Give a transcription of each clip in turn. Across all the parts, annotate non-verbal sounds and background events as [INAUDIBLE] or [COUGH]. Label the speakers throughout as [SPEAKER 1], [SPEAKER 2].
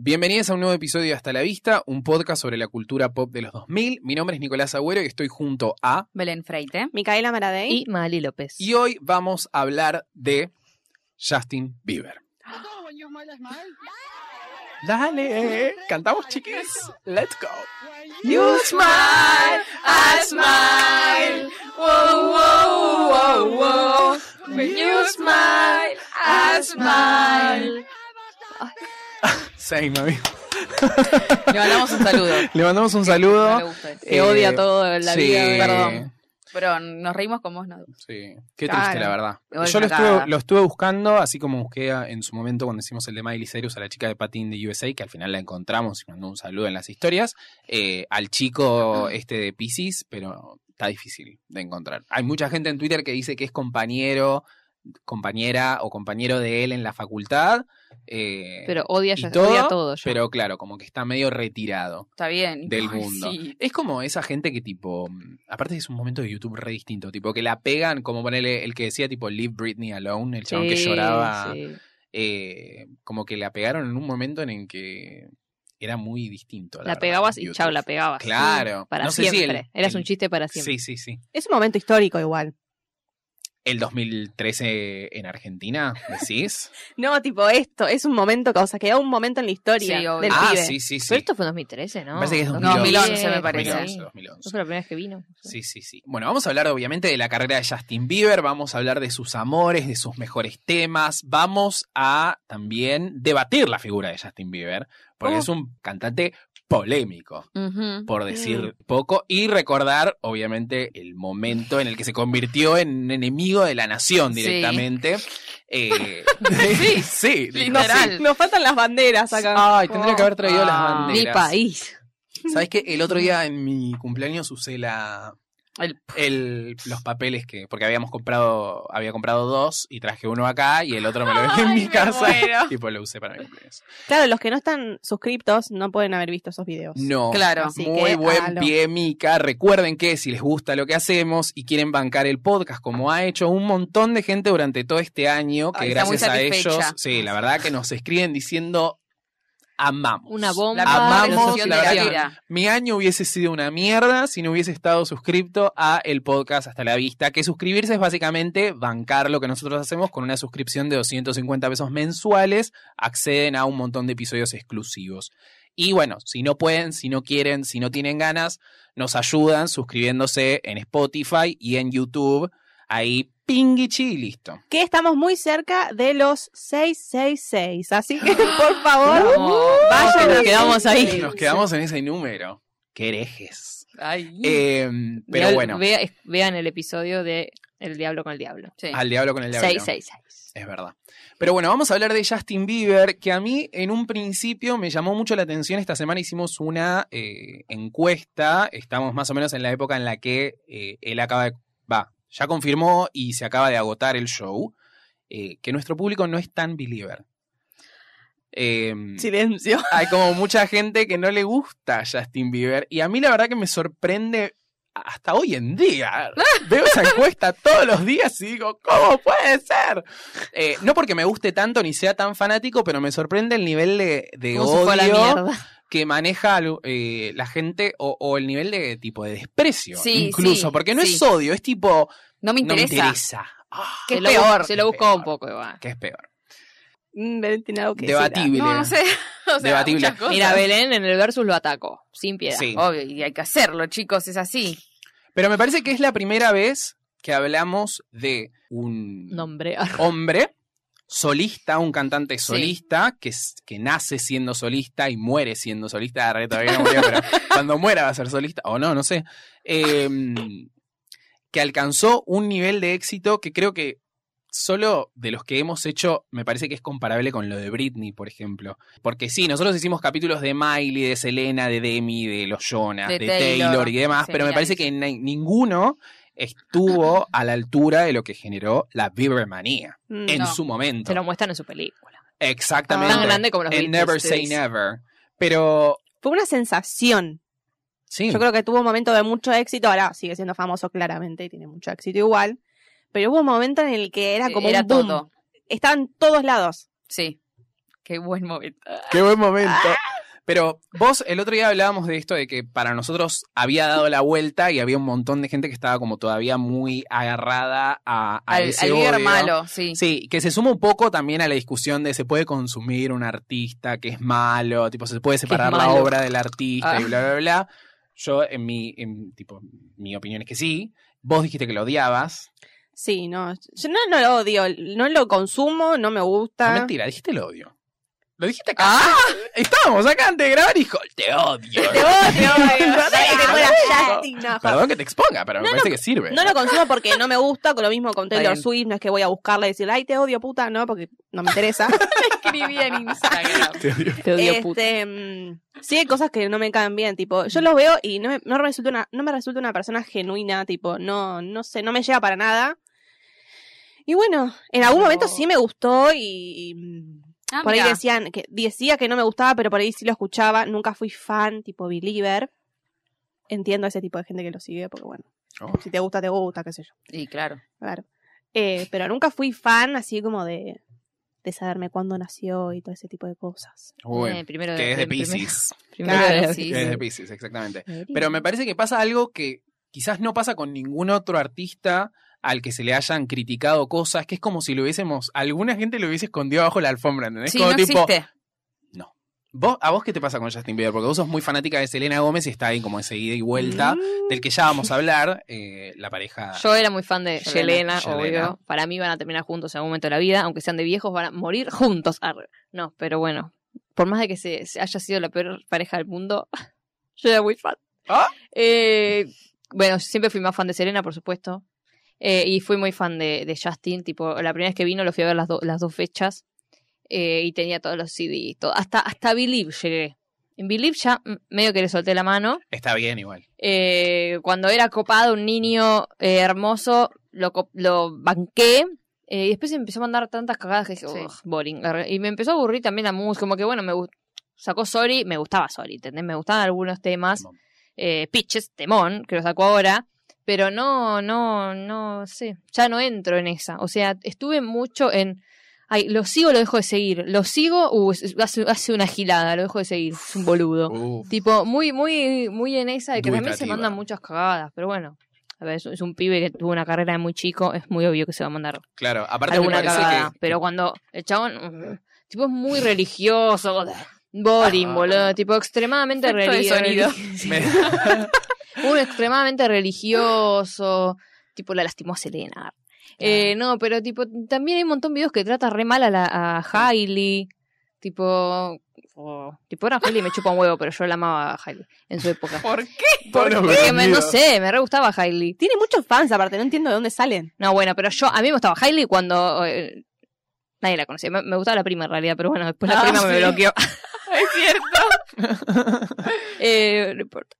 [SPEAKER 1] Bienvenidos a un nuevo episodio de Hasta la Vista, un podcast sobre la cultura pop de los 2000. Mi nombre es Nicolás Agüero y estoy junto a...
[SPEAKER 2] Belén Freite
[SPEAKER 3] Micaela Maradei.
[SPEAKER 2] y Magali López.
[SPEAKER 1] Y hoy vamos a hablar de Justin Bieber. Dale, eh, cantamos chiques. Let's go.
[SPEAKER 3] You smile, I smile. Wow, wow, wow, wow. When you smile, I smile.
[SPEAKER 1] Same, amigo.
[SPEAKER 2] Le mandamos un
[SPEAKER 1] [LAUGHS]
[SPEAKER 2] saludo.
[SPEAKER 1] Le mandamos un
[SPEAKER 2] No le
[SPEAKER 1] saludo.
[SPEAKER 2] gusta decir.
[SPEAKER 3] Te odia todo en la
[SPEAKER 1] sí,
[SPEAKER 3] vida, perdón.
[SPEAKER 2] Pero nos reímos con vos, ¿no?
[SPEAKER 1] Sí, qué
[SPEAKER 3] Claro.
[SPEAKER 1] triste la verdad.
[SPEAKER 2] Me voy
[SPEAKER 1] Yo lo
[SPEAKER 2] sacada.
[SPEAKER 1] estuve, lo estuve buscando, así como busqué a- en su momento cuando hicimos el de Miley Cyrus a la chica de Patin de USA, que al final la encontramos y mandó un saludo en las historias, eh, al chico este de Pisces, pero está difícil de encontrar. Hay mucha gente en Twitter que dice que es compañero, compañera o compañero de él en la facultad, eh,
[SPEAKER 3] Pero odia,
[SPEAKER 1] ¿Y
[SPEAKER 3] ya,
[SPEAKER 1] todo?
[SPEAKER 3] odia todo. Yo.
[SPEAKER 1] pero claro, como que está medio retirado
[SPEAKER 2] Está bien.
[SPEAKER 1] del
[SPEAKER 2] Ay,
[SPEAKER 1] mundo.
[SPEAKER 2] sí.
[SPEAKER 1] Es como esa gente que tipo, mm, aparte es un momento de YouTube re distinto, tipo que la pegan, como ponerle el que decía tipo Leave Britney Alone, el chabón que
[SPEAKER 3] Sí,
[SPEAKER 1] lloraba,
[SPEAKER 3] sí.
[SPEAKER 1] eh, como que la pegaron en un momento en el que era muy distinto.
[SPEAKER 3] La
[SPEAKER 1] verdad,
[SPEAKER 3] pegabas y
[SPEAKER 1] YouTube.
[SPEAKER 3] chau, la pegabas.
[SPEAKER 1] Claro.
[SPEAKER 3] Para
[SPEAKER 1] No sé si
[SPEAKER 3] siempre.
[SPEAKER 1] el-
[SPEAKER 3] Eras
[SPEAKER 1] el-
[SPEAKER 3] un chiste para siempre.
[SPEAKER 1] Sí, sí, sí.
[SPEAKER 4] Es un momento histórico igual.
[SPEAKER 1] El 2013 en Argentina,
[SPEAKER 3] [LAUGHS]
[SPEAKER 1] decís.
[SPEAKER 4] No, tipo esto, es un momento, o sea, queda un momento en la historia
[SPEAKER 2] Sí, obvio.
[SPEAKER 4] del
[SPEAKER 1] ah,
[SPEAKER 4] pibe.
[SPEAKER 1] sí, sí, sí.
[SPEAKER 3] Pero esto fue en 2013, ¿no?
[SPEAKER 1] Me parece que es
[SPEAKER 2] 2011, me parece.
[SPEAKER 1] 2011,
[SPEAKER 3] Eso
[SPEAKER 1] 2011.
[SPEAKER 3] fue la primera vez que vino.
[SPEAKER 1] Sí, sí, sí. Bueno, vamos a hablar obviamente de la carrera de Justin Bieber, vamos a hablar de sus amores, de sus mejores temas, vamos a también debatir la figura de Justin Bieber, porque
[SPEAKER 3] Oh.
[SPEAKER 1] es un cantante polémico,
[SPEAKER 2] Ujú.
[SPEAKER 1] por decir poco, y recordar obviamente el momento en el que se convirtió en un enemigo de la nación
[SPEAKER 2] Sí.
[SPEAKER 1] directamente. Eh, [LAUGHS] sí, dijo,
[SPEAKER 2] literal.
[SPEAKER 4] [LAUGHS] Nos faltan las banderas acá.
[SPEAKER 1] Ay, tendría que haber traído las
[SPEAKER 2] Ah.
[SPEAKER 1] banderas.
[SPEAKER 3] Mi país.
[SPEAKER 1] ¿Sabes qué? El otro día en mi cumpleaños usé la.
[SPEAKER 2] El-
[SPEAKER 1] el- los papeles que. Porque habíamos comprado. Había comprado dos y traje uno acá y el otro me lo dejé en
[SPEAKER 2] Ay,
[SPEAKER 1] mi
[SPEAKER 2] me
[SPEAKER 1] casa. [LAUGHS]
[SPEAKER 2] muero.
[SPEAKER 1] Tipo, lo usé para mi cumpleaños.
[SPEAKER 4] Claro, los que no están suscriptos no pueden haber visto esos videos.
[SPEAKER 1] No.
[SPEAKER 2] Claro.
[SPEAKER 4] Así
[SPEAKER 1] Muy
[SPEAKER 4] que,
[SPEAKER 1] buen
[SPEAKER 4] halo.
[SPEAKER 1] pie, Mica. Recuerden que si les gusta lo que hacemos y quieren bancar el podcast, como ha hecho un montón de gente durante todo este año, que
[SPEAKER 2] Ay, está muy
[SPEAKER 1] gracias a
[SPEAKER 2] satisfecha.
[SPEAKER 1] ellos, sí, la verdad que nos escriben diciendo amamos.
[SPEAKER 3] Una bomba.
[SPEAKER 2] La
[SPEAKER 1] Amamos
[SPEAKER 2] presentación
[SPEAKER 1] la
[SPEAKER 2] de la
[SPEAKER 1] verdad.
[SPEAKER 2] gira.
[SPEAKER 1] Mi año hubiese sido una mierda si no hubiese estado suscripto a el podcast Hasta la Vista, que suscribirse es básicamente bancar lo que nosotros hacemos con una suscripción de 250 pesos mensuales, acceden a un montón de episodios exclusivos. Y bueno, si no pueden, si no quieren, si no tienen ganas, nos ayudan suscribiéndose en Spotify y en YouTube. Ahí, pinguichi y listo.
[SPEAKER 4] Que estamos muy cerca de los 666,
[SPEAKER 1] [GASPS]
[SPEAKER 4] así que por favor,
[SPEAKER 2] Vamos.
[SPEAKER 4] vayan
[SPEAKER 3] Nos
[SPEAKER 4] a-
[SPEAKER 3] quedamos ahí.
[SPEAKER 1] Nos quedamos en ese número. ¡Qué herejes!
[SPEAKER 2] Ay.
[SPEAKER 1] Eh, pero
[SPEAKER 3] Vea-
[SPEAKER 1] bueno,
[SPEAKER 3] vea- es- vean el episodio de El Diablo con el Diablo.
[SPEAKER 2] Sí.
[SPEAKER 1] al diablo con el diablo.
[SPEAKER 3] 666.
[SPEAKER 1] Es verdad. Pero bueno, vamos a hablar de Justin Bieber, que a mí en un principio me llamó mucho la atención. Esta semana hicimos una eh, encuesta. Estamos más o menos en la época en la que eh, él acaba de. Va, ya confirmó y se acaba de agotar el show. eh, que nuestro público no es tan believer. Eh,
[SPEAKER 4] silencio.
[SPEAKER 1] hay como mucha gente que no le gusta a Justin Bieber. Y a mí la verdad que me sorprende hasta hoy en
[SPEAKER 2] [LAUGHS]
[SPEAKER 1] día. Veo esa encuesta todos los días y digo, ¿cómo puede ser? Eh, no porque me guste tanto ni sea tan fanático, pero me sorprende el nivel de, de
[SPEAKER 3] ¿Cómo se fue a la
[SPEAKER 1] odio
[SPEAKER 3] mierda?
[SPEAKER 1] que maneja eh, la gente o, o el nivel de tipo de desprecio.
[SPEAKER 2] Sí,
[SPEAKER 1] incluso,
[SPEAKER 2] sí,
[SPEAKER 1] porque no
[SPEAKER 2] sí.
[SPEAKER 1] es odio, es tipo,
[SPEAKER 2] No me
[SPEAKER 1] no me
[SPEAKER 2] interesa.
[SPEAKER 1] interesa. Ah,
[SPEAKER 2] ¿Qué
[SPEAKER 3] Se
[SPEAKER 2] es
[SPEAKER 3] lo bu-
[SPEAKER 2] peor?
[SPEAKER 3] Se lo
[SPEAKER 1] Es
[SPEAKER 3] buscó un
[SPEAKER 1] peor.
[SPEAKER 3] poco, igual.
[SPEAKER 1] que es peor.
[SPEAKER 4] Mm, Belén tiene algo que decir.
[SPEAKER 1] Debatible.
[SPEAKER 2] No, no sé. [LAUGHS] O sea,
[SPEAKER 1] Debatible.
[SPEAKER 2] muchas cosas.
[SPEAKER 3] Mira, Belén en el versus lo atacó, sin piedad.
[SPEAKER 1] Sí.
[SPEAKER 2] Obvio, y hay que hacerlo, chicos, es así.
[SPEAKER 1] Pero me parece que es la primera vez que hablamos de un
[SPEAKER 3] Nombre.
[SPEAKER 1] hombre solista, un cantante
[SPEAKER 2] Sí.
[SPEAKER 1] solista que, s- que nace siendo solista y muere siendo solista. Ah, re, todavía no murió, pero cuando muera va a ser solista, o no, no sé. Eh, que alcanzó un nivel de éxito que creo que solo de los que hemos hecho me parece que es comparable con lo de Britney, por ejemplo. Porque sí, nosotros hicimos capítulos de Miley, de Selena, de Demi, de los Jonas,
[SPEAKER 2] De
[SPEAKER 1] de, Taylor,
[SPEAKER 2] Taylor,
[SPEAKER 1] y demás,
[SPEAKER 2] sí,
[SPEAKER 1] pero me
[SPEAKER 2] mira,
[SPEAKER 1] parece
[SPEAKER 2] dice.
[SPEAKER 1] que ni- ninguno estuvo a la altura de lo que generó la Biebermanía
[SPEAKER 4] Mm,
[SPEAKER 1] en
[SPEAKER 2] No.
[SPEAKER 1] su momento.
[SPEAKER 3] Se lo muestran en su película.
[SPEAKER 1] Exactamente.
[SPEAKER 3] Tan grande como los
[SPEAKER 1] en
[SPEAKER 3] Beatles.
[SPEAKER 1] Never Say Never. Pero
[SPEAKER 4] Fue una sensación.
[SPEAKER 1] sí,
[SPEAKER 4] Yo creo que tuvo un momento de mucho éxito, ahora sigue siendo famoso claramente y tiene mucho éxito igual, pero hubo un momento en el que era como
[SPEAKER 2] Era
[SPEAKER 4] un boom.
[SPEAKER 2] todo.
[SPEAKER 4] Estaban todos lados.
[SPEAKER 2] Sí. Qué buen momento.
[SPEAKER 1] Qué buen momento. Pero vos, el otro día hablábamos de esto de que para nosotros había dado la vuelta y había un montón de gente que estaba como todavía muy agarrada a, a
[SPEAKER 2] Al,
[SPEAKER 1] ese
[SPEAKER 2] al líder
[SPEAKER 1] odio.
[SPEAKER 2] malo, sí.
[SPEAKER 1] Sí, que se suma un poco también a la discusión de se puede consumir un artista que es malo, tipo se puede separar la
[SPEAKER 3] malo.
[SPEAKER 1] obra del artista y
[SPEAKER 3] Ah.
[SPEAKER 1] bla bla bla. Yo en mi en, tipo mi opinión es que sí. Vos dijiste que lo odiabas.
[SPEAKER 4] Sí, no. Yo no, no lo odio, no lo consumo, no me
[SPEAKER 1] No,
[SPEAKER 4] gusta.
[SPEAKER 1] mentira, dijiste lo odio. Lo dijiste acá. Estábamos acá antes de grabar y dijo, te odio.
[SPEAKER 4] Te odio,
[SPEAKER 1] No,
[SPEAKER 4] no,
[SPEAKER 1] te
[SPEAKER 4] te
[SPEAKER 1] odio.
[SPEAKER 4] mueras, Justin, no, joder.
[SPEAKER 1] Perdón que te exponga, pero me
[SPEAKER 4] No,
[SPEAKER 1] parece que sirve.
[SPEAKER 4] No lo consumo porque no me gusta, con lo mismo con Taylor
[SPEAKER 2] bien.
[SPEAKER 4] Swift, no es que voy a buscarla y decirle, ay, te odio, puta, no, porque no me interesa.
[SPEAKER 2] Escribí en [LAUGHS] Instagram.
[SPEAKER 1] Te odio.
[SPEAKER 3] Te odio puta.
[SPEAKER 4] este, mm, sí hay cosas que no me caen bien, tipo, yo los veo y no me, no resulta una, no me resulta una persona genuina, tipo, no, no sé, no me llega para nada. Y bueno, en algún
[SPEAKER 3] No.
[SPEAKER 4] momento sí me gustó y, y, mm,
[SPEAKER 2] Ah,
[SPEAKER 4] por ahí
[SPEAKER 2] mirá.
[SPEAKER 4] decían que decía que no me gustaba, pero por ahí sí lo escuchaba, nunca fui fan, tipo believer. Entiendo a ese tipo de gente que lo sigue, porque bueno,
[SPEAKER 1] Oh.
[SPEAKER 4] si te gusta, te gusta, qué sé yo.
[SPEAKER 2] Y claro.
[SPEAKER 4] Claro. Eh, pero nunca fui fan así como de, de saberme cuándo nació y todo ese tipo de cosas.
[SPEAKER 1] Uy,
[SPEAKER 3] Eh, primero
[SPEAKER 1] que es de
[SPEAKER 3] primero-
[SPEAKER 1] [LAUGHS] Pisces.
[SPEAKER 3] primero
[SPEAKER 2] Claro,
[SPEAKER 3] de-
[SPEAKER 2] sí,
[SPEAKER 1] Que es de
[SPEAKER 2] sí.
[SPEAKER 1] Pisces, exactamente. Pero me parece que pasa algo que quizás no pasa con ningún otro artista al que se le hayan criticado cosas, que es como si lo hubiésemos, alguna gente lo hubiese escondido bajo la alfombra, ¿entendés?
[SPEAKER 2] Sí,
[SPEAKER 1] como
[SPEAKER 2] no
[SPEAKER 1] tipo,
[SPEAKER 2] existe.
[SPEAKER 1] ¿vos, ¿a vos qué te pasa con Justin Bieber? Porque vos sos muy fanática de Selena Gómez y está ahí como esa ida y vuelta,
[SPEAKER 4] Mm.
[SPEAKER 1] del que ya vamos a hablar, eh, la pareja...
[SPEAKER 3] Yo era muy fan de
[SPEAKER 1] Yelena.
[SPEAKER 3] Yelena,
[SPEAKER 1] Yelena.
[SPEAKER 3] obvio. Para mí van a terminar juntos en algún momento de la vida, aunque sean de viejos, van a morir juntos. Arre. No, pero bueno, por más de que se, se haya sido la peor pareja del mundo, [LAUGHS] yo era muy fan.
[SPEAKER 1] ¿Ah?
[SPEAKER 3] Eh, bueno, siempre fui más fan de Selena, por supuesto. Eh, y fui muy fan de, de Justin. Tipo, la primera vez que vino lo fui a ver las, do- las dos fechas. Eh, y tenía todos los CDs. todo- hasta, hasta Believe llegué. En Believe ya mm, medio que le solté la mano.
[SPEAKER 1] Está bien igual.
[SPEAKER 3] Eh, cuando era copado un niño eh, hermoso, lo, co- lo banqué. eh, y después empezó a mandar tantas cagadas que dije,
[SPEAKER 2] Sí.
[SPEAKER 3] "Ugh, boring. arre". Y me empezó a aburrir también la música. Como que bueno, me gust- sacó Sorry, me gustaba Sorry, ¿entendés? Me gustaban algunos temas.
[SPEAKER 1] Temón.
[SPEAKER 3] Eh, Pitches, Temón, que lo sacó ahora. Pero no, no, no sé. Ya no entro en esa. O sea, estuve mucho en. Ay, lo sigo, lo dejo de seguir. Lo sigo, uh, es- hace, hace una gilada, lo dejo de seguir. Es un boludo.
[SPEAKER 1] Uf.
[SPEAKER 3] Tipo, muy, muy, muy en esa de que también se
[SPEAKER 1] Dubitativa.
[SPEAKER 3] mandan muchas cagadas, pero bueno. A ver, es, es un pibe que tuvo una carrera de muy chico, es muy obvio que se va a mandar
[SPEAKER 1] Claro, aparte me
[SPEAKER 3] alguna
[SPEAKER 1] parece
[SPEAKER 3] cagada.
[SPEAKER 1] que...
[SPEAKER 3] Pero cuando el chabón, mm, tipo, es muy religioso, boring,
[SPEAKER 1] Ah.
[SPEAKER 3] boludo, tipo, extremadamente
[SPEAKER 2] Efecto de
[SPEAKER 3] [LAUGHS] religioso.
[SPEAKER 1] [LAUGHS] me-
[SPEAKER 3] Uno extremadamente religioso, tipo, la lastimó a Selena. Eh, no, pero tipo, también hay un montón de videos que trata re mal a, la, a Hailey. Tipo, oh, tipo, era Hailey me chupa un huevo, pero yo la amaba a Hailey en
[SPEAKER 1] [LAUGHS]
[SPEAKER 3] su época.
[SPEAKER 1] ¿Por qué?
[SPEAKER 3] Porque me- no sé, me re gustaba Hailey.
[SPEAKER 4] Tiene muchos fans aparte, no entiendo de dónde salen.
[SPEAKER 3] No, bueno, pero yo, a mí me gustaba Hailey cuando eh, nadie la conocía. Me, me gustaba la prima en realidad, pero bueno, después la
[SPEAKER 2] Ah,
[SPEAKER 3] prima me
[SPEAKER 2] sí.
[SPEAKER 3] bloqueó.
[SPEAKER 2] Es cierto.
[SPEAKER 3] Eh, no importa.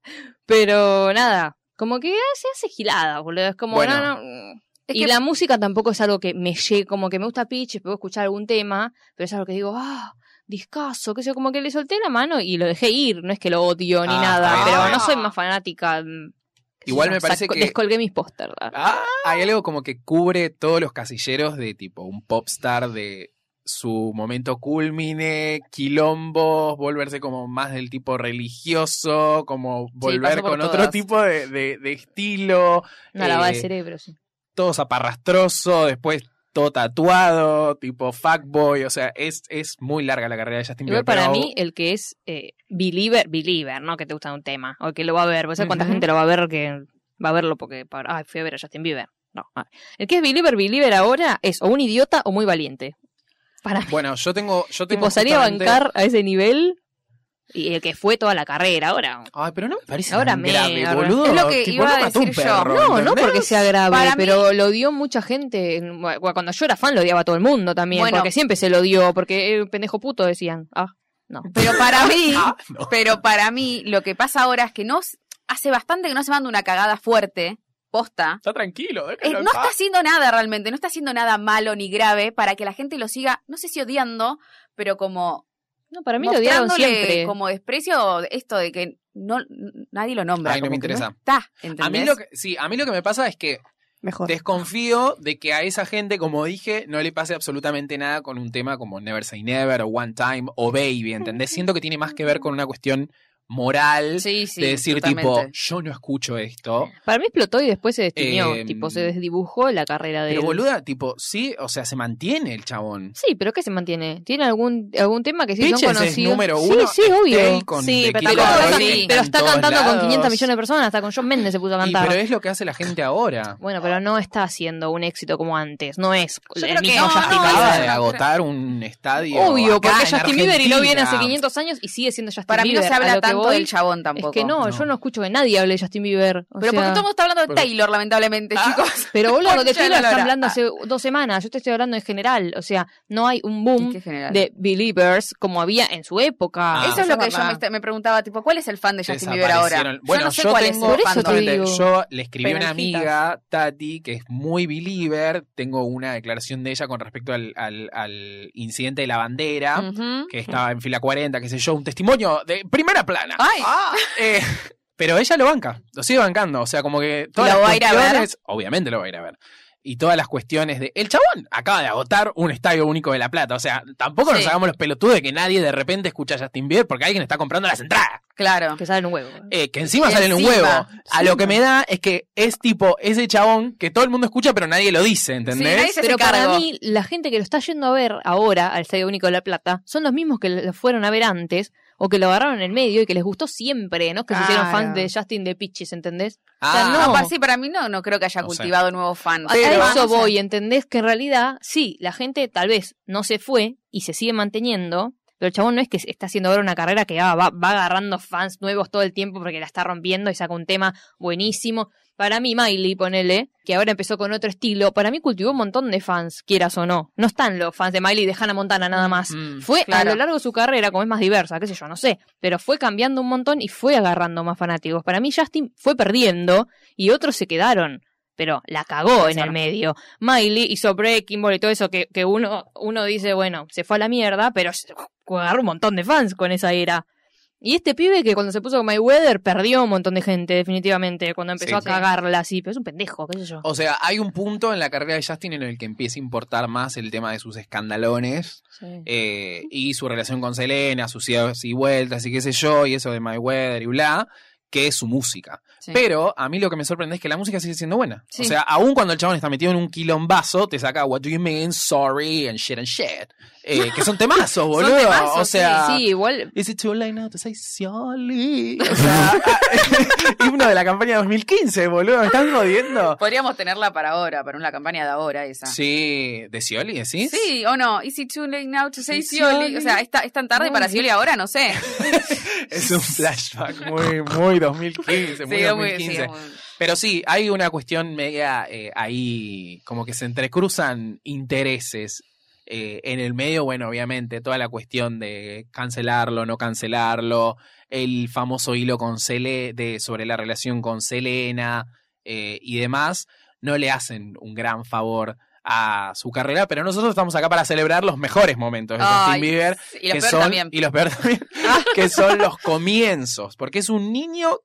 [SPEAKER 3] Pero nada, como que ah, se hace gilada, boludo. Es como,
[SPEAKER 1] Bueno.
[SPEAKER 3] no, no.
[SPEAKER 2] Es
[SPEAKER 3] y
[SPEAKER 2] que-
[SPEAKER 3] la música tampoco es algo que me llegue, como que me gusta Pitch, puedo escuchar algún tema, pero es algo que digo, ah, discaso, que sé, yo, como que le solté la mano y lo dejé ir, no es que lo odio ni
[SPEAKER 1] Ah,
[SPEAKER 3] nada,
[SPEAKER 1] está
[SPEAKER 2] bien,
[SPEAKER 3] pero
[SPEAKER 2] está
[SPEAKER 3] no
[SPEAKER 2] bien.
[SPEAKER 3] soy más fanática. mm, qué sé
[SPEAKER 1] Igual
[SPEAKER 3] yo,
[SPEAKER 1] me parece
[SPEAKER 3] saco-
[SPEAKER 1] que-
[SPEAKER 3] Descolgué mis póster. ah.
[SPEAKER 1] Ah, hay algo como que cubre todos los casilleros de tipo un popstar de su momento culmine, quilombos, volverse como más del tipo religioso, como volver
[SPEAKER 2] pasó por
[SPEAKER 1] con otro
[SPEAKER 2] todas.
[SPEAKER 1] tipo de, de- de estilo,
[SPEAKER 3] Una lavada de
[SPEAKER 1] Eh,
[SPEAKER 3] cerebro, sí.
[SPEAKER 1] todo zaparrastroso, después todo tatuado, tipo fuckboy, o sea, es, es muy larga la carrera de Justin Bieber.
[SPEAKER 3] Igual para
[SPEAKER 1] pero-
[SPEAKER 3] mí, el que es eh, believer, believer, ¿no? Que te gusta un tema, o que lo va a ver, ¿vos sabés cuánta
[SPEAKER 1] Ujú.
[SPEAKER 3] gente lo va a ver que va a verlo porque, para- ay, fui a ver a Justin Bieber. No, ah. el que es believer, believer ahora es o un idiota o muy valiente. Para mí,
[SPEAKER 1] Bueno, yo tengo... Yo
[SPEAKER 2] [LAUGHS]
[SPEAKER 1] tengo
[SPEAKER 3] tipo, salir a
[SPEAKER 1] justamente-
[SPEAKER 3] bancar a ese nivel y el que fue toda la carrera ahora.
[SPEAKER 1] Ay, pero no me parece
[SPEAKER 3] Ahora
[SPEAKER 1] tan
[SPEAKER 3] me-
[SPEAKER 1] grave,
[SPEAKER 3] ahora-
[SPEAKER 1] boludo.
[SPEAKER 2] Es lo que
[SPEAKER 1] Tipo,
[SPEAKER 2] iba
[SPEAKER 1] no
[SPEAKER 2] a
[SPEAKER 1] mató un
[SPEAKER 2] decir yo.
[SPEAKER 1] perro,
[SPEAKER 3] No, no
[SPEAKER 1] ¿entendés?
[SPEAKER 3] porque sea grave,
[SPEAKER 2] Para mí-
[SPEAKER 3] pero lo dio mucha gente. Bueno, Cuando yo era fan lo odiaba a todo el mundo también,
[SPEAKER 2] Bueno.
[SPEAKER 3] porque siempre se lo dio, porque eh, pendejo puto decían. Ah, no.
[SPEAKER 2] Pero para mí,
[SPEAKER 1] [LAUGHS] Ah, no.
[SPEAKER 2] pero para mí, lo que pasa ahora es que no s- hace bastante que no se manda una cagada fuerte, posta.
[SPEAKER 1] Está tranquilo,
[SPEAKER 2] Eh,
[SPEAKER 1] déjalo en
[SPEAKER 2] no está
[SPEAKER 1] paz.
[SPEAKER 2] haciendo nada realmente, no está haciendo nada malo ni grave para que la gente lo siga, no sé si odiando, pero como
[SPEAKER 3] No, para mí lo odiaron
[SPEAKER 2] mostrándole
[SPEAKER 3] siempre.
[SPEAKER 2] como desprecio esto de que no nadie lo nombra.
[SPEAKER 1] Ay, no
[SPEAKER 2] como
[SPEAKER 1] me
[SPEAKER 2] que
[SPEAKER 1] interesa.
[SPEAKER 2] está, ¿entendés?
[SPEAKER 1] A mí lo que, sí, a mí lo que me pasa es que
[SPEAKER 4] Mejor.
[SPEAKER 1] Desconfío de que a esa gente, como dije, no le pase absolutamente nada con un tema como Never Say Never o One Time o Baby, ¿entendés? Siento que tiene más que ver con una cuestión moral
[SPEAKER 2] Sí, sí.
[SPEAKER 1] de decir tipo,
[SPEAKER 2] totalmente.
[SPEAKER 1] yo no escucho esto.
[SPEAKER 3] Para mí explotó y después se destiñó.
[SPEAKER 1] Eh,
[SPEAKER 3] tipo, se desdibujó la carrera de
[SPEAKER 1] Pero
[SPEAKER 3] él.
[SPEAKER 1] boluda, tipo, sí, o sea, se mantiene el chabón.
[SPEAKER 3] Sí, pero ¿qué se mantiene? ¿Tiene algún, algún tema que sí son
[SPEAKER 1] Pitches es
[SPEAKER 3] conocidos?
[SPEAKER 1] número uno.
[SPEAKER 3] sí, sí, obvio.
[SPEAKER 1] Stay con
[SPEAKER 4] Sí,
[SPEAKER 1] The
[SPEAKER 4] pero
[SPEAKER 1] Kid
[SPEAKER 2] tampoco
[SPEAKER 1] Laroi
[SPEAKER 2] está-
[SPEAKER 1] en
[SPEAKER 3] pero está
[SPEAKER 1] todos
[SPEAKER 3] cantando
[SPEAKER 1] lados.
[SPEAKER 3] con 500 millones de personas, hasta con John Mendes se puso a
[SPEAKER 1] Y,
[SPEAKER 3] cantar.
[SPEAKER 1] pero es lo que hace la gente ahora.
[SPEAKER 3] Bueno, pero no está haciendo un éxito como antes. No es
[SPEAKER 2] Yo
[SPEAKER 3] el
[SPEAKER 2] creo que
[SPEAKER 3] mismo
[SPEAKER 2] no,
[SPEAKER 3] Justin
[SPEAKER 2] no,
[SPEAKER 1] Acaba
[SPEAKER 3] Bieber.
[SPEAKER 1] de
[SPEAKER 2] no.
[SPEAKER 1] agotar un estadio.
[SPEAKER 3] Obvio,
[SPEAKER 1] acá
[SPEAKER 3] porque
[SPEAKER 1] en
[SPEAKER 3] Justin Bieber y no viene hace
[SPEAKER 1] Argentina.
[SPEAKER 3] 500 años y sigue siendo Justin
[SPEAKER 2] Para mí
[SPEAKER 3] Bieber.
[SPEAKER 2] no se
[SPEAKER 3] A
[SPEAKER 2] habla
[SPEAKER 3] lo que
[SPEAKER 2] tanto
[SPEAKER 3] voy
[SPEAKER 2] del chabón
[SPEAKER 3] Es
[SPEAKER 2] tampoco.
[SPEAKER 3] que no, yo
[SPEAKER 1] No.
[SPEAKER 3] no escucho que nadie hable de Justin Bieber. O
[SPEAKER 2] Pero porque
[SPEAKER 3] sea,
[SPEAKER 2] todo el mundo está hablando de
[SPEAKER 1] Porque-
[SPEAKER 2] Taylor, lamentablemente,
[SPEAKER 1] Ah.
[SPEAKER 2] chicos.
[SPEAKER 3] Pero vos lo de Ah.
[SPEAKER 2] Concha de
[SPEAKER 3] Taylor
[SPEAKER 2] la
[SPEAKER 3] están
[SPEAKER 2] lora.
[SPEAKER 3] hablando hace dos semanas. Yo te estoy hablando en general. O sea, no hay un boom
[SPEAKER 2] Qué general.
[SPEAKER 3] de believers como había en su época.
[SPEAKER 1] Ah,
[SPEAKER 2] Eso es
[SPEAKER 1] eso
[SPEAKER 2] lo que
[SPEAKER 1] es
[SPEAKER 2] yo me,
[SPEAKER 1] verdad.
[SPEAKER 2] esta- me preguntaba, tipo, ¿cuál es el fan de Justin Bieber ahora?
[SPEAKER 1] Desaparecieron. Bueno,
[SPEAKER 2] yo no sé
[SPEAKER 1] yo
[SPEAKER 2] cuál
[SPEAKER 1] tengo-
[SPEAKER 2] es
[SPEAKER 3] Por
[SPEAKER 2] el fan.
[SPEAKER 3] eso te digo.
[SPEAKER 1] Yo le escribí a una
[SPEAKER 4] Penajitas.
[SPEAKER 1] amiga, Tati, que es muy believer. Tengo una declaración de ella con respecto al, al- al incidente de la bandera,
[SPEAKER 2] Ujú.
[SPEAKER 1] que estaba en fila 40, qué sé yo, un testimonio de primera plana.
[SPEAKER 2] Ay,
[SPEAKER 1] Eh, pero ella lo banca, lo sigue bancando. O sea, como que todas
[SPEAKER 2] ¿Lo
[SPEAKER 1] las
[SPEAKER 2] va a ir a ver?
[SPEAKER 1] cuestiones- Obviamente lo va a ir a ver. Y todas las cuestiones de. El chabón acaba de agotar un estadio único de La Plata. O sea, tampoco nos
[SPEAKER 2] Sí.
[SPEAKER 1] hagamos los pelotudos de que nadie de repente escucha a Justin Bieber porque alguien está comprando las entradas.
[SPEAKER 2] claro.
[SPEAKER 3] Que salen un huevo.
[SPEAKER 1] Eh, que encima
[SPEAKER 2] Y
[SPEAKER 1] salen un
[SPEAKER 2] encima,
[SPEAKER 1] huevo. A lo que me da es que es tipo ese chabón que todo el mundo escucha, pero nadie lo dice,
[SPEAKER 2] Sí,
[SPEAKER 1] ¿entendés?
[SPEAKER 2] nadie se hace
[SPEAKER 3] Pero para
[SPEAKER 2] cargo.
[SPEAKER 3] mí, la gente que lo está yendo a ver ahora al Estadio Único de La Plata son los mismos que lo fueron a ver antes o que lo agarraron en el medio y que les gustó siempre, ¿no? Que se hicieron
[SPEAKER 4] Claro.
[SPEAKER 3] fans de Justin de Pichis, ¿entendés?
[SPEAKER 1] Ah,
[SPEAKER 3] no.
[SPEAKER 2] Aparte, sí, para mí no, no creo que haya
[SPEAKER 1] No sé.
[SPEAKER 2] cultivado nuevos fans.
[SPEAKER 3] A
[SPEAKER 1] Pero-
[SPEAKER 3] a eso
[SPEAKER 2] No sé.
[SPEAKER 3] voy, ¿entendés? Que en realidad, sí, la gente tal vez no se fue y se sigue manteniendo, pero el chabón no es que está haciendo ahora una carrera que ah, va, va agarrando fans nuevos todo el tiempo porque la está rompiendo y saca un tema buenísimo. Para mí, Miley, ponele, que ahora empezó con otro estilo, para mí cultivó un montón de fans, quieras o no. No están los fans de Miley y de Hannah Montana nada más.
[SPEAKER 1] Mm.
[SPEAKER 3] Fue
[SPEAKER 2] Claro.
[SPEAKER 3] a lo largo de su carrera, como es más diversa, qué sé yo, no sé, pero fue cambiando un montón y fue agarrando más fanáticos. Para mí Justin fue perdiendo y otros se quedaron, pero la cagó en el medio. Miley hizo Breaking Ball y todo eso que, que uno, uno dice, bueno, se fue a la mierda, pero se- agarró un montón de fans con esa era. Y este pibe que cuando se puso con My Weather perdió un montón de gente, definitivamente, cuando empezó
[SPEAKER 1] Sí,
[SPEAKER 3] a
[SPEAKER 1] sí.
[SPEAKER 3] cagarla así, pero es un pendejo, qué sé yo.
[SPEAKER 1] O sea, hay un punto en la carrera de Justin en el que empieza a importar más el tema de sus escandalones eh, y su relación con Selena, sus idas y vueltas y qué sé yo, y eso de My Weather y bla, que es su música.
[SPEAKER 2] Sí.
[SPEAKER 1] Pero a mí lo que me sorprende es que la música sigue siendo buena.
[SPEAKER 2] Sí.
[SPEAKER 1] O sea, aun cuando el chabón está metido en un quilombazo, te saca What Do You Mean, Sorry, and Shit and Shit.
[SPEAKER 2] [LAUGHS]
[SPEAKER 1] Eh, que son temazos, boludo.
[SPEAKER 2] temazos,
[SPEAKER 1] o
[SPEAKER 2] sí,
[SPEAKER 1] sea, [LAUGHS]
[SPEAKER 3] Sí, igual
[SPEAKER 1] Is it too late now to say sorry? [LAUGHS] O sea, himno de la campaña 2015, boludo, me están jodiendo.
[SPEAKER 2] Podríamos tenerla para ahora, para una campaña de ahora esa.
[SPEAKER 1] Sí, de Scioli, ¿decís?
[SPEAKER 2] Sí, o no. Is it too late now to say
[SPEAKER 1] Sí,
[SPEAKER 2] Scioli?
[SPEAKER 1] Scioli.
[SPEAKER 2] O sea, ¿es, ta- es tan tarde para Scioli ahora? No sé.
[SPEAKER 1] Es un flashback muy, muy
[SPEAKER 2] [LAUGHS]
[SPEAKER 1] 2015, muy
[SPEAKER 2] Sí, es muy- sí,
[SPEAKER 1] 2015.
[SPEAKER 2] es muy-
[SPEAKER 1] Pero sí, hay una cuestión media eh, ahí, como que se entrecruzan intereses eh, en el medio, bueno, obviamente, toda la cuestión de cancelarlo, no cancelarlo, el famoso hilo con Sele de, sobre la relación con Selena eh, y demás, no le hacen un gran favor a su carrera, pero nosotros estamos acá para celebrar los mejores momentos de
[SPEAKER 2] Ay,
[SPEAKER 1] Justin Bieber
[SPEAKER 2] sí, Y los
[SPEAKER 1] que
[SPEAKER 2] peores
[SPEAKER 1] son-
[SPEAKER 2] también.
[SPEAKER 1] Y los peores también. que son los comienzos. Porque es un niño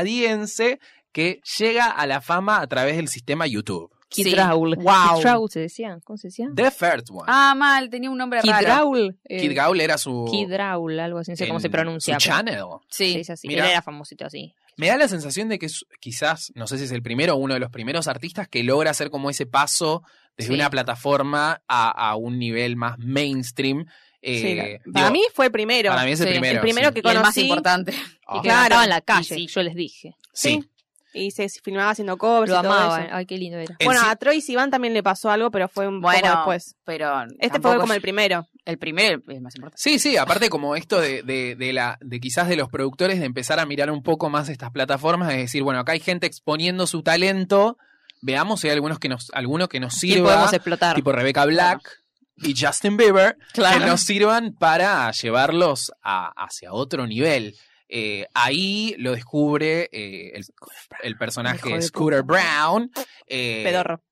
[SPEAKER 1] canadiense que llega a la fama a través del sistema YouTube.
[SPEAKER 2] Sí.
[SPEAKER 3] Kid Raoul.
[SPEAKER 1] Wow.
[SPEAKER 3] Kid Raoul se decía, ¿cómo se decía?
[SPEAKER 1] The First One.
[SPEAKER 2] Ah, mal, tenía un nombre
[SPEAKER 3] Kid
[SPEAKER 2] raro.
[SPEAKER 3] Raoul. eh,
[SPEAKER 1] Kid Gaul era su.
[SPEAKER 3] Kid Raoul, algo así, no sé cómo
[SPEAKER 1] en
[SPEAKER 3] se pronuncia.
[SPEAKER 1] Su
[SPEAKER 3] pero
[SPEAKER 1] channel.
[SPEAKER 3] se
[SPEAKER 2] Sí.
[SPEAKER 3] dice así.
[SPEAKER 1] Mira.
[SPEAKER 3] Él era famosito así.
[SPEAKER 1] Me da la sensación de que es, quizás, no sé si es el primero o uno de los primeros artistas que logra hacer como ese paso desde
[SPEAKER 3] Sí.
[SPEAKER 1] una plataforma a, a un nivel más mainstream. Eh,
[SPEAKER 4] Sí, la-
[SPEAKER 1] digo,
[SPEAKER 4] para mí fue el primero.
[SPEAKER 1] para mí es el
[SPEAKER 2] sí, el
[SPEAKER 1] primero.
[SPEAKER 4] el primero
[SPEAKER 1] sí.
[SPEAKER 4] que
[SPEAKER 2] Y el
[SPEAKER 4] conocí.
[SPEAKER 2] más importante.
[SPEAKER 1] Ah,
[SPEAKER 3] Y que
[SPEAKER 4] Claro.
[SPEAKER 3] cantaba en la calle,
[SPEAKER 2] Y sí.
[SPEAKER 3] yo les dije.
[SPEAKER 1] sí.
[SPEAKER 4] Y se filmaba haciendo covers.
[SPEAKER 3] Lo eh.
[SPEAKER 4] y todo
[SPEAKER 3] amaban.
[SPEAKER 4] eso.
[SPEAKER 3] Ay, qué lindo era.
[SPEAKER 1] En
[SPEAKER 4] Bueno,
[SPEAKER 1] sí-
[SPEAKER 4] a Troy Sivan también le pasó algo, pero fue un
[SPEAKER 2] Bueno,
[SPEAKER 4] poco después.
[SPEAKER 2] Pero
[SPEAKER 4] Este
[SPEAKER 2] tampoco
[SPEAKER 4] fue como
[SPEAKER 2] es-
[SPEAKER 4] el primero.
[SPEAKER 2] el primero, el más importante.
[SPEAKER 1] Sí, sí, aparte como esto de, de, de la, de quizás de los productores de empezar a mirar un poco más estas plataformas, es decir, bueno, acá hay gente exponiendo su talento, veamos si hay algunos que nos, alguno que nos
[SPEAKER 3] ¿Quién podemos
[SPEAKER 1] sirva,
[SPEAKER 3] explotar?
[SPEAKER 1] tipo Rebecca Black y Justin Bieber,
[SPEAKER 2] Claro.
[SPEAKER 1] que nos sirvan para llevarlos a- hacia otro nivel. Eh, ahí lo descubre eh, el, el personaje
[SPEAKER 3] Hijo de
[SPEAKER 1] Scooter
[SPEAKER 3] puta.
[SPEAKER 1] Brown. eh,
[SPEAKER 4] Pedorro.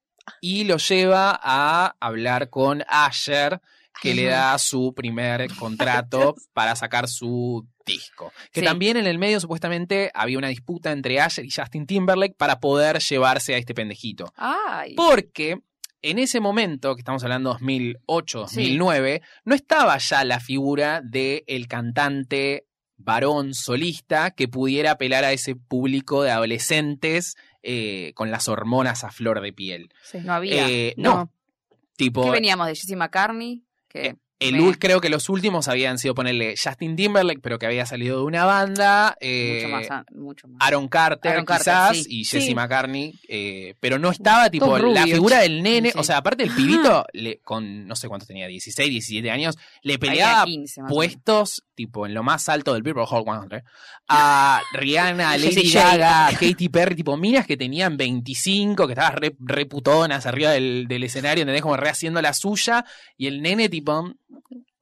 [SPEAKER 1] y lo lleva a hablar con Asher, que le da su primer
[SPEAKER 3] [LAUGHS]
[SPEAKER 1] contrato para sacar su disco. Que
[SPEAKER 3] Sí.
[SPEAKER 1] también en el medio supuestamente había una disputa entre Asher y Justin Timberlake para poder llevarse a este pendejito.
[SPEAKER 2] Ay.
[SPEAKER 1] Porque en ese momento, que estamos hablando 2008,
[SPEAKER 3] Sí.
[SPEAKER 1] 2009, no estaba ya la figura del el cantante varón solista que pudiera apelar a ese público de adolescentes eh, con las hormonas a flor de piel.
[SPEAKER 2] No había.
[SPEAKER 1] Eh, no,
[SPEAKER 4] No.
[SPEAKER 2] ¿Qué
[SPEAKER 1] tipo,
[SPEAKER 2] veníamos de Jesse McCartney? Que
[SPEAKER 1] Eh, el
[SPEAKER 2] me-
[SPEAKER 1] ul- creo que los últimos habían sido ponerle Justin Timberlake, pero que había salido de una banda. eh,
[SPEAKER 2] mucho más. an- Mucho más.
[SPEAKER 1] Aaron Carter,
[SPEAKER 2] Aaron Carter,
[SPEAKER 1] quizás,
[SPEAKER 2] sí.
[SPEAKER 1] y Jesse
[SPEAKER 4] Sí.
[SPEAKER 1] McCartney, eh, pero no estaba tipo
[SPEAKER 3] Todos
[SPEAKER 1] la
[SPEAKER 3] rubios.
[SPEAKER 1] figura del nene,
[SPEAKER 3] Sí.
[SPEAKER 1] o sea, aparte el pibito, le- con no sé cuántos tenía, 16, 17 años, le
[SPEAKER 2] Tenía
[SPEAKER 1] peleaba
[SPEAKER 2] 15 más o menos.
[SPEAKER 1] puestos, tipo en lo más alto del Billboard Hot 100,
[SPEAKER 2] [LAUGHS]
[SPEAKER 1] a Rihanna, a Lady
[SPEAKER 3] Jessie J.
[SPEAKER 1] Gaga, a Katy Perry, tipo minas que tenían 25, que estaban re, re putonas arriba del, del escenario, ¿entendés? Como rehaciendo la suya, y el nene tipo...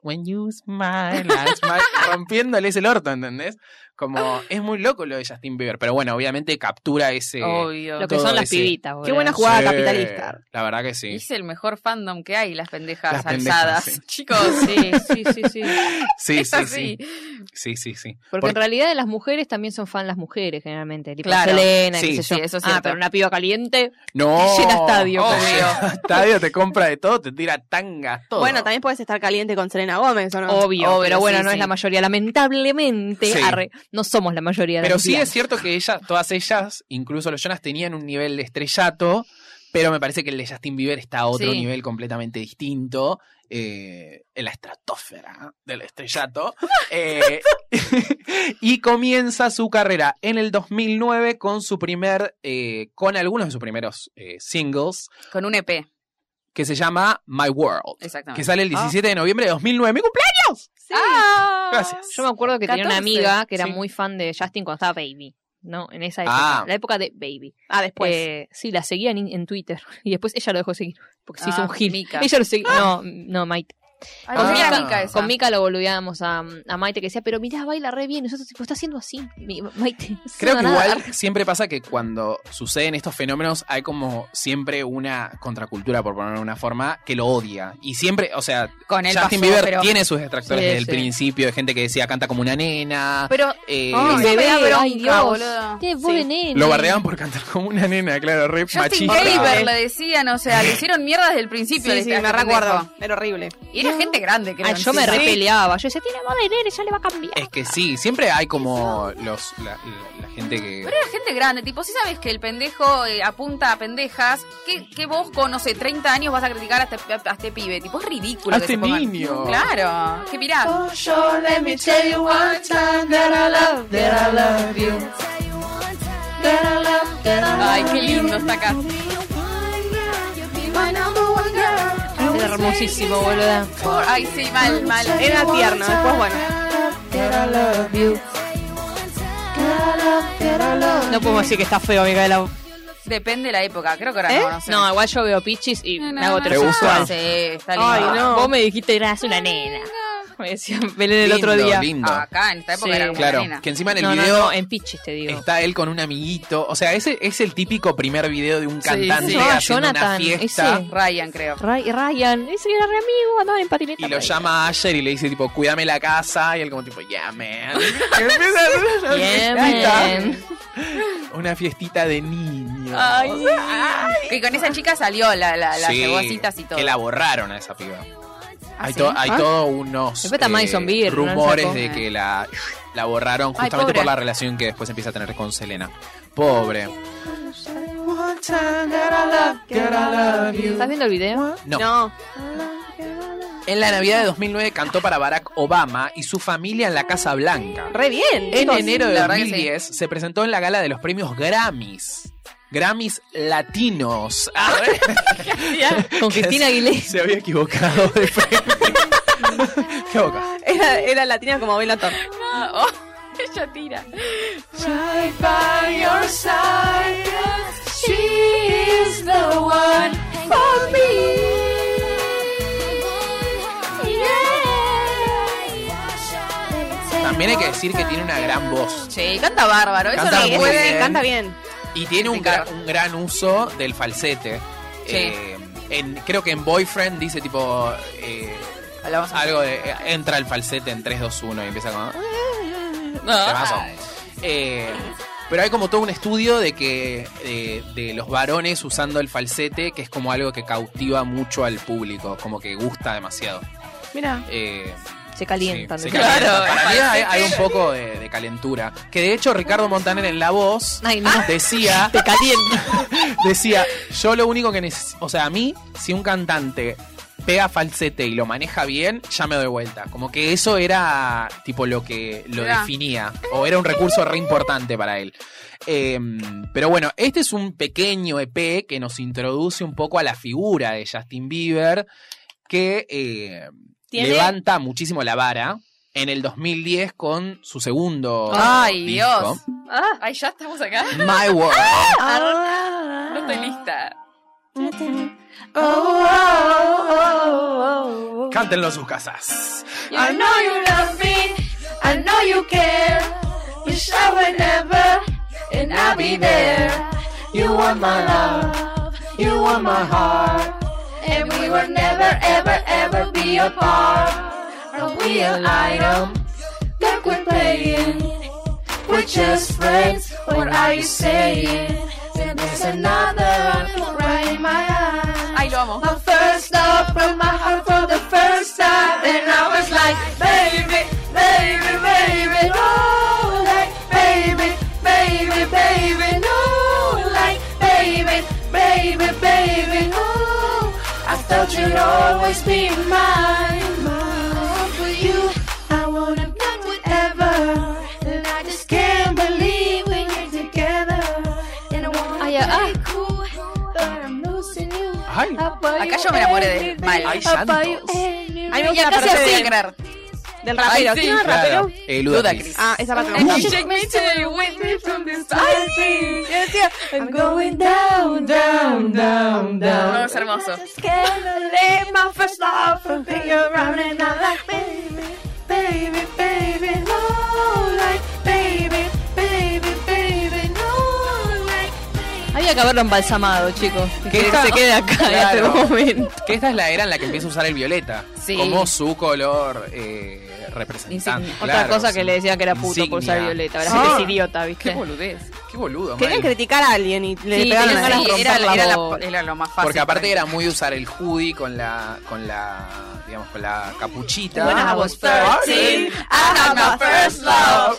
[SPEAKER 1] When you smile, I
[SPEAKER 2] [LAUGHS]
[SPEAKER 1] smile", rompiéndoles el orto, ¿entendés? Como es muy loco lo de Justin Bieber, pero bueno, obviamente captura ese...
[SPEAKER 2] Obvio.
[SPEAKER 3] Lo que
[SPEAKER 1] todo
[SPEAKER 3] son las
[SPEAKER 1] ese-
[SPEAKER 3] pibitas, boludo.
[SPEAKER 4] Qué buena jugada
[SPEAKER 1] Sí,
[SPEAKER 4] capitalista.
[SPEAKER 1] La verdad que
[SPEAKER 2] [LAUGHS]
[SPEAKER 1] sí.
[SPEAKER 2] Hice el mejor fandom que hay, las pendejas
[SPEAKER 1] Las pendejas,
[SPEAKER 2] alzadas.
[SPEAKER 1] sí.
[SPEAKER 2] Chicos,
[SPEAKER 3] Sí, sí, sí, [LAUGHS] sí.
[SPEAKER 1] Sí,
[SPEAKER 2] es
[SPEAKER 1] sí,
[SPEAKER 2] así.
[SPEAKER 1] sí. Sí, sí, sí.
[SPEAKER 3] Porque en realidad de las mujeres también son fan las mujeres, generalmente. Tipo
[SPEAKER 2] Claro.
[SPEAKER 3] Selena, qué
[SPEAKER 1] Sí,
[SPEAKER 3] sé yo.
[SPEAKER 2] sí, eso es
[SPEAKER 3] ah,
[SPEAKER 2] cierto.
[SPEAKER 3] pero una piba caliente.
[SPEAKER 1] No.
[SPEAKER 3] Te llena estadio,
[SPEAKER 1] Te
[SPEAKER 2] obvio.
[SPEAKER 1] llena estadio te compra de todo, te tira tangas, todo.
[SPEAKER 4] Bueno, también puedes estar caliente con Selena Gómez, ¿o no?
[SPEAKER 3] Ah, Obvio,
[SPEAKER 2] Obvio,
[SPEAKER 3] pero bueno,
[SPEAKER 2] sí,
[SPEAKER 3] no
[SPEAKER 2] sí.
[SPEAKER 3] es la mayoría. Lamentablemente,
[SPEAKER 1] Sí.
[SPEAKER 3] arre, no somos la mayoría de
[SPEAKER 1] Pero
[SPEAKER 3] las
[SPEAKER 1] sí
[SPEAKER 3] lesbianas.
[SPEAKER 1] es cierto que ellas, todas ellas, incluso los Jonas, tenían un nivel de estrellato, pero me parece que el de Justin Bieber está a otro
[SPEAKER 2] Sí.
[SPEAKER 1] nivel completamente distinto, eh, en la estratosfera del estrellato. eh, [LAUGHS] y comienza su carrera en el 2009 con su primer, eh, con algunos de sus primeros eh, singles,
[SPEAKER 2] Con un EP,
[SPEAKER 1] que se llama My World, que
[SPEAKER 2] exactamente.
[SPEAKER 1] sale el 17 de noviembre de 2009. ¡Mi cumpleaños!
[SPEAKER 4] Sí.
[SPEAKER 2] Ah.
[SPEAKER 1] Gracias.
[SPEAKER 3] Yo me acuerdo que tenía una
[SPEAKER 2] 14,
[SPEAKER 3] amiga que era
[SPEAKER 1] sí.
[SPEAKER 3] muy fan de Justin cuando estaba Baby, ¿no? En esa época,
[SPEAKER 1] Ah.
[SPEAKER 3] la época de Baby.
[SPEAKER 4] Ah, después.
[SPEAKER 2] Pues
[SPEAKER 3] Eh, sí, la seguía en, en Twitter [LAUGHS] y después ella lo dejó seguir porque se
[SPEAKER 2] Ah,
[SPEAKER 3] hizo un gil.
[SPEAKER 2] Mika.
[SPEAKER 3] Ella lo seguía. No, no, Maite. Ah,
[SPEAKER 2] Ay,
[SPEAKER 1] Con
[SPEAKER 2] no
[SPEAKER 1] Mika-
[SPEAKER 2] era Mika Ah, esa.
[SPEAKER 3] Con Mika lo boludeábamos a, a Maite que decía, pero mirá, baila re bien. Y Nosotros, tipo, está haciendo así. Mi- Maite. no está
[SPEAKER 1] Creo que
[SPEAKER 3] haciendo nada.
[SPEAKER 1] igual siempre pasa que cuando suceden estos fenómenos hay como siempre una contracultura, por ponerlo de una forma, que lo odia. Y siempre, o sea,
[SPEAKER 2] Con él
[SPEAKER 1] Justin
[SPEAKER 2] pasó,
[SPEAKER 1] Bieber
[SPEAKER 2] pero...
[SPEAKER 1] tiene sus detractores
[SPEAKER 3] Sí,
[SPEAKER 1] desde el
[SPEAKER 3] sí.
[SPEAKER 1] principio, de gente que decía canta como una nena.
[SPEAKER 2] Pero
[SPEAKER 1] eh,
[SPEAKER 3] Ay,
[SPEAKER 2] Eso me
[SPEAKER 3] bebé,
[SPEAKER 2] da bronca,
[SPEAKER 3] ay, Dios.
[SPEAKER 2] boludo.
[SPEAKER 3] Qué vos
[SPEAKER 2] Sí.
[SPEAKER 3] de nene.
[SPEAKER 1] lo bardeaban por cantar [LAUGHS] como una nena, claro, re
[SPEAKER 2] Justin
[SPEAKER 1] machista.
[SPEAKER 2] Bieber le decían, o sea, le hicieron mierda desde el principio.
[SPEAKER 4] sí,
[SPEAKER 2] le-
[SPEAKER 4] sí,
[SPEAKER 2] a
[SPEAKER 4] me
[SPEAKER 2] este
[SPEAKER 4] recuerdo.
[SPEAKER 2] pendejo.
[SPEAKER 4] Era horrible.
[SPEAKER 2] Y era gente grande, creo.
[SPEAKER 3] Ay, Ah, yo me
[SPEAKER 2] encima.
[SPEAKER 3] repeleaba. Yo decía, tiene voz de nene, ya le va a cambiar.
[SPEAKER 1] Es que sí, siempre hay como los la, la- la gente que...
[SPEAKER 2] Pero era gente grande, tipo, si sabes que el pendejo eh, apunta a pendejas, que, que vos con, no sé, 30 años vas a criticar a este, a este pibe? Tipo, es ridículo.
[SPEAKER 1] A
[SPEAKER 2] que
[SPEAKER 1] este
[SPEAKER 2] se pongan-
[SPEAKER 1] niño.
[SPEAKER 2] Claro, que mirá. Ay, qué lindo está acá.
[SPEAKER 3] Era hermosísimo, boluda.
[SPEAKER 2] Ay, sí, mal, mal.
[SPEAKER 4] Era tierno, después bueno.
[SPEAKER 3] No podemos decir que está feo, Micaela.
[SPEAKER 2] Depende de la época, creo que ahora
[SPEAKER 4] ¿Eh?
[SPEAKER 2] no, no sé.
[SPEAKER 3] No, igual yo veo pichis y
[SPEAKER 2] No, no,
[SPEAKER 3] me hago
[SPEAKER 2] no,
[SPEAKER 1] ¿Te
[SPEAKER 2] no.
[SPEAKER 1] gusta?
[SPEAKER 2] Sí, está lindo.
[SPEAKER 4] Ay, no.
[SPEAKER 3] Vos me dijiste, eras una nena. Me decía Belén el otro
[SPEAKER 1] Lindo,
[SPEAKER 3] día. Ah,
[SPEAKER 1] lindo.
[SPEAKER 2] Ah, Acá, en esta época
[SPEAKER 3] Sí.
[SPEAKER 2] era como una
[SPEAKER 1] claro,
[SPEAKER 2] nena.
[SPEAKER 1] que encima en el
[SPEAKER 3] no, no,
[SPEAKER 1] video...
[SPEAKER 3] no, en pichis te digo.
[SPEAKER 1] Está él con un amiguito. O sea, ese es el típico primer video de un cantante
[SPEAKER 3] sí. Ah,
[SPEAKER 1] haciendo una
[SPEAKER 3] Jonathan,
[SPEAKER 1] fiesta.
[SPEAKER 3] ese.
[SPEAKER 2] Ryan, creo.
[SPEAKER 3] Ray- Ryan, ese era re amigo, andaban en patineta.
[SPEAKER 1] Y lo
[SPEAKER 3] por ahí.
[SPEAKER 1] llama a Asher y le dice, tipo, cuídame la casa. Y él como, tipo, yeah,
[SPEAKER 3] [LAUGHS]
[SPEAKER 1] man. Y empieza a hacer una
[SPEAKER 3] Yeah,
[SPEAKER 1] fiestita. Una fiestita de niños.
[SPEAKER 2] Que con esa chica salió la, la, las
[SPEAKER 1] Sí,
[SPEAKER 2] cebocitas y todo.
[SPEAKER 1] Que la borraron a esa piba.
[SPEAKER 2] ¿Ah,
[SPEAKER 1] hay
[SPEAKER 2] sí?
[SPEAKER 1] to- hay
[SPEAKER 4] Ah.
[SPEAKER 1] todos unos eh,
[SPEAKER 3] Después está Madison Beer, ¿no?
[SPEAKER 1] rumores
[SPEAKER 3] Sacó.
[SPEAKER 1] de que la, la borraron justamente
[SPEAKER 2] pobre.
[SPEAKER 1] por la relación que después empieza a tener con Selena. Pobre.
[SPEAKER 3] ¿Estás viendo el video?
[SPEAKER 1] No.
[SPEAKER 4] No.
[SPEAKER 1] En la Navidad de 2009 cantó para Barack Obama y su familia en la Casa Blanca.
[SPEAKER 4] Re bien.
[SPEAKER 1] En
[SPEAKER 4] chicos.
[SPEAKER 1] enero de
[SPEAKER 2] la verdad que sí.
[SPEAKER 1] 2010 se presentó en la gala de los premios Grammys. Grammys latinos.
[SPEAKER 2] [LAUGHS]
[SPEAKER 1] Ah,
[SPEAKER 3] Con Cristina Aguilera.
[SPEAKER 1] se había equivocado de premio. [LAUGHS] Qué boca.
[SPEAKER 4] Era, era latina como Bella Thorne.
[SPEAKER 2] Oh, ella tira.
[SPEAKER 1] También hay que decir que tiene una gran voz
[SPEAKER 2] Sí, canta bárbaro. Eso
[SPEAKER 1] Canta
[SPEAKER 2] no
[SPEAKER 1] muy
[SPEAKER 2] lo puede.
[SPEAKER 1] bien.
[SPEAKER 4] Canta bien.
[SPEAKER 1] y tiene un,
[SPEAKER 2] Sí,
[SPEAKER 1] gra-
[SPEAKER 2] claro.
[SPEAKER 1] un gran uso del falsete.
[SPEAKER 2] Sí.
[SPEAKER 1] Eh, en- creo que en Boyfriend dice tipo, eh,
[SPEAKER 2] Hablamos
[SPEAKER 1] algo de. eh, Entra el falsete en 3, 2, 1 y empieza como.
[SPEAKER 2] Ah.
[SPEAKER 1] Temazo. Eh, pero hay como todo un estudio de que eh, de los varones usando el falsete, que es como algo que cautiva mucho al público, como que gusta demasiado.
[SPEAKER 4] Mira,
[SPEAKER 1] Eh,
[SPEAKER 3] Se calientan.
[SPEAKER 1] sí, se
[SPEAKER 3] ¿no?
[SPEAKER 1] calientan.
[SPEAKER 2] Claro,
[SPEAKER 1] Para mí
[SPEAKER 2] el
[SPEAKER 1] hay, hay un
[SPEAKER 2] falsete.
[SPEAKER 1] poco de, de calentura. Que de hecho Ricardo Montaner en La Voz
[SPEAKER 3] Ay, no.
[SPEAKER 1] decía
[SPEAKER 3] [LAUGHS] Te calientan.
[SPEAKER 1] [LAUGHS] decía, yo lo único que necesito, o sea, a mí, si un cantante pega falsete y lo maneja bien, ya me doy vuelta. Como que eso era tipo lo que lo
[SPEAKER 2] Era.
[SPEAKER 1] definía, o era un recurso re importante para él. Eh, pero bueno, este es un pequeño EP que nos introduce un poco a la figura de Justin Bieber, que eh,
[SPEAKER 4] Tiene-
[SPEAKER 1] levanta muchísimo la vara en el 2010 con su segundo
[SPEAKER 2] Ay,
[SPEAKER 1] disco,
[SPEAKER 2] Dios. Ay, ya estamos acá.
[SPEAKER 1] My
[SPEAKER 3] [LAUGHS]
[SPEAKER 1] World.
[SPEAKER 2] No estoy lista.
[SPEAKER 4] Oh,
[SPEAKER 3] Oh.
[SPEAKER 1] Cántenlo en sus casas.
[SPEAKER 5] I know you love me. I know you care. You shall whenever, and I'll be there. You are my love. You are my heart. And we will never, ever, ever be apart. Are we an item that we're playing? We're just friends. What are you saying? Then there's another right in my eye.
[SPEAKER 2] Ay, lo amo.
[SPEAKER 5] My first love broke my heart for the first time, and I was like, baby, baby, baby, no, like, baby, baby, baby, no, like, baby, baby, baby, no. I thought you'd always be mine, mine. For you, I wanna done whatever, and I just can't believe when you're together, and I wanna
[SPEAKER 3] Ay, ah.
[SPEAKER 5] play cool, but I'm losing you.
[SPEAKER 1] Ay.
[SPEAKER 5] Ah,
[SPEAKER 2] Acá yo me enamoré de mal.
[SPEAKER 1] Ay, santos.
[SPEAKER 4] a mí me gusta
[SPEAKER 2] Ya
[SPEAKER 4] la
[SPEAKER 2] casi
[SPEAKER 4] parte
[SPEAKER 2] así
[SPEAKER 4] del,
[SPEAKER 2] creer.
[SPEAKER 4] del rapero.
[SPEAKER 2] Ay, sí,
[SPEAKER 4] ¿Quién es el
[SPEAKER 1] Claro,
[SPEAKER 4] rapero?
[SPEAKER 1] eh,
[SPEAKER 2] Ludacris.
[SPEAKER 1] Ludacris.
[SPEAKER 4] Ah, esa parte
[SPEAKER 2] And
[SPEAKER 4] me
[SPEAKER 2] you
[SPEAKER 4] gusta.
[SPEAKER 2] shake me till you with me from this Ay, sí.
[SPEAKER 5] I'm going down, down, down, down.
[SPEAKER 2] No, es hermoso.
[SPEAKER 5] Just can't believe my first love from being around and I'm like, baby, baby, baby, no, like, baby, baby, baby, no, like, baby.
[SPEAKER 3] Había que haberlo
[SPEAKER 2] [LAUGHS]
[SPEAKER 3] embalsamado, chicos. Y
[SPEAKER 1] Que
[SPEAKER 3] Que
[SPEAKER 1] esta-
[SPEAKER 3] se quede acá en
[SPEAKER 1] Claro.
[SPEAKER 3] este momento.
[SPEAKER 1] Que esta es la era en la que empieza a usar el violeta
[SPEAKER 2] Sí.
[SPEAKER 1] como su color eh, representante.
[SPEAKER 3] Insignia. Otra
[SPEAKER 1] claro,
[SPEAKER 3] cosa
[SPEAKER 1] sí.
[SPEAKER 3] que le decían que era puto
[SPEAKER 1] Insignia.
[SPEAKER 3] por usar violeta. Ahora
[SPEAKER 1] Sí.
[SPEAKER 4] Ah.
[SPEAKER 3] sí que es idiota, ¿viste?
[SPEAKER 2] boludez.
[SPEAKER 1] Qué boludo,
[SPEAKER 4] Querían
[SPEAKER 1] mal.
[SPEAKER 4] criticar a alguien y le
[SPEAKER 3] Sí,
[SPEAKER 4] pegaron
[SPEAKER 3] tenían
[SPEAKER 4] a él.
[SPEAKER 3] ganas de
[SPEAKER 2] era,
[SPEAKER 3] romper la
[SPEAKER 2] era la-
[SPEAKER 3] bola.
[SPEAKER 2] era lo más fácil. ¿eh?
[SPEAKER 1] Porque
[SPEAKER 2] para
[SPEAKER 1] aparte
[SPEAKER 2] mí.
[SPEAKER 1] era muy usar el hoodie con la, con la, digamos, con la capuchita.
[SPEAKER 3] When I was 13,
[SPEAKER 5] I
[SPEAKER 2] Ah,
[SPEAKER 5] had my first love.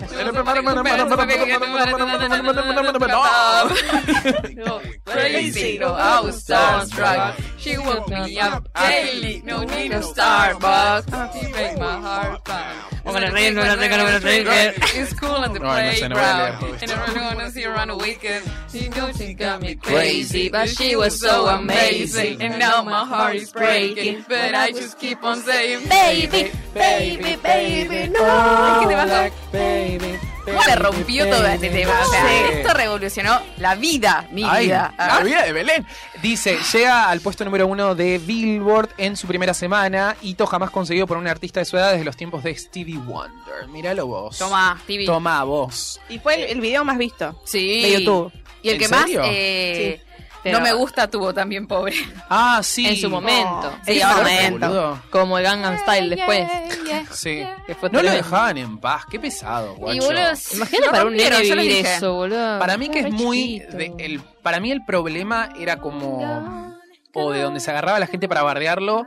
[SPEAKER 2] Crazy, no, I was starstruck. She woke me up daily. No need of Starbucks. She make my heart pound.
[SPEAKER 3] Bueno, rey, no la tengo, no la tengo.
[SPEAKER 2] It's cool on the
[SPEAKER 1] No, no sé, no voy a
[SPEAKER 2] playground.
[SPEAKER 1] leer.
[SPEAKER 2] And I really wanna see her on the weekend. She knows she got me Ah, crazy, but she was so amazing. And now my heart is breaking. But I just keep on saying, baby,
[SPEAKER 5] Baby, baby, no.
[SPEAKER 2] ¿Qué te pasó? ¿Cómo le rompió todo este tema? O sea,
[SPEAKER 1] Sí.
[SPEAKER 2] esto revolucionó la vida, mi
[SPEAKER 1] Ay,
[SPEAKER 2] vida. Ah.
[SPEAKER 1] la vida de Belén. Dice, llega al puesto número uno de Billboard en su primera semana, hito jamás conseguido por un artista de su edad desde los tiempos de Stevie Wonder. Míralo vos.
[SPEAKER 2] Toma, TV.
[SPEAKER 1] Toma vos.
[SPEAKER 4] Y fue el, el video más visto
[SPEAKER 2] Sí.
[SPEAKER 4] de YouTube.
[SPEAKER 2] Y el
[SPEAKER 1] ¿En
[SPEAKER 2] que más
[SPEAKER 1] serio?
[SPEAKER 2] eh,
[SPEAKER 3] Pero-
[SPEAKER 2] no me gusta tuvo también, pobre.
[SPEAKER 1] Ah, sí.
[SPEAKER 3] En su momento.
[SPEAKER 4] En
[SPEAKER 2] Sí,
[SPEAKER 4] su
[SPEAKER 2] ahora-
[SPEAKER 4] momento.
[SPEAKER 1] Boludo.
[SPEAKER 3] Como el Gangnam Style después.
[SPEAKER 1] Sí.
[SPEAKER 3] que fue
[SPEAKER 1] No lo
[SPEAKER 3] tremendo.
[SPEAKER 1] dejaban en paz. Qué pesado, guacho.
[SPEAKER 2] Y boludo,
[SPEAKER 3] Imagina
[SPEAKER 2] no
[SPEAKER 3] para un nene
[SPEAKER 2] rompieron, yo les
[SPEAKER 3] vivir
[SPEAKER 2] dije.
[SPEAKER 3] eso, boludo.
[SPEAKER 1] Para mí que es
[SPEAKER 3] Re
[SPEAKER 1] muy...
[SPEAKER 3] chiquito.
[SPEAKER 1] de- el, para mí el problema era como... O de donde se agarraba la gente para bardearlo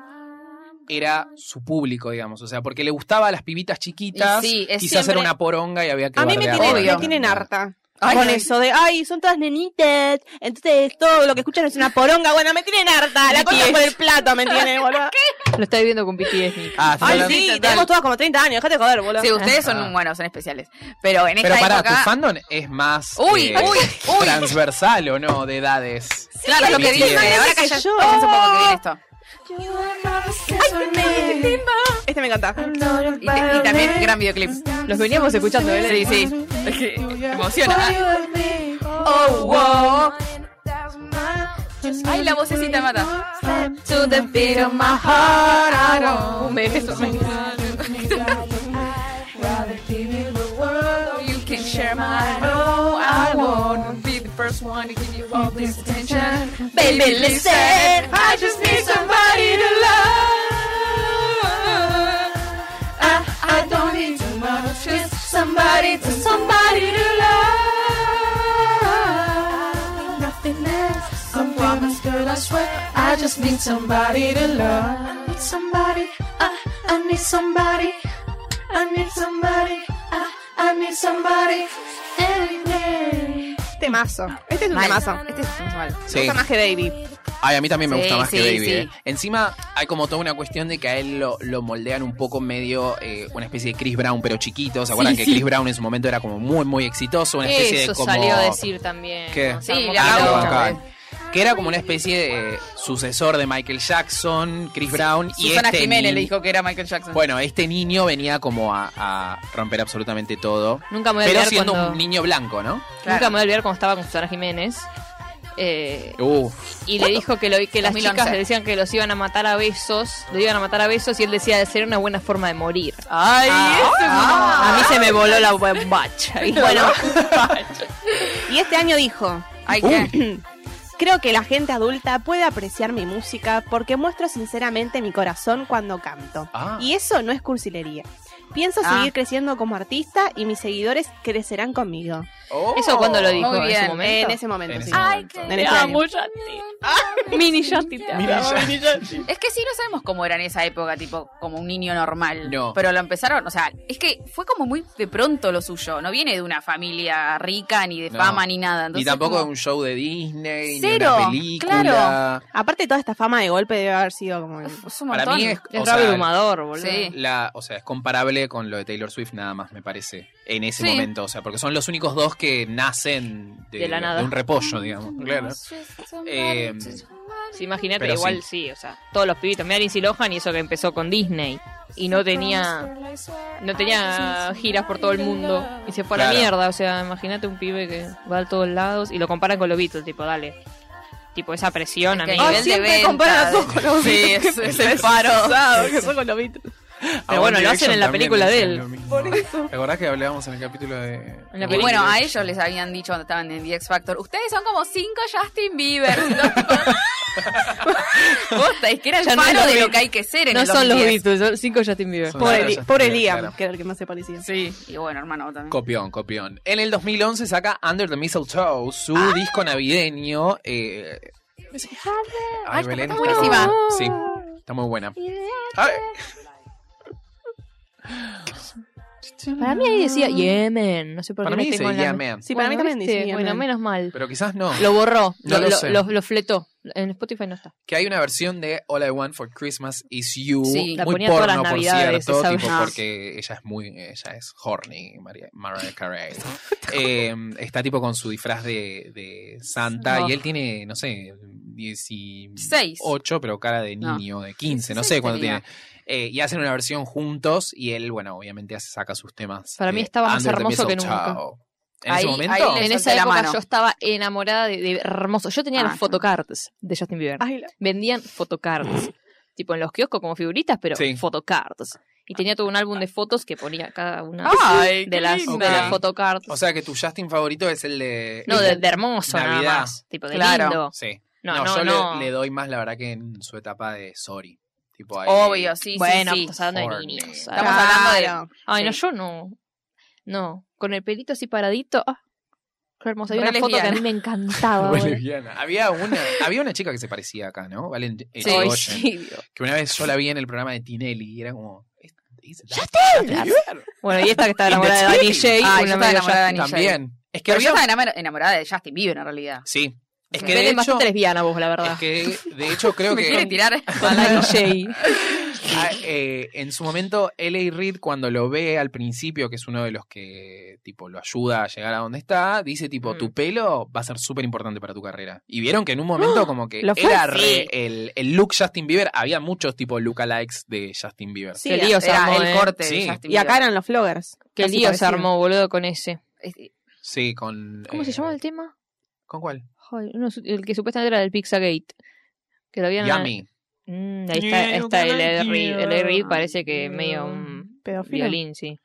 [SPEAKER 1] era su público, digamos. O sea, porque le gustaba a las pibitas chiquitas.
[SPEAKER 2] Y sí, es
[SPEAKER 1] quizás
[SPEAKER 2] siempre-
[SPEAKER 1] era una poronga y había que
[SPEAKER 4] A mí me
[SPEAKER 1] bardearla.
[SPEAKER 4] tienen,
[SPEAKER 2] Obvio.
[SPEAKER 4] me tienen harta.
[SPEAKER 2] Ay,
[SPEAKER 4] con
[SPEAKER 2] sí.
[SPEAKER 4] eso de, ay, son todas nenitas, entonces todo lo que escuchan es una poronga. Bueno, me tienen harta, la cosa por el plato me tienen, boludo.
[SPEAKER 3] Lo está viviendo con BTS, Nick.
[SPEAKER 1] Ah,
[SPEAKER 4] Ay,
[SPEAKER 1] totalmente.
[SPEAKER 4] sí,
[SPEAKER 2] total.
[SPEAKER 4] tenemos todas como 30 años, déjate de joder, boludo.
[SPEAKER 2] Sí, ustedes son
[SPEAKER 1] Ah.
[SPEAKER 2] buenos, son especiales. Pero en esta
[SPEAKER 1] Pero pará,
[SPEAKER 2] época.
[SPEAKER 1] tu fandom es más eh,
[SPEAKER 2] Uy, uy, uy.
[SPEAKER 1] transversal o no de edades. eh,
[SPEAKER 2] claro, es lo que
[SPEAKER 1] Sí,
[SPEAKER 2] dije.
[SPEAKER 1] sí.
[SPEAKER 2] Ahora calla,
[SPEAKER 4] Yo-
[SPEAKER 2] cállense un poco que viene esto.
[SPEAKER 4] Este me encanta.
[SPEAKER 2] Y, te- y también gran videoclip.
[SPEAKER 3] Los veníamos escuchando, ¿verdad?
[SPEAKER 2] Sí, sí. Es que emociona.
[SPEAKER 5] Oh, wow.
[SPEAKER 2] Ay, la vocecita mata.
[SPEAKER 5] To the beat of my heart, I don't rather give you the world, or you can share mine. No, I won't be the first one to give you all this attention. Baby, listen, I just need somebody to love. somebody to somebody to love. Nothing less. I promise, girl, I swear. I just need somebody to love. I need somebody. I, I need somebody. I need somebody. I, I need somebody. Every day.
[SPEAKER 4] Temazo. Este es un
[SPEAKER 3] Mal.
[SPEAKER 4] temazo.
[SPEAKER 3] Este es sensual.
[SPEAKER 4] Me
[SPEAKER 1] Sí.
[SPEAKER 4] gusta más que Baby.
[SPEAKER 1] Ay, a mí también me
[SPEAKER 3] Sí,
[SPEAKER 1] gusta más
[SPEAKER 3] sí,
[SPEAKER 1] que Baby.
[SPEAKER 3] sí.
[SPEAKER 1] eh. Encima hay como toda una cuestión de que a él lo, lo moldean un poco medio eh, una especie de Chris Brown, pero chiquito. ¿Se acuerdan
[SPEAKER 3] Sí,
[SPEAKER 1] que
[SPEAKER 3] sí.
[SPEAKER 1] Chris Brown en su momento era como muy, muy exitoso? Una especie
[SPEAKER 3] Eso
[SPEAKER 1] de como...
[SPEAKER 3] salió a decir también.
[SPEAKER 1] ¿Qué?
[SPEAKER 3] O sea,
[SPEAKER 1] Sí,
[SPEAKER 3] como
[SPEAKER 2] la
[SPEAKER 3] que
[SPEAKER 1] Ah,
[SPEAKER 2] Brown,
[SPEAKER 1] lo
[SPEAKER 3] no,
[SPEAKER 1] bancaban.
[SPEAKER 3] eh.
[SPEAKER 1] Que era como una especie de eh, sucesor de Michael Jackson, Chris Brown y
[SPEAKER 2] Susana
[SPEAKER 1] este
[SPEAKER 2] Jiménez
[SPEAKER 1] ni-
[SPEAKER 2] le dijo que era Michael Jackson.
[SPEAKER 1] Bueno, este niño venía como a, a romper absolutamente todo.
[SPEAKER 3] Nunca me voy a
[SPEAKER 1] Pero
[SPEAKER 3] olvidar
[SPEAKER 1] siendo
[SPEAKER 3] cuando...
[SPEAKER 1] un niño blanco, ¿no?
[SPEAKER 2] Claro.
[SPEAKER 3] Nunca me voy a olvidar cuando estaba con Susana Jiménez. Eh,
[SPEAKER 1] Uf.
[SPEAKER 3] y le dijo que, lo, que las
[SPEAKER 2] 2011.
[SPEAKER 3] chicas le decían que los iban a matar a besos, lo iban a matar a besos y él decía de ser una buena forma de morir. Ah,
[SPEAKER 2] Ay, ese
[SPEAKER 3] a mí se me voló la bombacha. Y bueno,
[SPEAKER 4] Y este año dijo,
[SPEAKER 2] Ay, qué-
[SPEAKER 4] creo que la gente adulta puede apreciar mi música porque muestro sinceramente mi corazón cuando canto.
[SPEAKER 1] Ah.
[SPEAKER 4] Y eso no es cursilería. Pienso
[SPEAKER 2] Ah.
[SPEAKER 4] seguir creciendo como artista y mis seguidores crecerán conmigo.
[SPEAKER 3] eso cuando lo dijo
[SPEAKER 2] Muy
[SPEAKER 3] en
[SPEAKER 2] bien,
[SPEAKER 3] su momento. Ah,
[SPEAKER 4] En ese momento,
[SPEAKER 1] Oh, En ese
[SPEAKER 4] sí.
[SPEAKER 1] momento.
[SPEAKER 4] En este año.
[SPEAKER 3] [LAUGHS] Mini Yati te
[SPEAKER 1] Mira, ya-
[SPEAKER 2] Es que sí, no sabemos cómo era en esa época, tipo, como un niño normal.
[SPEAKER 1] No.
[SPEAKER 2] Pero lo empezaron, o sea, es que fue como muy de pronto lo suyo. No viene de una familia rica, ni de
[SPEAKER 1] No.
[SPEAKER 2] fama, ni nada.
[SPEAKER 1] Ni
[SPEAKER 2] Entonces,
[SPEAKER 1] tampoco
[SPEAKER 2] como-
[SPEAKER 1] un show de Disney,
[SPEAKER 2] Cero,
[SPEAKER 1] ni una película.
[SPEAKER 2] claro.
[SPEAKER 4] Aparte toda esta fama de golpe debe haber sido
[SPEAKER 2] [LAUGHS]
[SPEAKER 4] como... el-
[SPEAKER 2] Es un
[SPEAKER 1] Para
[SPEAKER 2] montón.
[SPEAKER 1] mí es, o
[SPEAKER 3] Es
[SPEAKER 1] sea,
[SPEAKER 3] re abrumador, boludo.
[SPEAKER 2] Sí.
[SPEAKER 1] la- o sea, es comparable con lo de Taylor Swift nada más, me parece, en ese
[SPEAKER 2] Sí.
[SPEAKER 1] momento. O sea, porque son los únicos dos que nacen de,
[SPEAKER 3] De la nada.
[SPEAKER 1] un repollo, digamos.
[SPEAKER 3] Mm.
[SPEAKER 1] Claro. Eh,
[SPEAKER 3] Sí, Imagínate,
[SPEAKER 1] Pero
[SPEAKER 3] igual sí. o sea, todos los pibitos. Mira Lindsay Lohan y eso que empezó con Disney. Y no tenía no tenía giras por todo el mundo. Y se fue a
[SPEAKER 1] Claro.
[SPEAKER 3] la mierda. O sea, imagínate un pibe que va a todos lados y lo comparan con los Beatles, tipo, dale. Tipo, esa presión a
[SPEAKER 2] que
[SPEAKER 3] mí.
[SPEAKER 2] a nivel
[SPEAKER 4] Ah, siempre comparan a todos con los
[SPEAKER 2] Sí,
[SPEAKER 4] Beatles.
[SPEAKER 2] es- es [LAUGHS]
[SPEAKER 4] Qué
[SPEAKER 2] el
[SPEAKER 3] [LAUGHS]
[SPEAKER 2] paro.
[SPEAKER 4] pesado que son con los Beatles.
[SPEAKER 1] a
[SPEAKER 3] bueno,
[SPEAKER 1] Ah, One
[SPEAKER 3] lo hacen en la
[SPEAKER 1] Direction
[SPEAKER 3] película
[SPEAKER 1] también
[SPEAKER 3] de
[SPEAKER 1] decían lo mismo. ¿Te acordás que hablábamos en el capítulo de.
[SPEAKER 3] En la
[SPEAKER 2] Y bueno,
[SPEAKER 3] película.
[SPEAKER 2] a ellos les habían dicho cuando estaban en The X Factor, ustedes son como cinco
[SPEAKER 1] [LAUGHS]
[SPEAKER 2] Justin Bieber. [LAUGHS] Y los tipos, Posta, es que era el
[SPEAKER 3] Ya no
[SPEAKER 2] paro
[SPEAKER 3] los
[SPEAKER 2] de lo
[SPEAKER 3] Beatles.
[SPEAKER 2] que hay que ser en
[SPEAKER 3] no
[SPEAKER 2] el
[SPEAKER 3] son los
[SPEAKER 2] 2010.
[SPEAKER 3] Beatles, son cinco Justin Bieber.
[SPEAKER 1] Son-
[SPEAKER 4] Pobre,
[SPEAKER 1] Claro,
[SPEAKER 4] Li-
[SPEAKER 1] ya
[SPEAKER 4] pobre
[SPEAKER 1] está,
[SPEAKER 4] Liam,
[SPEAKER 1] claro.
[SPEAKER 4] que era el que más se parecía.
[SPEAKER 2] Sí, y bueno, hermano, vos también.
[SPEAKER 1] Copión, copión. En el 2011 saca Under the Mistletoe, su
[SPEAKER 2] Ah.
[SPEAKER 1] disco navideño. Eh... Ay, Belén,
[SPEAKER 2] está buenísima.
[SPEAKER 1] Sí, está muy buena. Ay,
[SPEAKER 3] Para mí ahí decía Yemen. No sé por qué
[SPEAKER 1] para
[SPEAKER 3] me
[SPEAKER 1] mí dice
[SPEAKER 3] tengo en la-
[SPEAKER 1] Yeah Man,
[SPEAKER 4] Sí, para mí
[SPEAKER 3] Bueno,
[SPEAKER 4] también
[SPEAKER 3] ¿viste?
[SPEAKER 4] dice Liam,
[SPEAKER 3] Bueno,
[SPEAKER 4] man.
[SPEAKER 3] menos mal.
[SPEAKER 1] pero quizás no.
[SPEAKER 3] Lo borró,
[SPEAKER 1] No
[SPEAKER 3] lo,
[SPEAKER 1] lo
[SPEAKER 3] lo-
[SPEAKER 1] sé.
[SPEAKER 3] lo- lo fletó. En Spotify no está.
[SPEAKER 1] Que hay una versión de All I Want for Christmas Is You,
[SPEAKER 2] Sí. La
[SPEAKER 1] muy
[SPEAKER 3] ponía todas
[SPEAKER 1] porno,
[SPEAKER 3] las
[SPEAKER 1] por
[SPEAKER 3] navidades,
[SPEAKER 1] cierto,
[SPEAKER 3] esa
[SPEAKER 1] tipo,
[SPEAKER 2] vez.
[SPEAKER 1] porque ella es muy, ella es horny, María, Mariah
[SPEAKER 3] [LAUGHS]
[SPEAKER 1] Carey. Eh, está tipo con su disfraz de, de Santa
[SPEAKER 3] No.
[SPEAKER 1] y él tiene, no sé, 16,
[SPEAKER 2] Seis.
[SPEAKER 1] 8, pero cara de
[SPEAKER 2] No.
[SPEAKER 1] niño, de 15, no
[SPEAKER 2] 16
[SPEAKER 1] sé cuánto
[SPEAKER 2] tenía.
[SPEAKER 1] tiene. Eh, y hacen una versión juntos y él, bueno, obviamente hace, saca sus temas.
[SPEAKER 3] Para mí
[SPEAKER 1] eh,
[SPEAKER 3] estaba más
[SPEAKER 1] Under the
[SPEAKER 3] hermoso que
[SPEAKER 1] Mistletoe. En
[SPEAKER 2] Ahí-
[SPEAKER 1] ese momento,
[SPEAKER 2] ahí le-
[SPEAKER 3] en
[SPEAKER 2] solté
[SPEAKER 3] esa
[SPEAKER 2] la
[SPEAKER 3] época
[SPEAKER 2] mano.
[SPEAKER 3] yo estaba enamorada de, de hermoso. Yo tenía
[SPEAKER 2] Ah,
[SPEAKER 3] las
[SPEAKER 2] yo-
[SPEAKER 3] photocards de Justin Bieber.
[SPEAKER 4] Ay, la-
[SPEAKER 1] [LAUGHS]
[SPEAKER 3] Vendían photocards. tipo en los kioscos como figuritas, pero
[SPEAKER 1] Sí.
[SPEAKER 3] photocards. Y tenía todo un álbum de fotos que ponía cada una
[SPEAKER 2] Ay, qué
[SPEAKER 3] de, las, de
[SPEAKER 2] linda.
[SPEAKER 3] las photocards.
[SPEAKER 1] o sea que tu Justin favorito es el de...
[SPEAKER 3] no, de, de hermoso
[SPEAKER 1] Navidad.
[SPEAKER 3] nada más. Tipo de
[SPEAKER 2] Claro.
[SPEAKER 3] lindo.
[SPEAKER 1] Sí.
[SPEAKER 3] No,
[SPEAKER 1] No,
[SPEAKER 3] no,
[SPEAKER 1] yo le-
[SPEAKER 3] no.
[SPEAKER 1] Le, doy más, la verdad, que en su etapa de Sorry. Tipo, ahí-
[SPEAKER 2] Obvio, sí, sí,
[SPEAKER 3] bueno, pues,
[SPEAKER 2] sí.
[SPEAKER 3] estamos hablando de
[SPEAKER 1] Horny.
[SPEAKER 3] niños.
[SPEAKER 2] Estamos hablando de-
[SPEAKER 4] Claro.
[SPEAKER 3] Ay, no,
[SPEAKER 2] Sí.
[SPEAKER 3] yo no. No, con el pelito así paradito. Ah, qué hermoso. Hay
[SPEAKER 2] Re
[SPEAKER 3] una foto que a
[SPEAKER 2] lesbiana.
[SPEAKER 3] mí me encantaba.
[SPEAKER 1] Muy
[SPEAKER 3] boludo.
[SPEAKER 1] lesbiana. Había una, había una chica que se parecía acá, ¿no? Valen eh,
[SPEAKER 2] Sí.
[SPEAKER 1] Irigoyen,
[SPEAKER 3] Ay, sí, Dios.
[SPEAKER 1] Que una vez yo la vi en el programa de Tinelli y era como.
[SPEAKER 3] [LAUGHS] Bueno, y esta que está
[SPEAKER 1] In the
[SPEAKER 3] enamorada de
[SPEAKER 1] [LAUGHS]
[SPEAKER 3] Danny
[SPEAKER 1] city.
[SPEAKER 3] Jay,
[SPEAKER 2] Ah, yo estaba
[SPEAKER 3] una medio
[SPEAKER 2] enamorada de
[SPEAKER 3] ya-
[SPEAKER 2] Danny Jay.
[SPEAKER 1] También. Es que
[SPEAKER 2] Pero yo
[SPEAKER 1] había.
[SPEAKER 2] estaba enamor- enamorada de Justin Bieber en realidad.
[SPEAKER 1] Sí. Es que
[SPEAKER 3] Belén
[SPEAKER 1] de hecho.
[SPEAKER 3] bastante lesbiana vos, la verdad.
[SPEAKER 1] Es que de hecho
[SPEAKER 3] [LAUGHS]
[SPEAKER 1] creo
[SPEAKER 2] Me quiere
[SPEAKER 1] que
[SPEAKER 2] tirar. [LAUGHS]
[SPEAKER 3] Con Danny
[SPEAKER 1] [LAUGHS]
[SPEAKER 3] Jay.
[SPEAKER 1] ah, eh, en su momento L.A. Reid cuando lo ve al principio, que es uno de los que tipo lo ayuda a llegar a donde está, dice tipo,
[SPEAKER 3] Mm.
[SPEAKER 1] tu pelo va a ser súper importante para tu carrera. Y vieron que en un momento como que
[SPEAKER 4] Lo fue,
[SPEAKER 1] era
[SPEAKER 2] sí.
[SPEAKER 1] re el, el look Justin Bieber, había muchos tipo lookalikes de Justin Bieber.
[SPEAKER 4] Sí,
[SPEAKER 3] Qué lío se
[SPEAKER 2] Era
[SPEAKER 3] armó,
[SPEAKER 2] el
[SPEAKER 3] eh.
[SPEAKER 2] corte
[SPEAKER 1] Sí.
[SPEAKER 2] de Justin
[SPEAKER 4] Y acá
[SPEAKER 2] Bieber.
[SPEAKER 4] eran los floggers.
[SPEAKER 3] Qué
[SPEAKER 4] Casi
[SPEAKER 3] lío se
[SPEAKER 4] parecido.
[SPEAKER 3] armó, boludo, con ese.
[SPEAKER 2] Es-
[SPEAKER 1] Sí, con...
[SPEAKER 3] ¿Cómo se
[SPEAKER 1] eh,
[SPEAKER 3] llamaba el tema?
[SPEAKER 1] ¿Con cuál?
[SPEAKER 3] Ay, uno su- el que supuestamente era del Pizzagate. Que lo habían...
[SPEAKER 1] Yummy.
[SPEAKER 3] Mm, ahí está, ahí está el Ed Reed. El Ed Reed parece que medio un
[SPEAKER 4] Pedófilo.
[SPEAKER 3] violín, sí.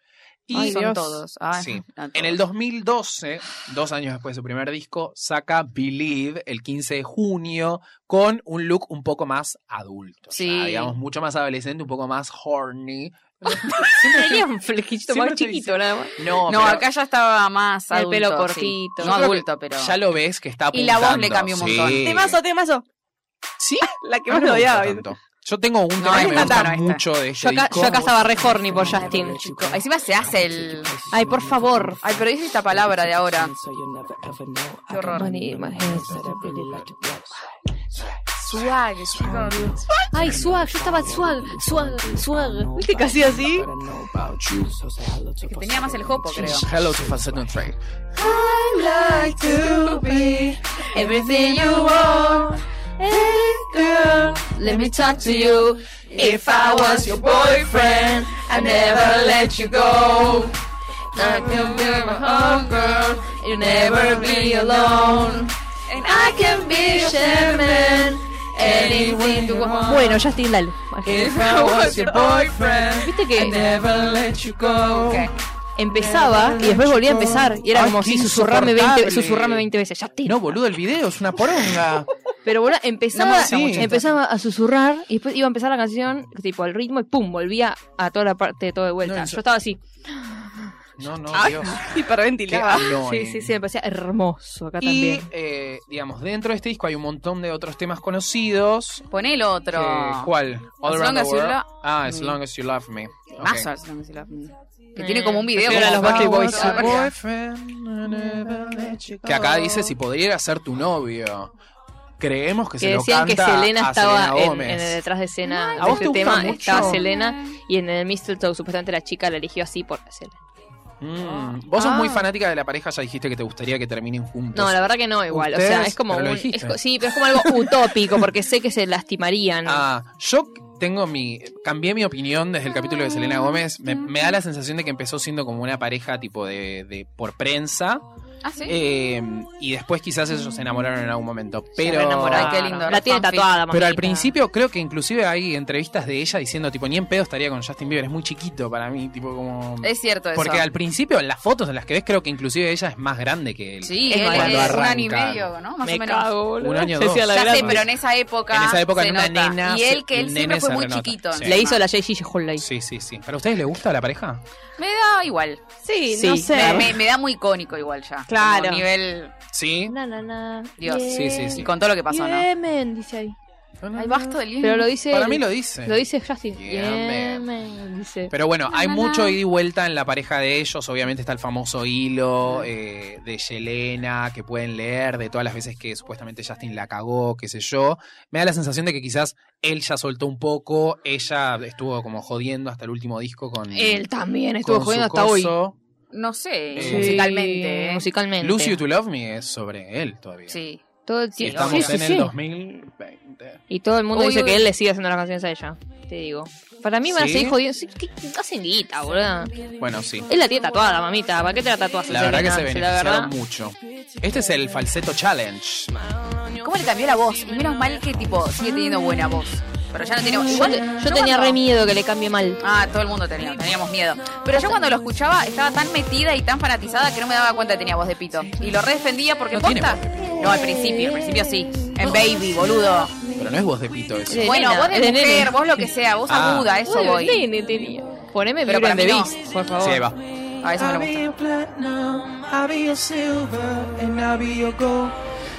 [SPEAKER 1] Y
[SPEAKER 2] Ay, son
[SPEAKER 4] Dios.
[SPEAKER 2] todos. Ay,
[SPEAKER 1] Sí.
[SPEAKER 2] no,
[SPEAKER 1] en
[SPEAKER 2] todos.
[SPEAKER 1] el 2012, dos años después de su primer disco, saca Believe el 15 de junio con un look un poco más adulto. o sea,
[SPEAKER 2] Sí.
[SPEAKER 1] digamos, mucho más adolescente, un poco más horny.
[SPEAKER 3] Tenía un flequillito
[SPEAKER 1] Siempre
[SPEAKER 3] más
[SPEAKER 1] te dice-
[SPEAKER 3] chiquito, nada más.
[SPEAKER 1] No,
[SPEAKER 2] No,
[SPEAKER 1] pero
[SPEAKER 2] acá ya estaba más
[SPEAKER 3] El
[SPEAKER 2] adulto.
[SPEAKER 3] pelo
[SPEAKER 2] sí.
[SPEAKER 3] cortito.
[SPEAKER 2] No
[SPEAKER 1] Yo creo
[SPEAKER 2] adulto, pero.
[SPEAKER 1] ya lo ves que está
[SPEAKER 2] Y la voz
[SPEAKER 1] apuntando.
[SPEAKER 2] le cambió un montón.
[SPEAKER 1] Sí.
[SPEAKER 4] Temazo, temazo.
[SPEAKER 1] Sí,
[SPEAKER 4] [LAUGHS]
[SPEAKER 1] Ah,
[SPEAKER 4] La que
[SPEAKER 1] no
[SPEAKER 4] más
[SPEAKER 1] me
[SPEAKER 4] lo
[SPEAKER 1] gusta
[SPEAKER 4] odiaba.
[SPEAKER 1] tanto. Yo tengo un tema que me
[SPEAKER 2] esta
[SPEAKER 1] gusta
[SPEAKER 2] no, esta.
[SPEAKER 1] mucho de este
[SPEAKER 3] Yo acá,
[SPEAKER 1] disco.
[SPEAKER 3] yo acá estaba re horny por Justin.
[SPEAKER 2] Chico, Encima se hace el.
[SPEAKER 3] Ay, por favor.
[SPEAKER 2] Ay, pero dice esta palabra de ahora. Qué horror.
[SPEAKER 3] Money, my hands.
[SPEAKER 2] Swag, chicos.
[SPEAKER 3] Ay, swag, yo estaba swag, swag, swag.
[SPEAKER 4] ¿Viste que hacía así?
[SPEAKER 2] Que tenía más el hopo, creo.
[SPEAKER 1] Hello to Falsetto Trail.
[SPEAKER 5] like to be everything you want. Hey girl, let me talk to you. If I was your boyfriend, I'd never let you go. I can be my home girl, you'll never be alone. And I can be your shaman, anything you want.
[SPEAKER 3] Bueno, Justin, dale.
[SPEAKER 5] If
[SPEAKER 3] [LAUGHS]
[SPEAKER 5] I was your boyfriend,
[SPEAKER 3] Viste
[SPEAKER 5] I'd
[SPEAKER 3] que
[SPEAKER 5] never let you go.
[SPEAKER 2] Ok.
[SPEAKER 3] empezaba y después volvía a empezar. Y era
[SPEAKER 1] Ay,
[SPEAKER 3] como
[SPEAKER 1] qué
[SPEAKER 3] si susurrame 20,
[SPEAKER 1] insoportable.
[SPEAKER 3] susurrame 20 veces. Justin.
[SPEAKER 1] No, boludo, el video es una poronga.
[SPEAKER 3] Pero bueno,
[SPEAKER 1] No
[SPEAKER 3] empezaba,
[SPEAKER 1] me gusta mucho esto.
[SPEAKER 3] empezaba a susurrar y después iba a empezar la canción, tipo al ritmo y pum, volvía a toda la parte todo de vuelta.
[SPEAKER 1] No, en
[SPEAKER 3] Yo
[SPEAKER 1] so-
[SPEAKER 3] estaba así.
[SPEAKER 1] No, no, Dios. Qué
[SPEAKER 4] Hiperventilaba.
[SPEAKER 1] aloe.
[SPEAKER 3] Sí, sí, sí, me parecía hermoso acá
[SPEAKER 1] Y,
[SPEAKER 3] también.
[SPEAKER 1] eh, digamos, dentro de este disco hay un montón de otros temas conocidos.
[SPEAKER 2] Pon el otro.
[SPEAKER 1] Eh, ¿Cuál?
[SPEAKER 2] As
[SPEAKER 1] Around
[SPEAKER 2] long
[SPEAKER 1] the
[SPEAKER 2] as you
[SPEAKER 1] World.
[SPEAKER 2] lo-
[SPEAKER 1] Ah, As
[SPEAKER 3] Mm.
[SPEAKER 2] Me.
[SPEAKER 1] Long As You Love Me. Ok.
[SPEAKER 2] Más As Long As You Love Me. Que
[SPEAKER 1] Eh,
[SPEAKER 2] tiene como un video.
[SPEAKER 3] prefiero
[SPEAKER 2] como
[SPEAKER 3] a los Backstreet Boys.
[SPEAKER 2] [LAUGHS] Ah, verga.
[SPEAKER 1] Que acá dice si podría ser tu novio. Creemos que,
[SPEAKER 3] que
[SPEAKER 1] se lo
[SPEAKER 3] decían que
[SPEAKER 1] canta
[SPEAKER 3] Selena
[SPEAKER 1] a
[SPEAKER 3] estaba
[SPEAKER 1] Selena
[SPEAKER 3] en,
[SPEAKER 1] Gómez.
[SPEAKER 3] en el detrás de escena
[SPEAKER 1] ¿A
[SPEAKER 3] de
[SPEAKER 1] vos
[SPEAKER 3] este
[SPEAKER 1] te gusta
[SPEAKER 3] tema.
[SPEAKER 1] mucho?
[SPEAKER 3] Estaba Selena y en el Mistletoe supuestamente la chica la eligió así por Selena.
[SPEAKER 1] Mm, Vos sos
[SPEAKER 2] Ah.
[SPEAKER 1] muy fanática de la pareja, ya dijiste que te gustaría que terminen juntos.
[SPEAKER 3] No, la verdad que no, igual. o sea,
[SPEAKER 1] Ustedes,
[SPEAKER 3] es como
[SPEAKER 1] pero lo
[SPEAKER 3] un.
[SPEAKER 1] dijiste.
[SPEAKER 3] es co- sí, pero es como algo utópico porque sé que se lastimarían.
[SPEAKER 1] Ah, yo tengo mi. Cambié mi opinión desde el capítulo de Selena Gómez. Me, me da la sensación de que empezó siendo como una pareja tipo de. de- por prensa.
[SPEAKER 2] Ah, sí.
[SPEAKER 1] Eh, y después quizás ellos se enamoraron en algún momento.
[SPEAKER 3] Se
[SPEAKER 1] Pero.
[SPEAKER 3] reenamoraron.
[SPEAKER 2] Ay, qué lindo,
[SPEAKER 3] La
[SPEAKER 2] los
[SPEAKER 3] tiene
[SPEAKER 2] fanfic.
[SPEAKER 3] tatuada,
[SPEAKER 1] Pero al
[SPEAKER 3] mamita.
[SPEAKER 1] principio creo que inclusive hay entrevistas de ella diciendo tipo ni en pedo estaría con Justin Bieber, es muy chiquito para mí, tipo como
[SPEAKER 2] Es cierto eso.
[SPEAKER 1] porque al principio en las fotos en las que ves creo que inclusive ella es más grande que él.
[SPEAKER 2] Sí,
[SPEAKER 3] Es
[SPEAKER 2] él
[SPEAKER 3] cuando
[SPEAKER 2] es un
[SPEAKER 1] arrancan.
[SPEAKER 2] año y medio, ¿no? Más
[SPEAKER 3] Me
[SPEAKER 2] o menos.
[SPEAKER 3] cago, boludo.
[SPEAKER 1] Un año,
[SPEAKER 3] Se hacía
[SPEAKER 1] dos.
[SPEAKER 3] la
[SPEAKER 2] Ya sé,
[SPEAKER 3] grande.
[SPEAKER 2] pero en esa época.
[SPEAKER 1] En esa época
[SPEAKER 2] se
[SPEAKER 1] en una
[SPEAKER 2] nota.
[SPEAKER 1] nena
[SPEAKER 2] Y él, que él
[SPEAKER 1] se-
[SPEAKER 2] siempre
[SPEAKER 1] nene
[SPEAKER 2] fue
[SPEAKER 1] se
[SPEAKER 2] muy
[SPEAKER 1] renota.
[SPEAKER 2] chiquito.
[SPEAKER 1] Sí.
[SPEAKER 2] encima.
[SPEAKER 3] Le hizo la JC Holley.
[SPEAKER 1] Sí, sí, sí. ¿Pero a ustedes les gusta la pareja?
[SPEAKER 2] Me da igual.
[SPEAKER 4] Sí,
[SPEAKER 3] Sí,
[SPEAKER 4] no sé.
[SPEAKER 2] Me, me- me da muy icónico igual ya.
[SPEAKER 4] Claro.
[SPEAKER 2] Como nivel.
[SPEAKER 1] Sí.
[SPEAKER 3] Na, na, na.
[SPEAKER 2] Dios.
[SPEAKER 1] Sí, sí,
[SPEAKER 2] Y
[SPEAKER 1] sí.
[SPEAKER 2] con todo lo que pasó, ¿no?
[SPEAKER 3] Yeah, man, dice ahí.
[SPEAKER 2] Hay basto del
[SPEAKER 3] Pero lo dice.
[SPEAKER 1] Para
[SPEAKER 3] él.
[SPEAKER 1] mí lo dice.
[SPEAKER 3] Lo dice Justin.
[SPEAKER 1] Yeah,
[SPEAKER 3] Yeah,
[SPEAKER 1] man.
[SPEAKER 3] man, dice.
[SPEAKER 1] Eh, Pero bueno, hay
[SPEAKER 2] na,
[SPEAKER 1] mucho
[SPEAKER 2] na.
[SPEAKER 1] ida y vuelta en la pareja de ellos. Obviamente está el famoso hilo eh, de Yelena que pueden leer de todas las veces que supuestamente Justin la cagó, qué sé yo. Me da la sensación de que quizás él ya soltó un poco, ella estuvo como jodiendo hasta el último disco con...
[SPEAKER 3] Él también estuvo
[SPEAKER 1] con
[SPEAKER 3] jodiendo
[SPEAKER 1] su
[SPEAKER 3] hasta hoy.
[SPEAKER 1] coso.
[SPEAKER 2] No sé,
[SPEAKER 1] Sí.
[SPEAKER 2] musicalmente. ¿eh?
[SPEAKER 3] Musicalmente.
[SPEAKER 1] Lose You to Love Me es sobre él todavía.
[SPEAKER 2] Sí.
[SPEAKER 3] Todo el
[SPEAKER 1] Y
[SPEAKER 3] tiempo.
[SPEAKER 1] estamos
[SPEAKER 3] Sí,
[SPEAKER 1] en
[SPEAKER 3] sí,
[SPEAKER 1] el
[SPEAKER 3] sí.
[SPEAKER 1] 2020.
[SPEAKER 3] Y todo el mundo
[SPEAKER 2] Uy,
[SPEAKER 3] dice
[SPEAKER 2] uy.
[SPEAKER 3] que él le sigue haciendo las canciones a ella. Te digo. Para mí van a
[SPEAKER 1] ¿Sí?
[SPEAKER 3] seguir jodiendo. Sí, ¿Qué qué hacen guita, boludo?
[SPEAKER 1] Bueno, sí.
[SPEAKER 3] Él la tiene tatuada, mamita. ¿Para qué te la tatuas?
[SPEAKER 1] La verdad que
[SPEAKER 3] Selena?
[SPEAKER 1] se
[SPEAKER 3] Si la
[SPEAKER 1] beneficiaron
[SPEAKER 3] verdad-
[SPEAKER 1] mucho. Este es el falseto challenge.
[SPEAKER 2] ¿Cómo le cambió la voz? Y menos mal que, tipo, sigue teniendo buena voz. Pero ya no tiene voz.
[SPEAKER 3] Yo,
[SPEAKER 2] Igual,
[SPEAKER 3] yo tenía
[SPEAKER 2] cuando-
[SPEAKER 3] re miedo que le cambie mal.
[SPEAKER 2] Ah, todo el mundo tenía, teníamos miedo. Pero yo cuando lo escuchaba estaba tan metida y tan fanatizada que no me daba cuenta que tenía voz de pito. Y lo re defendía porque
[SPEAKER 1] No tiene
[SPEAKER 2] posta.
[SPEAKER 1] voz
[SPEAKER 2] No, al principio, al principio sí. En Baby, boludo.
[SPEAKER 1] Pero no es voz de pito eso.
[SPEAKER 3] De
[SPEAKER 2] Bueno,
[SPEAKER 3] nena,
[SPEAKER 2] vos de
[SPEAKER 3] de
[SPEAKER 2] mujer,
[SPEAKER 3] nene.
[SPEAKER 2] vos lo que sea, vos
[SPEAKER 1] Ah.
[SPEAKER 2] aguda, eso
[SPEAKER 3] Uy,
[SPEAKER 2] voy.
[SPEAKER 3] nene tenía. Poneme
[SPEAKER 2] Pero
[SPEAKER 3] Pero para
[SPEAKER 2] para mí no.
[SPEAKER 3] Beast, por favor.
[SPEAKER 1] Sí, ahí va.
[SPEAKER 2] A eso me lo gusta.
[SPEAKER 5] platinum, I'll be your silver, and I'll be your gold.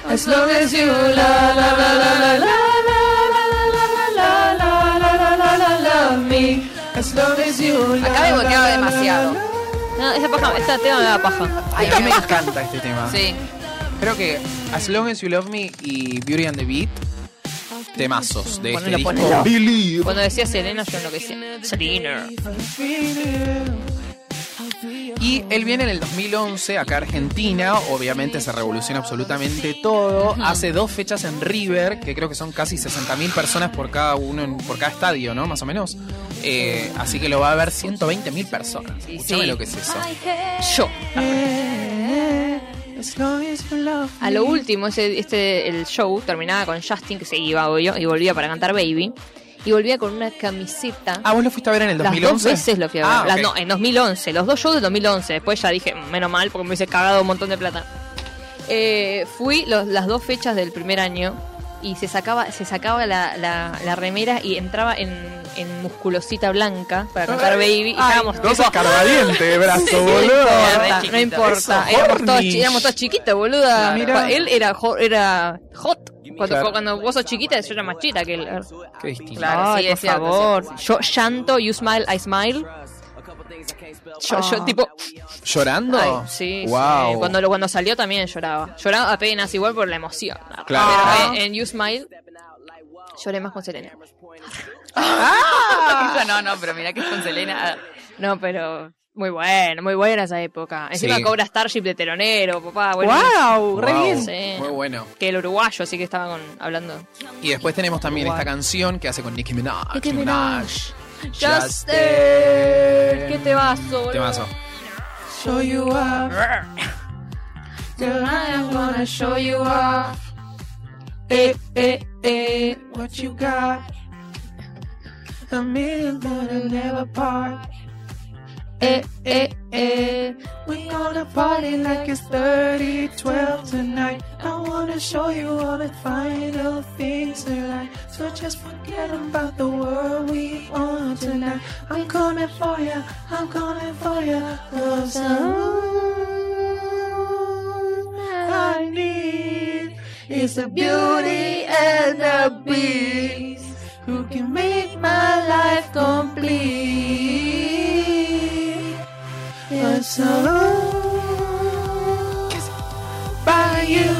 [SPEAKER 5] As long as you la la la la la la la la la la la la la la la love me. As long as you la
[SPEAKER 2] Acá me boteaba demasiado.
[SPEAKER 3] No, esa paja, esta tema me da paja.
[SPEAKER 2] Ay,
[SPEAKER 1] a mí me
[SPEAKER 2] me-
[SPEAKER 1] encanta este tema.
[SPEAKER 2] Sí.
[SPEAKER 1] Creo que As Long As You Love Me y Beauty and the Beat, temazos de este
[SPEAKER 3] Ponelo,
[SPEAKER 1] disco.
[SPEAKER 3] ponelo.
[SPEAKER 1] Believe.
[SPEAKER 3] Cuando decía Selena, yo enloquecía. Selena.
[SPEAKER 1] Y él viene en el 2011 acá a Argentina, obviamente se revoluciona absolutamente todo. Hace dos fechas en River, que creo que son casi 60.000 personas por cada uno, en- por cada estadio, ¿no? Más o menos. Eh, así que lo va a ver 120.000 personas.
[SPEAKER 2] Sí,
[SPEAKER 1] Escúchame
[SPEAKER 2] sí.
[SPEAKER 1] lo que es eso.
[SPEAKER 3] Yo.
[SPEAKER 5] As long as you love
[SPEAKER 3] A lo último, ese, este, el show terminaba con Justin, que se iba, obvio, y volvía para cantar Baby. Y volvía con una camiseta.
[SPEAKER 1] Ah, vos lo fuiste a ver en el
[SPEAKER 3] Las
[SPEAKER 1] 2011.
[SPEAKER 3] dos veces lo fui a ver.
[SPEAKER 1] Ah,
[SPEAKER 3] Las-
[SPEAKER 1] ok.
[SPEAKER 3] no, en 2011. Los dos shows del 2011. Después ya dije, "Mm, menos mal, porque me hubiese cagado un montón de plata. Eh, fui los- las dos fechas del primer año y se sacaba, se sacaba la, la- la remera y entraba en, en musculosita blanca para cantar Baby. Y estábamos
[SPEAKER 1] No sos carbadiente de
[SPEAKER 3] [LAUGHS]
[SPEAKER 1] brazo, boludo.
[SPEAKER 2] mierda.
[SPEAKER 3] No
[SPEAKER 1] Eso,
[SPEAKER 3] importa, éramos
[SPEAKER 1] horny.
[SPEAKER 3] todos, chi- éramos todos chiquitos, boluda.
[SPEAKER 1] Claro. Mirá.
[SPEAKER 3] Él era, jo- era hot. Cuando,
[SPEAKER 1] Claro.
[SPEAKER 3] cuando vos sos chiquita, yo era más chica que él.
[SPEAKER 1] Qué distinto.
[SPEAKER 2] Claro, sí,
[SPEAKER 3] Ay, por
[SPEAKER 2] es cierto,
[SPEAKER 3] favor. Yo llanto, you smile, I smile. Yo, yo tipo...
[SPEAKER 1] ¿Llorando?
[SPEAKER 3] ay, sí,
[SPEAKER 1] wow.
[SPEAKER 3] sí. Cuando, lo- cuando salió también lloraba. Lloraba apenas igual por la emoción.
[SPEAKER 1] Claro.
[SPEAKER 3] Pero, eh, en You Smile lloré más con Selena. [LAUGHS]
[SPEAKER 2] No, no, pero mira que es con Selena.
[SPEAKER 3] No, pero muy bueno, muy buena esa época. Encima
[SPEAKER 1] Sí.
[SPEAKER 3] cobra Starship de teronero, papá. Bueno,
[SPEAKER 4] ¡Wow! ¡Re
[SPEAKER 1] Wow,
[SPEAKER 4] bien!
[SPEAKER 3] Sí.
[SPEAKER 1] Muy bueno.
[SPEAKER 3] Que el uruguayo, así que estaba con, hablando.
[SPEAKER 1] Y después tenemos también
[SPEAKER 3] Guau.
[SPEAKER 1] esta canción que hace con Nicki Minaj.
[SPEAKER 3] Nicki
[SPEAKER 1] Just
[SPEAKER 3] Justin, ¿qué te vas solo?
[SPEAKER 1] Temazo.
[SPEAKER 5] Show you up. Tonight I'm gonna show you up. Eh, eh, eh, what you got? A million gonna never part. Eh, eh, eh, we gonna party like it's 30, 12 tonight. I wanna show you all the fine little things in life. So just forget about the world we on tonight. I'm coming for ya, I'm coming for ya. oh, Cause I'm all I need is a beauty and a beast who can make my life complete. It's all by you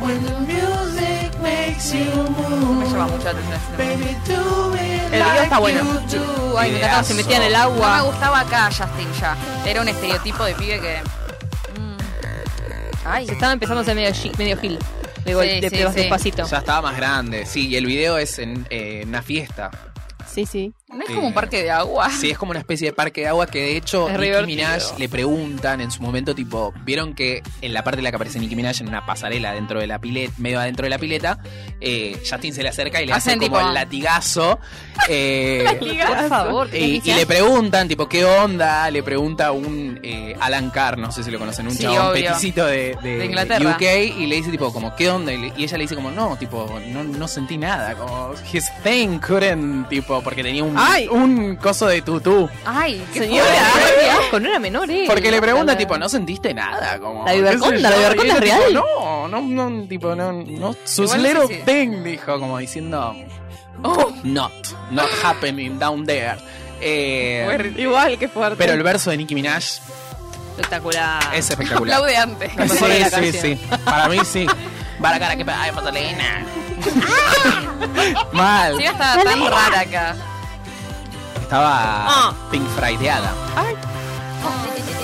[SPEAKER 5] when the music makes you
[SPEAKER 2] Me llama
[SPEAKER 5] move.
[SPEAKER 2] mucho la atención. este tema.
[SPEAKER 5] Baby, do it
[SPEAKER 3] El video
[SPEAKER 5] like
[SPEAKER 3] está bueno.
[SPEAKER 5] you do.
[SPEAKER 3] Ay, me encantaba, se metía en el agua.
[SPEAKER 2] No me gustaba acá Justin ya. Era un estereotipo de pibe que. Mm. Ay,
[SPEAKER 3] Se estaba empezando a ser medio, gi- medio gil. De, gol-
[SPEAKER 2] Sí,
[SPEAKER 3] de,
[SPEAKER 2] sí,
[SPEAKER 3] de-
[SPEAKER 2] sí.
[SPEAKER 3] despacito.
[SPEAKER 1] Ya estaba más grande. Sí, y el video es en eh, una fiesta.
[SPEAKER 4] Sí, sí.
[SPEAKER 2] no es como un parque de agua.
[SPEAKER 1] Sí, es como una especie de parque de agua que de hecho
[SPEAKER 3] Es re
[SPEAKER 1] Nicki
[SPEAKER 3] divertido.
[SPEAKER 1] Minaj le preguntan en su momento, tipo, vieron que en la parte en la que aparece Nicki Minaj en una pasarela dentro de la pileta, medio adentro de la pileta, eh, Justin se le acerca y le
[SPEAKER 2] Hacen
[SPEAKER 1] hace como
[SPEAKER 2] tipo-
[SPEAKER 1] el latigazo.
[SPEAKER 2] [LAUGHS]
[SPEAKER 1] eh,
[SPEAKER 2] Por favor,
[SPEAKER 1] Y, y le preguntan, tipo, ¿qué onda? Le pregunta un eh, Alan Carr, no sé si lo conocen, un
[SPEAKER 2] Sí,
[SPEAKER 1] chabón
[SPEAKER 2] obvio.
[SPEAKER 1] peticito de, de
[SPEAKER 2] De Inglaterra.
[SPEAKER 1] UK, y le dice, tipo, como, ¿qué onda? Y, le- y ella le dice, como, no, tipo, no, no sentí nada. Como, his thing couldn't, tipo, porque tenía un,
[SPEAKER 4] Ay.
[SPEAKER 1] un coso de tutú.
[SPEAKER 2] Ay, qué
[SPEAKER 3] Hola,
[SPEAKER 2] fuerte.
[SPEAKER 3] Con una menor, eh.
[SPEAKER 1] Porque le pregunta,
[SPEAKER 3] La-
[SPEAKER 1] tipo, ¿no sentiste nada? Como, qué
[SPEAKER 3] La
[SPEAKER 1] sé
[SPEAKER 3] Viverconda,
[SPEAKER 1] yo,
[SPEAKER 3] la Viverconda
[SPEAKER 1] y ella,
[SPEAKER 3] es real.
[SPEAKER 1] tipo, no, no, no, tipo, no, no. Sus
[SPEAKER 2] Igual no sé
[SPEAKER 1] little
[SPEAKER 2] si-
[SPEAKER 1] thing, dijo, como diciendo, oh, not, not happening down there. Eh,
[SPEAKER 4] Igual, qué fuerte.
[SPEAKER 1] pero el verso de Nicki Minaj
[SPEAKER 3] Espectacular.
[SPEAKER 1] es espectacular.
[SPEAKER 2] Aplaude antes.
[SPEAKER 1] Sí,
[SPEAKER 2] Mejor de la
[SPEAKER 1] sí,
[SPEAKER 2] canción.
[SPEAKER 1] sí. Para mí sí. Para cara que ay, Patalina. [LAUGHS] Mal.
[SPEAKER 2] Sí, estaba tan rara acá. Ah.
[SPEAKER 1] Estaba Pink Frideada.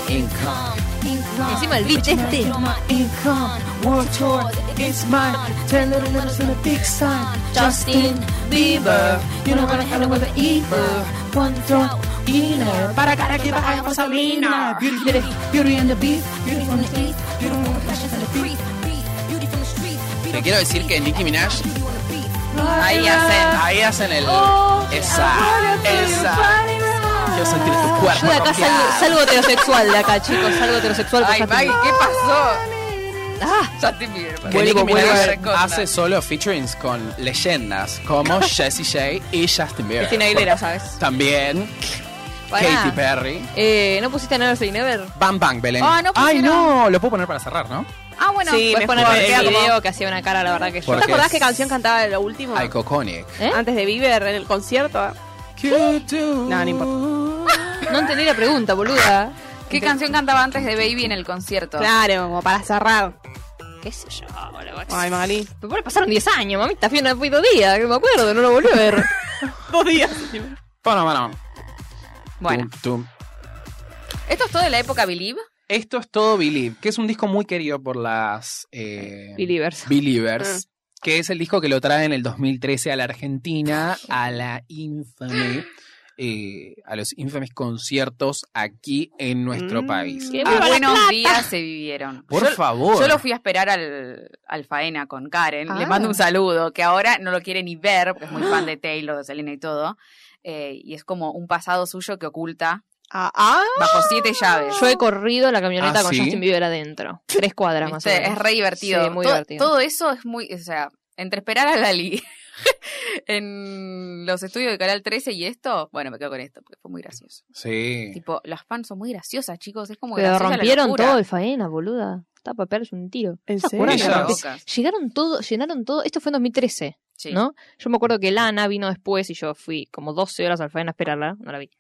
[SPEAKER 3] Encima el beat este.
[SPEAKER 5] Income, world tour, it's mine. Ten little letters in a big sign. Justin Bieber, you know gonna handle with the evil. One drop inner, but I gotta give a high for Sabrina. Beauty, beauty, beauty and the beast, beauty from the east, beauty from the passions and the beast.
[SPEAKER 1] Te quiero decir que Nicki Minaj
[SPEAKER 2] Ahí hacen.
[SPEAKER 1] ahí hacen el
[SPEAKER 2] Oh,
[SPEAKER 1] esa esa. Quiero sentir tu cuerpo.
[SPEAKER 3] Yo de acá
[SPEAKER 1] confiar.
[SPEAKER 3] salgo, salgo heterosexual de acá, chicos. Salgo heterosexual.
[SPEAKER 2] Ay,
[SPEAKER 3] por
[SPEAKER 2] Maggie,
[SPEAKER 3] Justin
[SPEAKER 2] ¿qué pasó?
[SPEAKER 3] Bieber. Ah,
[SPEAKER 2] Justin Bieber.
[SPEAKER 1] Que
[SPEAKER 3] Vuelvo,
[SPEAKER 1] Nicki Minaj
[SPEAKER 2] vuelvo.
[SPEAKER 1] hace solo featurings con leyendas
[SPEAKER 2] [LAUGHS]
[SPEAKER 1] como Jessie J y Justin Bieber.
[SPEAKER 3] Cristina Aguilera, ¿sabes?
[SPEAKER 1] También
[SPEAKER 3] Pará.
[SPEAKER 1] Katy Perry.
[SPEAKER 3] Eh, ¿No pusiste Never Say Never?
[SPEAKER 1] Bam Bang Belén.
[SPEAKER 2] Ah, no
[SPEAKER 1] Ay,
[SPEAKER 2] pusieron.
[SPEAKER 1] no, lo puedo poner para cerrar, ¿no?
[SPEAKER 2] Ah, bueno.
[SPEAKER 4] Sí,
[SPEAKER 3] Puedes
[SPEAKER 4] mejor,
[SPEAKER 3] poner
[SPEAKER 4] queda
[SPEAKER 3] eh, el
[SPEAKER 4] como-
[SPEAKER 3] video que hacía una cara, la verdad que yo.
[SPEAKER 1] Por-
[SPEAKER 4] ¿No te acordás
[SPEAKER 1] es-
[SPEAKER 4] qué canción cantaba en lo último?
[SPEAKER 1] Iconic.
[SPEAKER 3] ¿Eh?
[SPEAKER 4] Antes de Bieber en el concierto. No, no
[SPEAKER 1] importa.
[SPEAKER 3] No entendí la pregunta, boluda.
[SPEAKER 2] ¿Qué canción cantaba antes de Baby en el concierto?
[SPEAKER 4] Claro, como para cerrar.
[SPEAKER 3] ¿Qué sé yo, boludo?
[SPEAKER 4] Ay, Magali.
[SPEAKER 3] Pero bueno, pasaron 10 años, mamita. Fui, no, fui dos días, que me acuerdo, no lo volví a ver.
[SPEAKER 4] Dos días.
[SPEAKER 1] [LAUGHS] Bueno, bueno.
[SPEAKER 2] Bueno,
[SPEAKER 1] Tum, tum.
[SPEAKER 2] ¿esto es todo de la época Believe?
[SPEAKER 1] Esto es todo Believe, que es un disco muy querido por las eh,
[SPEAKER 3] Believers.
[SPEAKER 1] Believers, que es el disco que lo trae en el 2013 a la Argentina, a la infame, eh, a los infames conciertos aquí en nuestro
[SPEAKER 4] Mm.
[SPEAKER 1] país.
[SPEAKER 3] Qué
[SPEAKER 1] Ah,
[SPEAKER 3] Viva la
[SPEAKER 2] buenos
[SPEAKER 3] plata.
[SPEAKER 2] días se vivieron.
[SPEAKER 1] por
[SPEAKER 2] yo,
[SPEAKER 1] favor.
[SPEAKER 2] yo lo fui a esperar al, al Faena con Karen. Le
[SPEAKER 3] Ah.
[SPEAKER 2] mando un saludo, que ahora no lo quiere ni ver, porque es muy fan de Taylor, de Selena y todo. Eh, y es como un pasado suyo que oculta
[SPEAKER 4] Ah, ah.
[SPEAKER 2] bajo siete llaves.
[SPEAKER 3] Yo he corrido la camioneta
[SPEAKER 1] Ah,
[SPEAKER 3] con
[SPEAKER 1] ¿sí?
[SPEAKER 3] Justin Bieber adentro. Tres cuadras más o
[SPEAKER 2] ¿Viste?
[SPEAKER 3] menos.
[SPEAKER 2] Es re divertido.
[SPEAKER 3] Sí, muy
[SPEAKER 2] todo,
[SPEAKER 3] divertido.
[SPEAKER 2] todo eso es muy, o sea, entre esperar a la, li- [LAUGHS] en los estudios de Canal 13 y esto, bueno, me quedo con esto, porque fue muy gracioso.
[SPEAKER 1] Sí.
[SPEAKER 2] Tipo, las fans son muy graciosas, chicos, es como
[SPEAKER 3] Pero
[SPEAKER 2] graciosa la
[SPEAKER 3] rompieron
[SPEAKER 2] locura.
[SPEAKER 3] todo el faena, boluda. Estaba para pegarse un tiro.
[SPEAKER 4] ¿En
[SPEAKER 3] ¿Se acuerdan
[SPEAKER 1] serio?
[SPEAKER 3] que
[SPEAKER 1] Ellas.
[SPEAKER 3] rompe- Llegaron todo, llenaron todo. Esto fue en 2013,
[SPEAKER 2] Sí.
[SPEAKER 3] ¿no? Yo me acuerdo que Lana vino después y yo fui como 12 horas al faena a esperarla, no la vi.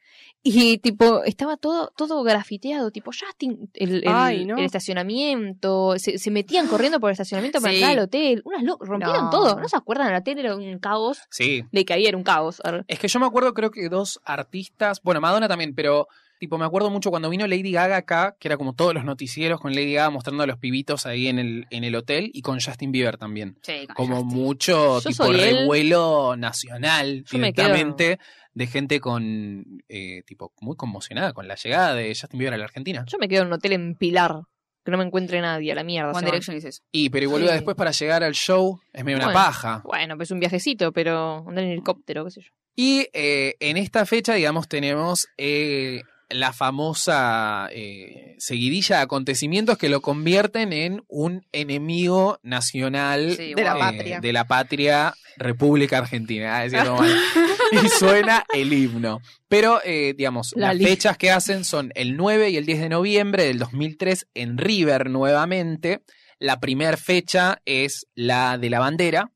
[SPEAKER 3] Y tipo, estaba todo, todo grafiteado, tipo Justin, el, el-
[SPEAKER 4] Ay, no.
[SPEAKER 3] el estacionamiento, se, se metían corriendo por el estacionamiento para
[SPEAKER 2] Sí.
[SPEAKER 3] entrar al hotel, unas lo- rompieron
[SPEAKER 2] No.
[SPEAKER 3] todo, no se acuerdan, la tele era un caos,
[SPEAKER 1] Sí.
[SPEAKER 3] de que ahí era un caos.
[SPEAKER 1] Es que yo me acuerdo, creo que dos artistas, bueno, Madonna también, pero tipo, me acuerdo mucho cuando vino Lady Gaga acá, que era como todos los noticieros con Lady Gaga mostrando a los pibitos ahí en el, en el hotel y con Justin Bieber también.
[SPEAKER 2] Sí, con
[SPEAKER 1] Como
[SPEAKER 2] Justin.
[SPEAKER 1] mucho
[SPEAKER 3] Yo
[SPEAKER 1] tipo
[SPEAKER 3] soy él.
[SPEAKER 1] revuelo nacional
[SPEAKER 3] Yo me quedo-
[SPEAKER 1] directamente de gente con eh, tipo muy conmocionada con la llegada de Justin Bieber a la Argentina.
[SPEAKER 3] Yo me quedo en un hotel en Pilar, que no me encuentre nadie, a la mierda. se
[SPEAKER 2] One
[SPEAKER 3] van.
[SPEAKER 2] Direction dice eso.
[SPEAKER 1] Y pero igual
[SPEAKER 3] Sí.
[SPEAKER 1] después para llegar al show es medio una
[SPEAKER 3] Bueno.
[SPEAKER 1] paja.
[SPEAKER 3] Bueno, pues un viajecito, pero andar en helicóptero, qué sé yo.
[SPEAKER 1] Y eh, en esta fecha, digamos, tenemos eh, la famosa eh, seguidilla de acontecimientos que lo convierten en un enemigo nacional
[SPEAKER 2] Sí,
[SPEAKER 4] De la
[SPEAKER 1] eh,
[SPEAKER 2] wow.
[SPEAKER 4] patria.
[SPEAKER 1] de la patria República Argentina. es decir, como- y suena el himno. Pero, eh, digamos,
[SPEAKER 3] La
[SPEAKER 1] las
[SPEAKER 3] li-
[SPEAKER 1] fechas que hacen son el 9 y el 10 de noviembre del 2003 en River nuevamente. La primera fecha es la de la bandera.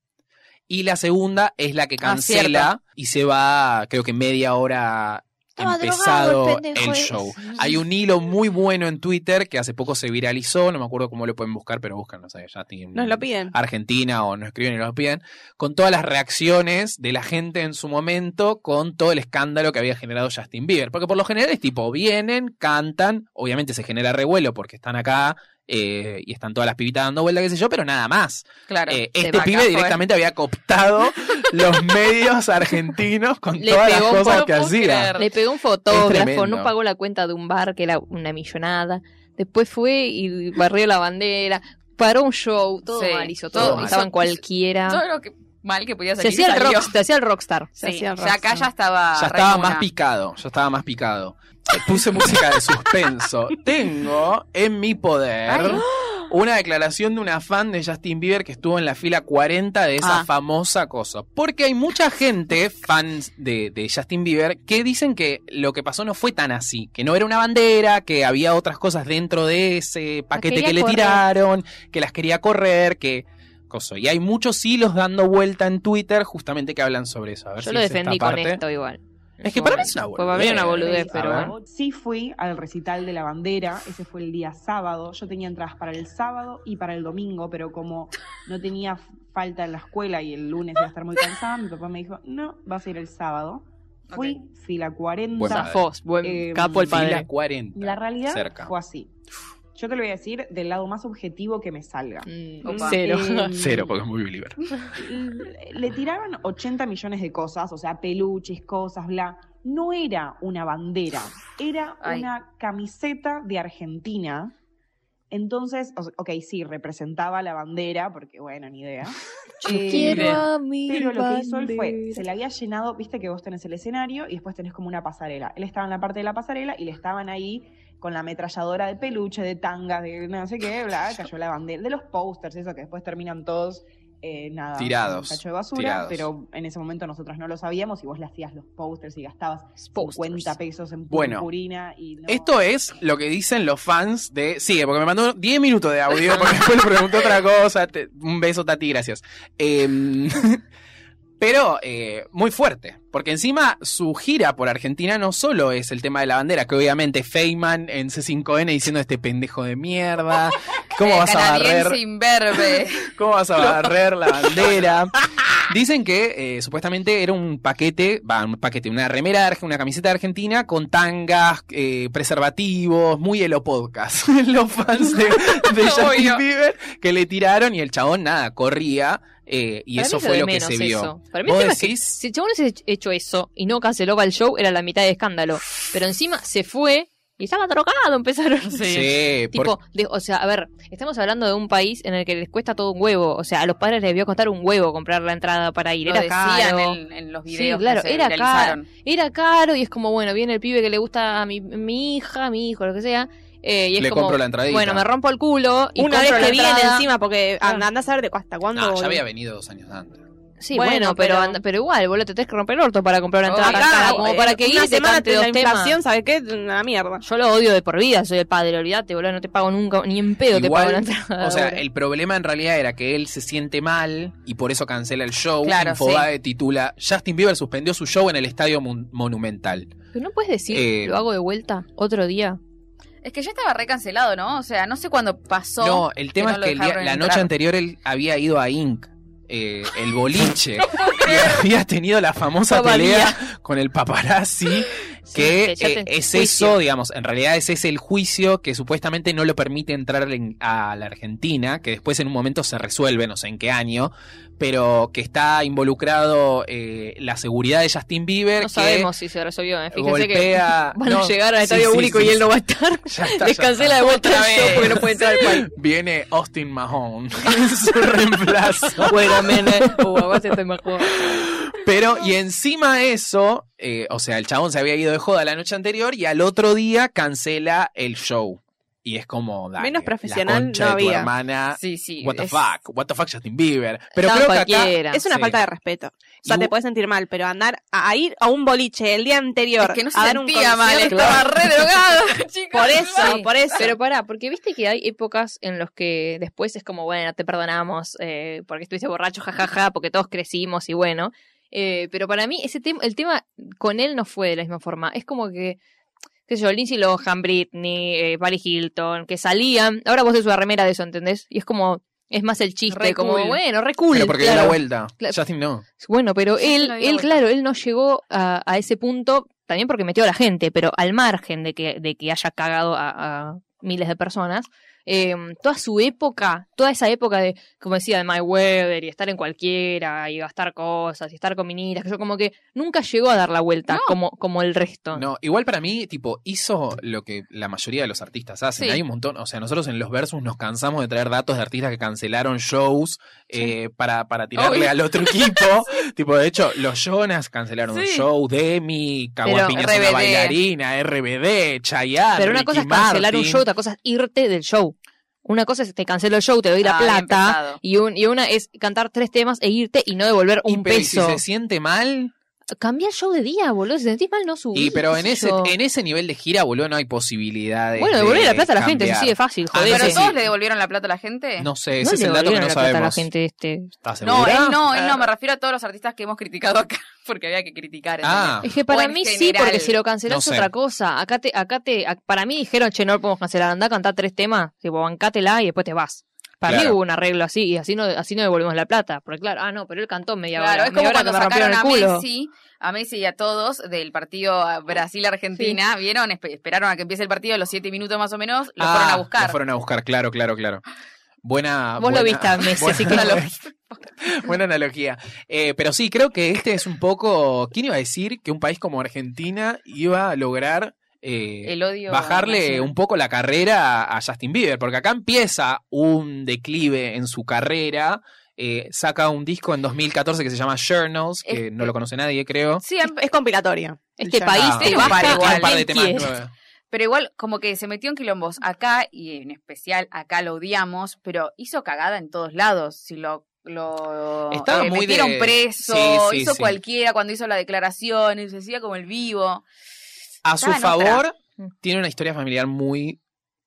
[SPEAKER 1] Y la segunda es la que
[SPEAKER 2] Ah, cierto.
[SPEAKER 1] cancela y se va, creo que media hora
[SPEAKER 3] Estaba
[SPEAKER 1] empezado
[SPEAKER 3] drogado el pendejo
[SPEAKER 1] el
[SPEAKER 3] ese.
[SPEAKER 1] show. Hay un hilo muy bueno en Twitter que hace poco se viralizó, no me acuerdo cómo lo pueden buscar, pero buscan, no sé, ya tienen-
[SPEAKER 4] Nos lo piden.
[SPEAKER 1] Argentina o nos escriben y nos piden, con todas las reacciones de la gente en su momento, con todo el escándalo que había generado Justin Bieber. Porque por lo general es tipo, vienen, cantan, obviamente se genera revuelo porque están acá eh, y están todas las pibitas dando vuelta, qué sé yo, pero nada más.
[SPEAKER 2] Claro.
[SPEAKER 1] Eh,
[SPEAKER 2] se
[SPEAKER 1] este
[SPEAKER 2] va,
[SPEAKER 1] pibe
[SPEAKER 2] acá fue.
[SPEAKER 1] directamente había
[SPEAKER 3] [LAUGHS]
[SPEAKER 1] cooptado los medios argentinos con
[SPEAKER 3] Le
[SPEAKER 1] todas las
[SPEAKER 3] pegó,
[SPEAKER 1] cosas
[SPEAKER 2] no
[SPEAKER 1] que
[SPEAKER 2] puedo
[SPEAKER 1] hacía.
[SPEAKER 2] creer.
[SPEAKER 3] Le pegó un
[SPEAKER 1] Es
[SPEAKER 3] fotógrafo,
[SPEAKER 1] tremendo.
[SPEAKER 3] no pagó la cuenta de un bar que era una millonada. Después fue y barrió la bandera, paró un show, todo
[SPEAKER 2] Sí,
[SPEAKER 3] mal hizo
[SPEAKER 1] todo
[SPEAKER 3] todo.
[SPEAKER 1] mal.
[SPEAKER 3] Estaban
[SPEAKER 2] Hizo- Todo
[SPEAKER 3] cualquiera.
[SPEAKER 2] lo que mal que podía
[SPEAKER 3] Ah. Se
[SPEAKER 2] salir.
[SPEAKER 3] hacía, el
[SPEAKER 2] salió.
[SPEAKER 3] rock, se hacía el rockstar.
[SPEAKER 4] Se
[SPEAKER 2] Sí,
[SPEAKER 4] hacía
[SPEAKER 2] ya acá
[SPEAKER 4] rockstar.
[SPEAKER 2] ya estaba.
[SPEAKER 1] Ya estaba
[SPEAKER 2] Raimuna.
[SPEAKER 1] más picado, ya estaba más picado. Le Puse música de
[SPEAKER 3] [LAUGHS]
[SPEAKER 1] suspenso. Tengo en mi poder
[SPEAKER 2] Ay.
[SPEAKER 1] una declaración de una fan de Justin Bieber que estuvo en la fila 40 de esa
[SPEAKER 2] Ah.
[SPEAKER 1] famosa cosa. Porque hay mucha gente, fans de, de Justin Bieber, que dicen que lo que pasó no fue tan así, que no era una bandera, que había otras cosas dentro de ese paquete
[SPEAKER 3] quería
[SPEAKER 1] que le
[SPEAKER 3] correr.
[SPEAKER 1] tiraron, que las quería correr, que... Coso. Y hay muchos hilos dando vuelta en Twitter justamente que hablan sobre eso. A ver
[SPEAKER 3] Yo
[SPEAKER 1] si
[SPEAKER 3] lo
[SPEAKER 1] es esta
[SPEAKER 3] defendí con
[SPEAKER 1] parte.
[SPEAKER 3] esto igual.
[SPEAKER 1] Es que para mí es una
[SPEAKER 3] Fue para mí una boludez,
[SPEAKER 1] A
[SPEAKER 3] pero
[SPEAKER 1] ver.
[SPEAKER 3] bueno.
[SPEAKER 6] Sí fui al recital de la bandera, ese fue el día sábado, yo tenía entradas para el sábado y para el domingo, pero como no tenía f- falta en la escuela y el lunes iba a estar muy cansada, mi papá me dijo, no, vas a ir el sábado. Fui, fila 40.
[SPEAKER 1] Buen padre.
[SPEAKER 3] Zafos, buen
[SPEAKER 6] Eh,
[SPEAKER 3] capo el
[SPEAKER 6] Fila
[SPEAKER 1] Fila
[SPEAKER 3] padre.
[SPEAKER 1] 40.
[SPEAKER 6] La realidad
[SPEAKER 1] Cerca.
[SPEAKER 6] fue así. Yo te lo voy a decir del lado más objetivo que me salga.
[SPEAKER 3] Mm,
[SPEAKER 2] Opa.
[SPEAKER 3] Cero.
[SPEAKER 6] Em,
[SPEAKER 1] Cero, porque es muy believer.
[SPEAKER 6] L- le tiraron 80 millones de cosas, o sea, peluches, cosas, bla. No era una bandera, era
[SPEAKER 2] Ay.
[SPEAKER 6] una camiseta de Argentina. Entonces, o- ok, sí, representaba la bandera, porque bueno, ni idea. Eh,
[SPEAKER 3] Quiero a mi
[SPEAKER 6] pero lo que hizo él fue,
[SPEAKER 3] bandera.
[SPEAKER 6] se le había llenado, viste que vos tenés el escenario y después tenés como una pasarela. Él estaba en la parte de la pasarela y le estaban ahí con la ametralladora de peluche, de tangas, de no sé qué, bla, cayó la bandera, de los posters, eso que después terminan todos, eh, nada, en un
[SPEAKER 1] Tirados,
[SPEAKER 6] cacho de basura,
[SPEAKER 1] tirados.
[SPEAKER 6] pero en ese momento nosotros no lo sabíamos y vos le hacías los posters y gastabas
[SPEAKER 3] Posters.
[SPEAKER 6] 50 pesos en
[SPEAKER 1] Bueno,
[SPEAKER 6] purina y no-
[SPEAKER 1] Esto es lo que dicen los fans de. Sigue, porque me mandó 10 minutos de audio, [LAUGHS] porque después le preguntó otra cosa. Te- Un beso, Tati, gracias. Em, [LAUGHS] Pero eh, muy fuerte, porque encima su gira por Argentina no solo es el tema de la bandera, que obviamente Feynman en C5N diciendo este pendejo de
[SPEAKER 2] [LAUGHS]
[SPEAKER 1] mierda, ¿cómo
[SPEAKER 2] Eh,
[SPEAKER 1] vas a
[SPEAKER 2] canadiense
[SPEAKER 1] barrer?
[SPEAKER 2] imberbe.
[SPEAKER 3] [LAUGHS]
[SPEAKER 1] ¿Cómo vas a barrer [LAUGHS] la bandera? Dicen que eh, supuestamente era un paquete, va, un paquete, una remera, de Arge- una camiseta de Argentina con tangas, eh, preservativos, muy elo podcast. [LAUGHS] Los fans de, [LAUGHS] de Justin
[SPEAKER 2] Obvio.
[SPEAKER 1] Bieber que le tiraron y el chabón nada, corría eh, y
[SPEAKER 3] Para mí
[SPEAKER 1] eso
[SPEAKER 3] es
[SPEAKER 1] fue
[SPEAKER 3] de
[SPEAKER 1] lo que
[SPEAKER 3] menos
[SPEAKER 1] se vio.
[SPEAKER 3] eso. Para mí el
[SPEAKER 1] ¿Vos
[SPEAKER 3] tema es que
[SPEAKER 1] decís?
[SPEAKER 3] si el chabón hubiese hecho eso y no canceló para el show, era la mitad de escándalo. Pero encima se fue y estaba drogado, empezaron.
[SPEAKER 1] Sí,
[SPEAKER 3] Tipo,
[SPEAKER 1] porque-
[SPEAKER 3] de- o sea, a ver, estamos hablando de un país en el que les cuesta todo un huevo. O sea, a los padres les debió costar un huevo comprar la entrada para ir.
[SPEAKER 2] Lo
[SPEAKER 3] Era
[SPEAKER 2] decían
[SPEAKER 3] caro.
[SPEAKER 2] en, en los
[SPEAKER 3] Sí,
[SPEAKER 2] videos. que
[SPEAKER 3] claro,
[SPEAKER 2] se
[SPEAKER 3] era
[SPEAKER 2] viralizaron.
[SPEAKER 3] Era caro y es como, bueno, viene el pibe que le gusta a mi, mi hija, a mi hijo, lo que sea. eh, y es
[SPEAKER 1] le
[SPEAKER 3] como,
[SPEAKER 1] compro la entradita.
[SPEAKER 3] bueno, me rompo el culo y
[SPEAKER 4] Una vez
[SPEAKER 3] compro la
[SPEAKER 4] que viene
[SPEAKER 3] entrada.
[SPEAKER 4] encima, porque
[SPEAKER 3] Claro.
[SPEAKER 4] andás a ver de- hasta cuándo.
[SPEAKER 1] No, ya
[SPEAKER 4] boludo.
[SPEAKER 1] había venido dos años antes.
[SPEAKER 3] Sí,
[SPEAKER 4] Bueno,
[SPEAKER 3] bueno, pero,
[SPEAKER 4] pero-
[SPEAKER 3] anda- pero igual, boludo, te tenés que romper el orto para comprar una
[SPEAKER 2] Oh,
[SPEAKER 3] entrada
[SPEAKER 2] acá,
[SPEAKER 3] tan cara, como
[SPEAKER 4] eh,
[SPEAKER 3] para que
[SPEAKER 4] una
[SPEAKER 3] ir y te
[SPEAKER 4] semana
[SPEAKER 3] cante
[SPEAKER 4] la
[SPEAKER 3] dos temas.
[SPEAKER 4] inflación, ¿sabes qué? Una mierda.
[SPEAKER 3] Yo lo odio de por vida, soy el padre, olvídate, boludo, no te pago nunca, ni en pedo te
[SPEAKER 1] Igual,
[SPEAKER 3] pago una entrada.
[SPEAKER 1] O sea,
[SPEAKER 3] boludo.
[SPEAKER 1] el problema en realidad era que él se siente mal y por eso cancela el show.
[SPEAKER 2] Claro,
[SPEAKER 1] Infobae titula Justin Bieber suspendió su show en el Estadio Mon- Monumental.
[SPEAKER 3] Pero no puedes decir,
[SPEAKER 1] eh,
[SPEAKER 3] lo hago de vuelta, otro día.
[SPEAKER 2] Es que ya estaba recancelado, ¿no? O sea, no sé cuándo pasó.
[SPEAKER 1] No, el tema
[SPEAKER 2] que no
[SPEAKER 1] es que
[SPEAKER 2] lo
[SPEAKER 1] el día-
[SPEAKER 2] dejaron
[SPEAKER 1] la
[SPEAKER 2] entrar.
[SPEAKER 1] noche anterior él había ido a Inc. eh, el
[SPEAKER 2] [LAUGHS]
[SPEAKER 1] boliche y había tenido la famosa
[SPEAKER 3] No valía.
[SPEAKER 1] pelea con el paparazzi que,
[SPEAKER 3] que ya
[SPEAKER 1] eh,
[SPEAKER 3] te-
[SPEAKER 1] es
[SPEAKER 3] juicio.
[SPEAKER 1] eso digamos en realidad es ese el juicio que supuestamente no lo permite entrar en- a la Argentina que después en un momento se resuelve no sé en qué año pero que está involucrado eh, la seguridad de Justin Bieber
[SPEAKER 3] No
[SPEAKER 1] que
[SPEAKER 3] sabemos si se resolvió, eh, fíjense que
[SPEAKER 1] golpea
[SPEAKER 3] [LAUGHS] van
[SPEAKER 1] no,
[SPEAKER 3] a llegar al
[SPEAKER 1] sí,
[SPEAKER 3] estadio
[SPEAKER 1] sí,
[SPEAKER 3] único
[SPEAKER 1] sí,
[SPEAKER 3] y él
[SPEAKER 1] sí.
[SPEAKER 3] no va a estar.
[SPEAKER 1] [LAUGHS] Ya está,
[SPEAKER 3] Les
[SPEAKER 1] ya está.
[SPEAKER 3] cancela de vuelta el
[SPEAKER 1] Otra
[SPEAKER 3] show
[SPEAKER 1] vez.
[SPEAKER 3] porque no puede entrar al
[SPEAKER 1] [LAUGHS]
[SPEAKER 3] cual.
[SPEAKER 1] Viene Austin Mahone en
[SPEAKER 3] [LAUGHS]
[SPEAKER 1] su reemplazo.
[SPEAKER 3] Bueno, men, eh. [LAUGHS] Uh, aguante este mejor.
[SPEAKER 1] Pero, y encima de eso, eh, o sea, el chabón se había ido de joda la noche anterior y al otro día cancela el show. Y es como, dale,
[SPEAKER 4] Menos
[SPEAKER 1] la
[SPEAKER 4] profesional
[SPEAKER 1] concha de
[SPEAKER 4] no
[SPEAKER 1] tu
[SPEAKER 4] había.
[SPEAKER 1] hermana,
[SPEAKER 2] Sí, sí.
[SPEAKER 1] what the
[SPEAKER 2] es-
[SPEAKER 1] fuck, what the fuck Justin Bieber. Pero
[SPEAKER 3] Tan
[SPEAKER 1] creo que acá...
[SPEAKER 3] cualquiera.
[SPEAKER 4] Es una
[SPEAKER 1] Sí.
[SPEAKER 4] falta de respeto. O sea,
[SPEAKER 1] Y
[SPEAKER 4] te
[SPEAKER 1] hu-
[SPEAKER 4] puedes sentir mal, pero andar a, a ir a un boliche el día anterior
[SPEAKER 2] Es que no se
[SPEAKER 4] a dar un
[SPEAKER 2] sentía mal,
[SPEAKER 4] concierto-
[SPEAKER 2] estaba re
[SPEAKER 1] [LAUGHS]
[SPEAKER 2] drogado, chicos.
[SPEAKER 4] Por eso,
[SPEAKER 3] Sí.
[SPEAKER 4] por eso.
[SPEAKER 3] Pero pará, porque viste que hay épocas en los que después es como, bueno, te perdonamos eh, porque estuviste borracho, jajaja, porque todos crecimos y bueno. Eh, pero para mí ese tema el tema con él no fue de la misma forma. Es como que, qué sé yo, Lindsay Lohan, Britney, eh, Paris Hilton, que salían. Ahora vos sos una remera de eso, ¿entendés? Y es como, es más el chiste,
[SPEAKER 2] Re
[SPEAKER 3] como,
[SPEAKER 2] cool.
[SPEAKER 3] bueno, re cool.
[SPEAKER 1] Pero porque dio
[SPEAKER 3] claro.
[SPEAKER 1] la vuelta.
[SPEAKER 3] Claro.
[SPEAKER 1] Justin no.
[SPEAKER 3] Bueno, pero
[SPEAKER 2] Sí,
[SPEAKER 3] él,
[SPEAKER 2] no dio la
[SPEAKER 3] él
[SPEAKER 2] vuelta.
[SPEAKER 3] claro, él no llegó a, a ese punto, también porque metió a la gente, pero al margen de que, de que haya cagado a, a miles de personas, eh, toda su época, toda esa época de, como decía, de My Weather y estar en cualquiera y gastar cosas y estar con miniras, que yo como que nunca llegó a dar la vuelta
[SPEAKER 2] No.
[SPEAKER 3] como, como el resto.
[SPEAKER 1] No, igual para mí, tipo, hizo lo que la mayoría de los artistas hacen.
[SPEAKER 2] Sí.
[SPEAKER 1] Hay un montón, o sea, nosotros en los versus nos cansamos de traer datos de artistas que cancelaron shows eh, para, para tirarle
[SPEAKER 2] Obvio.
[SPEAKER 1] al otro
[SPEAKER 3] [LAUGHS]
[SPEAKER 1] equipo. tipo, de hecho, los Jonas cancelaron un
[SPEAKER 2] Sí.
[SPEAKER 1] show, Demi, Caguapiña es una
[SPEAKER 2] RBD.
[SPEAKER 1] bailarina, RBD, Chayanne,
[SPEAKER 3] pero una
[SPEAKER 1] Ricky
[SPEAKER 3] cosa es cancelar un
[SPEAKER 1] Martin.
[SPEAKER 3] show, otra cosa es irte del show. Una cosa es te cancelo el show, te doy
[SPEAKER 2] Ah,
[SPEAKER 3] la
[SPEAKER 2] bien
[SPEAKER 3] plata.
[SPEAKER 2] pensado.
[SPEAKER 3] Y, un, y una es cantar tres temas e irte y no devolver
[SPEAKER 1] Y
[SPEAKER 3] un
[SPEAKER 1] pero, ¿y
[SPEAKER 3] peso.
[SPEAKER 1] Si se siente mal.
[SPEAKER 3] Cambia el show de día, boludo. Si te sentís mal, no subís.
[SPEAKER 1] Y pero
[SPEAKER 3] qué
[SPEAKER 1] en
[SPEAKER 3] sé
[SPEAKER 1] ese,
[SPEAKER 3] yo.
[SPEAKER 1] en ese nivel de gira, boludo, no hay posibilidades.
[SPEAKER 3] Bueno,
[SPEAKER 1] de
[SPEAKER 3] devolver la plata a la gente, eso
[SPEAKER 1] cambiar.
[SPEAKER 3] sí de fácil,
[SPEAKER 1] Ah,
[SPEAKER 3] joder.
[SPEAKER 2] ¿Pero
[SPEAKER 1] Sí.
[SPEAKER 2] todos le devolvieron la plata a la gente?
[SPEAKER 1] No sé,
[SPEAKER 3] no
[SPEAKER 1] ese es
[SPEAKER 3] le
[SPEAKER 1] el dato que
[SPEAKER 3] devolvieron
[SPEAKER 1] no
[SPEAKER 3] la plata a la
[SPEAKER 1] sabemos.
[SPEAKER 3] gente este.
[SPEAKER 1] ¿Estás segura?
[SPEAKER 2] No, él no, él no. Me refiero a todos los artistas que hemos criticado acá, [LAUGHS] porque había que criticar. ¿entendés?
[SPEAKER 1] Ah,
[SPEAKER 3] Es que para
[SPEAKER 2] en
[SPEAKER 3] mí sí,
[SPEAKER 2] general.
[SPEAKER 3] porque si lo cancelás
[SPEAKER 1] No
[SPEAKER 3] es
[SPEAKER 1] sé.
[SPEAKER 3] otra cosa. Acá te, acá te, ac- para mí dijeron, che, no lo podemos cancelar, andá a cantar tres temas, tipo, bancátela y después te vas. Para mí
[SPEAKER 1] Claro.
[SPEAKER 3] hubo un arreglo así, y así no, así no devolvemos la plata. Porque claro, ah no, pero él cantó media
[SPEAKER 2] Claro,
[SPEAKER 3] hora.
[SPEAKER 2] es como
[SPEAKER 3] media hora
[SPEAKER 2] cuando
[SPEAKER 3] que me rompieron
[SPEAKER 2] sacaron a
[SPEAKER 3] el culo.
[SPEAKER 2] Messi, a Messi y a todos del partido a Brasil-Argentina. ¿Vieron? Espe- Esperaron a que empiece el partido, los siete minutos más o menos, lo
[SPEAKER 1] Ah,
[SPEAKER 2] fueron a buscar.
[SPEAKER 1] Lo fueron a buscar, claro, claro, claro. Buena.
[SPEAKER 3] Vos
[SPEAKER 1] buena- [LAUGHS]
[SPEAKER 3] lo viste a Messi,
[SPEAKER 1] buena-
[SPEAKER 3] así que
[SPEAKER 1] [LAUGHS] Buena analogía. Eh, pero sí, creo que este es un poco. ¿Quién iba a decir que un país como Argentina iba a lograr eh,
[SPEAKER 2] El odio.
[SPEAKER 1] bajarle
[SPEAKER 2] nacional.
[SPEAKER 1] un poco la carrera a Justin Bieber? Porque acá empieza un declive en su carrera. Eh, saca un disco en 2014 que se llama Journals, que
[SPEAKER 2] Este-
[SPEAKER 1] no lo conoce nadie, creo.
[SPEAKER 2] Sí,
[SPEAKER 4] Es, es compilatoria.
[SPEAKER 3] Este
[SPEAKER 4] Ya.
[SPEAKER 3] país
[SPEAKER 1] Ah,
[SPEAKER 3] te
[SPEAKER 2] un
[SPEAKER 3] baja
[SPEAKER 2] par
[SPEAKER 1] tiene
[SPEAKER 2] igual,
[SPEAKER 1] un par de
[SPEAKER 3] ¿quién
[SPEAKER 1] temas
[SPEAKER 3] quiere?
[SPEAKER 1] nuevos.
[SPEAKER 2] Pero igual, como que se metió en quilombos acá, y en especial acá lo odiamos, pero hizo cagada en todos lados. Si lo. Lo eh,
[SPEAKER 1] Estaba muy de-
[SPEAKER 2] metieron preso,
[SPEAKER 1] Sí, sí,
[SPEAKER 2] hizo
[SPEAKER 1] sí.
[SPEAKER 2] cualquiera cuando hizo la declaración, y se hacía como el vivo.
[SPEAKER 1] A su
[SPEAKER 2] Estaba en otra.
[SPEAKER 1] favor, tiene una historia familiar muy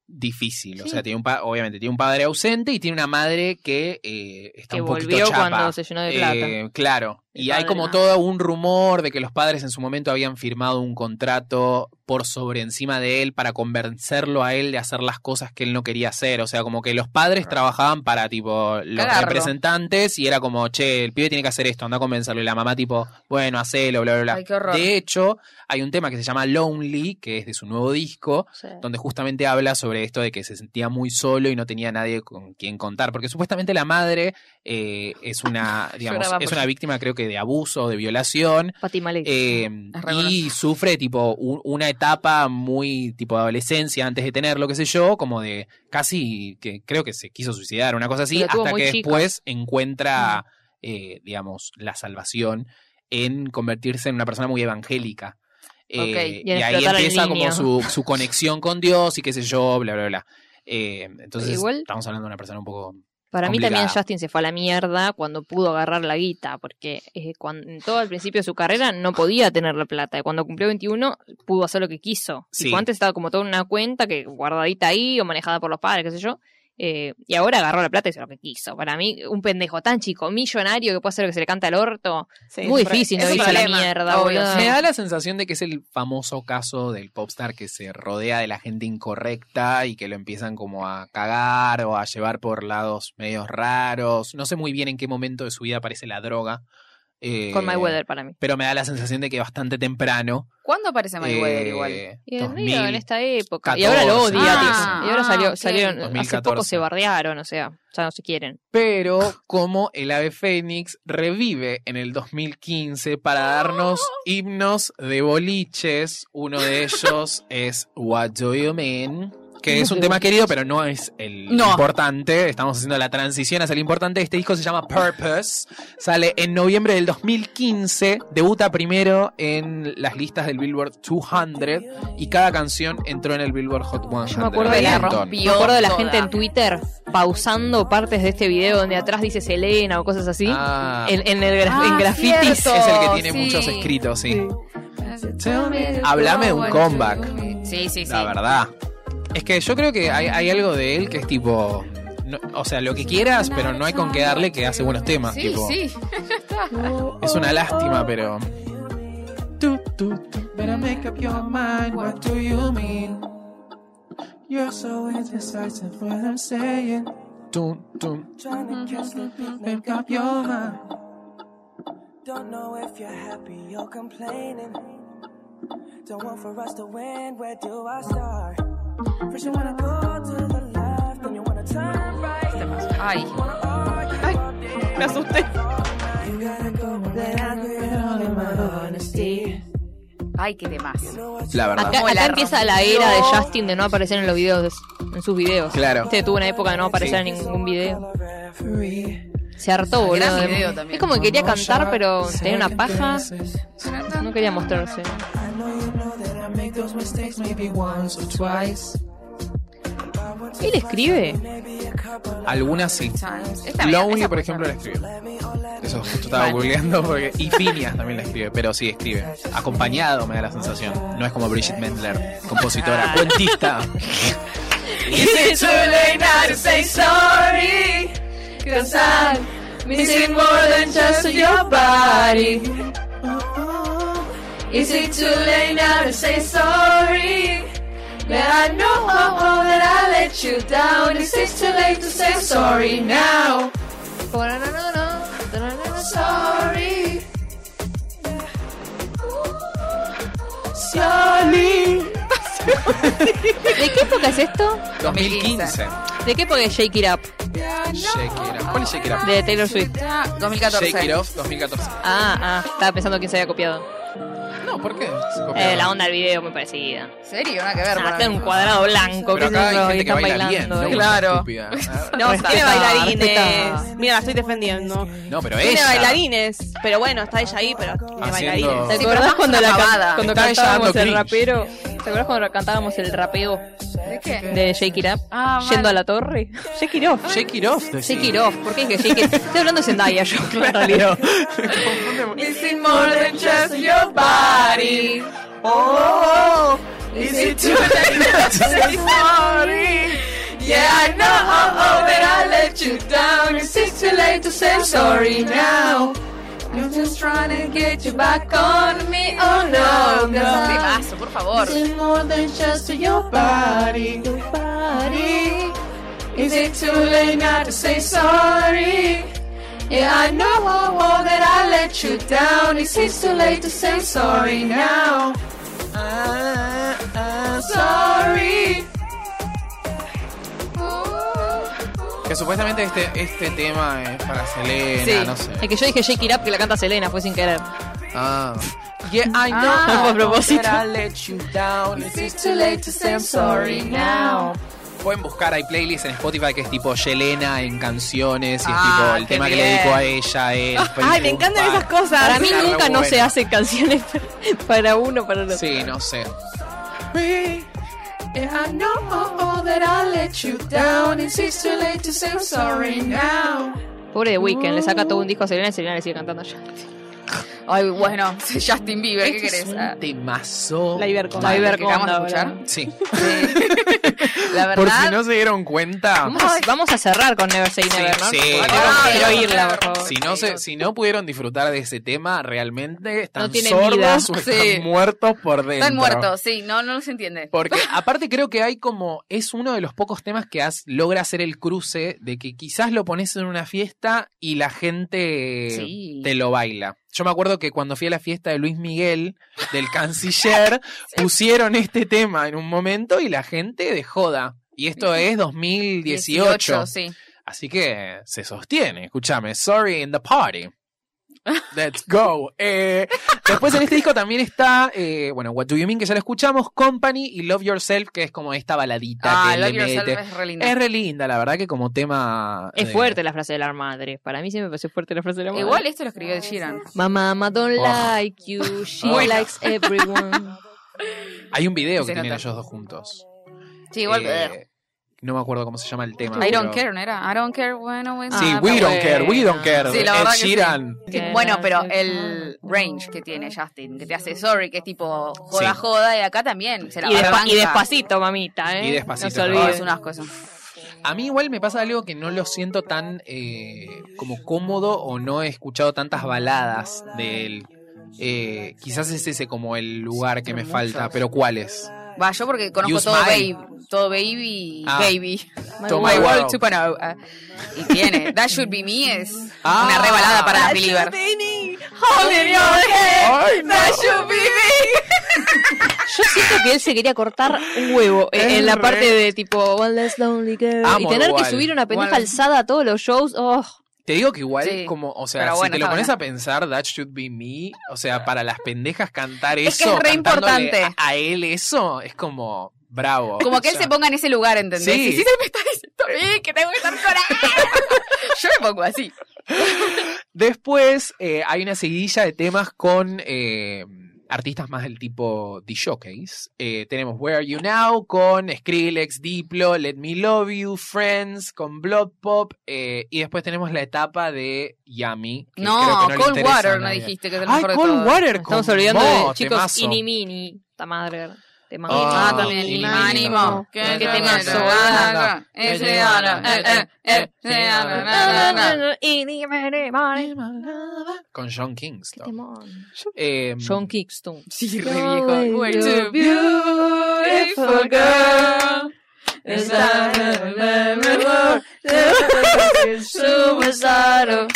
[SPEAKER 1] difícil. O
[SPEAKER 3] Sí.
[SPEAKER 1] sea, tiene un pa- obviamente tiene un padre ausente y tiene una madre que eh, está
[SPEAKER 3] Que
[SPEAKER 1] un poquito
[SPEAKER 3] volvió
[SPEAKER 1] chapa.
[SPEAKER 3] cuando se llenó de plata.
[SPEAKER 1] Eh, claro. Y
[SPEAKER 3] El
[SPEAKER 1] hay
[SPEAKER 3] padre
[SPEAKER 1] como
[SPEAKER 3] más.
[SPEAKER 1] todo un rumor de que los padres en su momento habían firmado un contrato por sobre encima de él para convencerlo a él de hacer las cosas que él no quería hacer. O sea, como que los padres trabajaban para tipo los
[SPEAKER 2] Cagarlo.
[SPEAKER 1] representantes y era como, che, el pibe tiene que hacer esto, anda a convencerlo. Y la mamá tipo, bueno, hacelo, bla, bla, bla.
[SPEAKER 2] Ay, qué horror.
[SPEAKER 1] de hecho, hay un tema que se llama Lonely, que es de su nuevo disco,
[SPEAKER 3] O sea,
[SPEAKER 1] donde justamente habla sobre esto de que se sentía muy solo y no tenía nadie con quien contar, porque supuestamente la madre eh, es
[SPEAKER 2] [LAUGHS]
[SPEAKER 1] una, digamos,
[SPEAKER 2] Lloraba
[SPEAKER 1] es
[SPEAKER 2] por-
[SPEAKER 1] una víctima creo que de abuso, de violación,
[SPEAKER 3] Pati Malek.
[SPEAKER 1] eh,
[SPEAKER 2] Es re
[SPEAKER 1] y sufre tipo u- una etapa muy tipo adolescencia antes de tenerlo, qué sé yo, como de casi que creo que se quiso suicidar, una cosa así,
[SPEAKER 3] Pero tuvo
[SPEAKER 1] hasta
[SPEAKER 3] muy
[SPEAKER 1] que
[SPEAKER 3] chica.
[SPEAKER 1] después encuentra, eh, digamos, la salvación en convertirse en una persona muy evangélica. Eh,
[SPEAKER 2] Ok,
[SPEAKER 1] y,
[SPEAKER 3] y en
[SPEAKER 1] ahí
[SPEAKER 3] explotar al
[SPEAKER 1] empieza como
[SPEAKER 3] niño.
[SPEAKER 1] su,
[SPEAKER 3] [LAUGHS]
[SPEAKER 1] su conexión con Dios y qué sé yo, bla, bla, bla. Eh, entonces,
[SPEAKER 3] Igual-
[SPEAKER 1] estamos hablando de una persona un poco
[SPEAKER 3] Para mí también
[SPEAKER 1] Complicado.
[SPEAKER 3] Justin se fue a la mierda cuando pudo agarrar la guita, porque eh, cuando, en todo el principio de su carrera no podía tener la plata. Y cuando cumplió 21 pudo hacer lo que quiso.
[SPEAKER 1] Sí.
[SPEAKER 3] Tipo, antes estaba como toda una cuenta que guardadita ahí o manejada por los padres, qué sé yo. eh, y ahora agarró la plata y hizo lo que quiso. Para mí, un pendejo tan chico, millonario, que puede hacer lo que se le canta al orto,
[SPEAKER 4] Sí,
[SPEAKER 3] muy
[SPEAKER 4] es por ahí.
[SPEAKER 3] difícil,
[SPEAKER 2] es
[SPEAKER 3] no
[SPEAKER 2] un
[SPEAKER 3] irse a la
[SPEAKER 2] problema,
[SPEAKER 3] mierda,
[SPEAKER 2] obvio.
[SPEAKER 3] boludo.
[SPEAKER 1] Me da la sensación de que es el famoso caso del popstar que se rodea de la gente incorrecta y que lo empiezan como a cagar o a llevar por lados medios raros. No sé muy bien en qué momento de su vida aparece la droga. eh,
[SPEAKER 3] Con My Weather para mí.
[SPEAKER 1] Pero me da la sensación de que bastante temprano.
[SPEAKER 2] ¿Cuándo aparece Mayweather
[SPEAKER 1] eh,
[SPEAKER 2] igual?
[SPEAKER 3] Y en medio, en
[SPEAKER 1] 2000.
[SPEAKER 3] esta época. Y ahora lo
[SPEAKER 1] 14.
[SPEAKER 3] odia,
[SPEAKER 2] Ah,
[SPEAKER 3] dice. Y ahora salió,
[SPEAKER 2] ah, ok.
[SPEAKER 3] salieron, hace poco
[SPEAKER 1] 2014.
[SPEAKER 3] se bardearon, o sea, ya no se quieren.
[SPEAKER 1] Pero como el ave fénix revive en el 2015 para darnos
[SPEAKER 3] ¡Oh!
[SPEAKER 1] himnos de boliches. Uno de
[SPEAKER 3] [LAUGHS]
[SPEAKER 1] ellos es What Do You Mean? Que es un tema querido, pero no es el
[SPEAKER 2] No.
[SPEAKER 1] importante. Estamos haciendo la transición hacia el importante. Este disco se llama Purpose. Sale en noviembre del 2015. Debuta primero en las listas del Billboard 200. Y cada canción entró en el Billboard Hot 100.
[SPEAKER 3] Yo me acuerdo de la
[SPEAKER 1] Un montón.
[SPEAKER 3] rompió. Me acuerdo de la
[SPEAKER 2] toda.
[SPEAKER 3] gente en Twitter pausando partes de este video donde atrás dice Selena o cosas así.
[SPEAKER 1] Ah,
[SPEAKER 3] en, en el gra-
[SPEAKER 2] Ah,
[SPEAKER 3] en grafitis.
[SPEAKER 2] cierto.
[SPEAKER 1] Es el que tiene
[SPEAKER 2] Sí.
[SPEAKER 1] muchos escritos, sí. Háblame un comeback.
[SPEAKER 2] Sí, sí, sí.
[SPEAKER 1] La verdad. Es que yo creo que hay, hay algo de él que es tipo. no- o sea, lo que quieras, pero no hay con qué darle que hace buenos temas.
[SPEAKER 2] Sí,
[SPEAKER 1] tipo,
[SPEAKER 2] sí.
[SPEAKER 1] Es una lástima, pero.
[SPEAKER 5] Oh,
[SPEAKER 1] Tu, tu, tu, better make up your mind, what do you mean? You're so indecisive when I'm saying. Tu, tu, make up your mind.
[SPEAKER 7] Don't know if you're happy or complaining. Don't want for us to win, where do I start? First, you wanna go to the left, then you wanna turn right.
[SPEAKER 2] Ay.
[SPEAKER 7] Wanna argue all day.
[SPEAKER 4] Me asusté.
[SPEAKER 7] You gotta go then I get all in my honesty.
[SPEAKER 2] Ay, qué demás.
[SPEAKER 7] Know what
[SPEAKER 1] La verdad.
[SPEAKER 3] Acá,
[SPEAKER 2] Como
[SPEAKER 3] acá
[SPEAKER 2] la
[SPEAKER 3] empieza la era de Justin de no aparecer en los videos, en sus videos.
[SPEAKER 1] Claro.
[SPEAKER 3] Este tuvo una época de no aparecer en ningún video.
[SPEAKER 7] a referee.
[SPEAKER 3] Se hartó,
[SPEAKER 2] Gran
[SPEAKER 3] boludo.
[SPEAKER 2] video también.
[SPEAKER 3] Es como que quería cantar, pero tenía una paja. No quería mostrarse.
[SPEAKER 7] I know you know that I make those mistakes maybe once or twice.
[SPEAKER 3] Él escribe.
[SPEAKER 1] Algunas sí.
[SPEAKER 2] Times. Esta mira,
[SPEAKER 1] Lowly,
[SPEAKER 2] esa
[SPEAKER 1] por
[SPEAKER 2] puede
[SPEAKER 1] ejemplo, la
[SPEAKER 2] ser.
[SPEAKER 1] escribe. Eso justo estaba googleando porque. Y Phineas también la escribe, pero sí escribe. Acompañado me da la sensación. No es como Bridget Mendler,
[SPEAKER 2] Ah.
[SPEAKER 1] compositora, cuentista.
[SPEAKER 2] Is it too late now to say sorry?
[SPEAKER 5] Cause I'm missing more than just your body. Is it too late now to say sorry? That I know that I let you down. Is it too late to say sorry now? Sorry.
[SPEAKER 3] ¿De qué época es esto?
[SPEAKER 1] 2015.
[SPEAKER 3] ¿De qué época es Shake It Up?
[SPEAKER 1] Shake It Up. ¿Cuál es Shake It Up?
[SPEAKER 3] De Taylor Swift.
[SPEAKER 2] Ah, 2014.
[SPEAKER 1] Shake It Off 2014.
[SPEAKER 3] Ah, ah, estaba pensando quién se había copiado.
[SPEAKER 1] No, ¿por qué? Se copiaron.
[SPEAKER 3] Eh, la onda del video muy parecida.
[SPEAKER 2] ¿Serio? Nada que ver.
[SPEAKER 3] Ah,
[SPEAKER 2] para
[SPEAKER 3] está en
[SPEAKER 2] mí.
[SPEAKER 3] un cuadrado blanco,
[SPEAKER 1] Pero
[SPEAKER 3] qué sé
[SPEAKER 1] acá hay
[SPEAKER 3] yo, y
[SPEAKER 1] gente que
[SPEAKER 3] están
[SPEAKER 1] baila
[SPEAKER 3] bailando. eh.
[SPEAKER 1] bien. No,
[SPEAKER 2] Claro.
[SPEAKER 1] Una estúpida.
[SPEAKER 4] No,
[SPEAKER 3] Respeta,
[SPEAKER 4] tiene
[SPEAKER 3] respeta.
[SPEAKER 4] bailarines. Mira, la estoy defendiendo.
[SPEAKER 1] No, pero
[SPEAKER 4] Tiene
[SPEAKER 1] ella.
[SPEAKER 4] bailarines. Pero bueno, está ella ahí, pero tiene
[SPEAKER 1] Haciendo-
[SPEAKER 3] ¿Te
[SPEAKER 4] bailarines.
[SPEAKER 2] Sí,
[SPEAKER 3] acordás
[SPEAKER 2] pero
[SPEAKER 3] cuando,
[SPEAKER 2] una
[SPEAKER 3] la can-
[SPEAKER 2] pavada.
[SPEAKER 3] cuando
[SPEAKER 1] Está ella
[SPEAKER 3] cantábamos
[SPEAKER 1] dando
[SPEAKER 3] el
[SPEAKER 1] cringe.
[SPEAKER 3] rapero? ¿Te acordás cuando cantábamos el rapeo
[SPEAKER 2] ¿De qué?
[SPEAKER 3] de Shake It Up?
[SPEAKER 2] Ah,
[SPEAKER 3] Yendo
[SPEAKER 2] vale.
[SPEAKER 3] a la torre. Shake It Off.
[SPEAKER 1] Shake It Off. decís.
[SPEAKER 3] Shake It
[SPEAKER 1] [LAUGHS]
[SPEAKER 3] Off. ¿Por qué es que Shake It Estoy hablando de Zendaya yo, en realidad.
[SPEAKER 5] Missing more than just your body. Oh, is it too late now to say sorry? Yeah, I know oh, oh, that I let you down. Is it too late to say sorry now? I'm just trying to get you back on me. Oh
[SPEAKER 2] No, es
[SPEAKER 5] no,
[SPEAKER 2] un
[SPEAKER 5] no.
[SPEAKER 2] temazo, por favor.
[SPEAKER 5] Missing more than just your body. body. Is it too late now to say sorry? Yeah, I know oh, oh, that I let you down. Is it too late to say sorry now? Ah, ah, sorry.
[SPEAKER 1] Que supuestamente este, este tema es para Selena,
[SPEAKER 3] Sí.
[SPEAKER 1] Ah, no sé.
[SPEAKER 3] Es que yo dije Shake It Up que la canta Selena, fue sin querer.
[SPEAKER 1] Ah. Yeah, I know.
[SPEAKER 3] No fue a propósito.
[SPEAKER 1] that I let you down.
[SPEAKER 5] Is it too late to say I'm sorry now?
[SPEAKER 1] Pueden buscar, hay playlists en Spotify que es tipo Yelena en canciones y es
[SPEAKER 2] Ah,
[SPEAKER 1] tipo el
[SPEAKER 2] qué
[SPEAKER 1] tema que le
[SPEAKER 2] bien.
[SPEAKER 1] dedicó a ella. él,
[SPEAKER 4] Ay,
[SPEAKER 1] Facebook,
[SPEAKER 4] me encantan
[SPEAKER 1] pa.
[SPEAKER 4] esas cosas.
[SPEAKER 3] Para mí
[SPEAKER 1] está re
[SPEAKER 3] nunca no
[SPEAKER 1] bueno.
[SPEAKER 3] se hacen canciones [LAUGHS] para uno, para el otro.
[SPEAKER 1] Sí, no sé.
[SPEAKER 5] Yeah, I know oh, oh, that I let you down. It's just too late to say I'm sorry now.
[SPEAKER 3] Pobre de Weekend, le saca todo un disco a Selena y Selena le sigue cantando allá.
[SPEAKER 2] Ay, bueno, [LAUGHS] Justin Bieber, ¿qué querés? Ah,
[SPEAKER 1] Temazo.
[SPEAKER 4] La Iberconda.
[SPEAKER 2] La
[SPEAKER 1] Mal.
[SPEAKER 2] Iberconda, ¿queramos escuchar?
[SPEAKER 4] boludo.
[SPEAKER 1] Sí.
[SPEAKER 2] [LAUGHS] La verdad.
[SPEAKER 1] Por si no se dieron cuenta.
[SPEAKER 3] Vamos, a- vamos a cerrar con Never Say
[SPEAKER 1] Sí,
[SPEAKER 3] Never, ¿no?
[SPEAKER 1] sí.
[SPEAKER 3] Quiero,
[SPEAKER 2] Ah,
[SPEAKER 3] quiero
[SPEAKER 2] no,
[SPEAKER 3] oírla,
[SPEAKER 2] claro.
[SPEAKER 3] por favor.
[SPEAKER 1] Si no, se, si no pudieron disfrutar de ese tema, realmente están
[SPEAKER 3] No tienen
[SPEAKER 1] sordos
[SPEAKER 3] vida.
[SPEAKER 1] o [LAUGHS] están
[SPEAKER 2] Sí.
[SPEAKER 1] muertos por dentro.
[SPEAKER 2] Están muertos, sí, no, no los entiende. [LAUGHS]
[SPEAKER 1] Porque aparte creo que hay como, es uno de los pocos temas que has- logra hacer el cruce de que quizás lo pones en una fiesta y la gente
[SPEAKER 2] Sí.
[SPEAKER 1] te lo baila. Yo me acuerdo que cuando fui a la fiesta de Luis Miguel,
[SPEAKER 2] [LAUGHS]
[SPEAKER 1] del canciller, pusieron este tema en un momento y la gente de joda. Y esto es 2018.
[SPEAKER 2] sí.
[SPEAKER 1] Así que se sostiene. Escúchame, Sorry in the Party. Let's go. Eh, después en este disco también está, eh, bueno, What Do You Mean, que ya lo escuchamos, Company y Love Yourself, que es como esta baladita
[SPEAKER 2] Ah,
[SPEAKER 1] que
[SPEAKER 2] Love
[SPEAKER 1] le
[SPEAKER 2] Yourself
[SPEAKER 1] mete.
[SPEAKER 2] es re lindo.
[SPEAKER 1] Es re linda, la verdad que como tema...
[SPEAKER 3] Es
[SPEAKER 1] eh,
[SPEAKER 3] fuerte la frase de la madre. Para mí siempre me pareció fuerte la frase de la madre.
[SPEAKER 2] Igual esto lo escribió de Sheeran.
[SPEAKER 3] My mama don't
[SPEAKER 1] Oh.
[SPEAKER 3] like you, she
[SPEAKER 1] Bueno.
[SPEAKER 3] likes everyone.
[SPEAKER 1] Hay un video
[SPEAKER 2] Se
[SPEAKER 1] que tienen
[SPEAKER 2] nota.
[SPEAKER 1] ellos dos juntos.
[SPEAKER 2] Sí, igual.
[SPEAKER 1] Eh, no me acuerdo cómo se llama el tema.
[SPEAKER 2] I
[SPEAKER 1] pero-
[SPEAKER 2] don't care, ¿no era? I don't care when I was-
[SPEAKER 1] Sí,
[SPEAKER 3] Ah,
[SPEAKER 1] We
[SPEAKER 3] pero
[SPEAKER 1] Don't Care, We Don't Care.
[SPEAKER 2] Sí, la
[SPEAKER 1] Ed
[SPEAKER 2] verdad que sí.
[SPEAKER 1] Sheeran.
[SPEAKER 2] Que- bueno, pero el range que tiene Justin, que te hace sorry, que es tipo joda,
[SPEAKER 1] Sí.
[SPEAKER 2] joda, y acá también se la
[SPEAKER 3] [LAUGHS] Y, despa-
[SPEAKER 2] arranca.
[SPEAKER 3] y despacito, mamita, ¿eh?
[SPEAKER 1] Y despacito.
[SPEAKER 3] No se
[SPEAKER 2] No, es
[SPEAKER 3] olviden.
[SPEAKER 2] un asco eso.
[SPEAKER 1] A mí igual me pasa algo que no lo siento tan eh, como cómodo o no he escuchado tantas baladas de él. Eh, quizás es ese como el lugar que me
[SPEAKER 2] Pero
[SPEAKER 1] falta,
[SPEAKER 2] muchos.
[SPEAKER 1] pero ¿cuáles?
[SPEAKER 2] Va, yo porque conozco
[SPEAKER 1] You
[SPEAKER 2] todo
[SPEAKER 1] smile.
[SPEAKER 2] Baby, todo Baby,
[SPEAKER 1] Ah.
[SPEAKER 2] Baby.
[SPEAKER 1] My
[SPEAKER 2] My World 2.0. ah. Y tiene, That Should Be Me es
[SPEAKER 1] Ah.
[SPEAKER 2] una rebalada para Billy Believer.
[SPEAKER 3] ¡Oh,
[SPEAKER 1] Ay, no.
[SPEAKER 2] That Should Be Me.
[SPEAKER 3] Yo siento que él se quería cortar un
[SPEAKER 2] eh,
[SPEAKER 3] huevo en,
[SPEAKER 1] Es
[SPEAKER 3] en la
[SPEAKER 1] re-
[SPEAKER 3] parte de tipo One Less Lonely Girl
[SPEAKER 1] Eh, Amo
[SPEAKER 3] y tener
[SPEAKER 1] igual.
[SPEAKER 3] que subir una pendeja
[SPEAKER 2] One-
[SPEAKER 3] alzada a todos los shows. Oh,
[SPEAKER 1] Te digo que igual
[SPEAKER 2] Sí.
[SPEAKER 1] como, o sea,
[SPEAKER 2] Pero
[SPEAKER 1] si
[SPEAKER 2] bueno,
[SPEAKER 1] te lo
[SPEAKER 2] está
[SPEAKER 1] pones
[SPEAKER 2] bien.
[SPEAKER 1] a pensar, That Should Be Me, o sea, para las pendejas cantar
[SPEAKER 2] Es que
[SPEAKER 1] eso,
[SPEAKER 2] es re
[SPEAKER 1] cantándole
[SPEAKER 2] importante.
[SPEAKER 1] A, a él eso, es como bravo.
[SPEAKER 2] Como que
[SPEAKER 1] O
[SPEAKER 2] él
[SPEAKER 1] sea,
[SPEAKER 2] se ponga en ese lugar, ¿entendés?
[SPEAKER 1] Sí.
[SPEAKER 2] Sí. Si se me está diciendo a mí que tengo que
[SPEAKER 1] [LAUGHS]
[SPEAKER 2] estar con Yo me pongo así.
[SPEAKER 1] Después eh, hay una seguidilla de temas con eh, artistas más del tipo The Showcase. Eh, tenemos Where Are You Now con Skrillex, Diplo, Let Me Love You, Friends, con Blood Pop. eh, y después tenemos la etapa de Yami. que creo
[SPEAKER 2] No,
[SPEAKER 1] que le
[SPEAKER 2] Cold
[SPEAKER 1] interesa a
[SPEAKER 2] Water no
[SPEAKER 1] nadie.
[SPEAKER 2] dijiste que es el
[SPEAKER 1] Ay,
[SPEAKER 2] mejor de
[SPEAKER 1] Cold
[SPEAKER 2] todos.
[SPEAKER 1] Water. con
[SPEAKER 3] estamos olvidando
[SPEAKER 1] Mo,
[SPEAKER 3] de chicos
[SPEAKER 1] temazo.
[SPEAKER 3] inimini. Ta madre. Te mando.
[SPEAKER 1] Ah,
[SPEAKER 2] Ah, también.
[SPEAKER 1] y
[SPEAKER 2] Y
[SPEAKER 1] mínimo.
[SPEAKER 2] mínimo.
[SPEAKER 1] Qué
[SPEAKER 2] Que te
[SPEAKER 1] temazo.
[SPEAKER 2] mazo. Ah, ah, ah. Eh, sí, ah, ah, eh, eh, eh, sí, ah, ah, ah, ah, ah.
[SPEAKER 1] Mm. Con John Kingston.
[SPEAKER 3] Temón.
[SPEAKER 1] Eh,
[SPEAKER 3] John Kingston.
[SPEAKER 2] Sí, re
[SPEAKER 3] You're
[SPEAKER 2] viejo. We're too
[SPEAKER 5] Beautiful
[SPEAKER 2] beautiful girl.
[SPEAKER 5] girl. It's not a memorable.
[SPEAKER 3] [LAUGHS]
[SPEAKER 5] It's suicidal.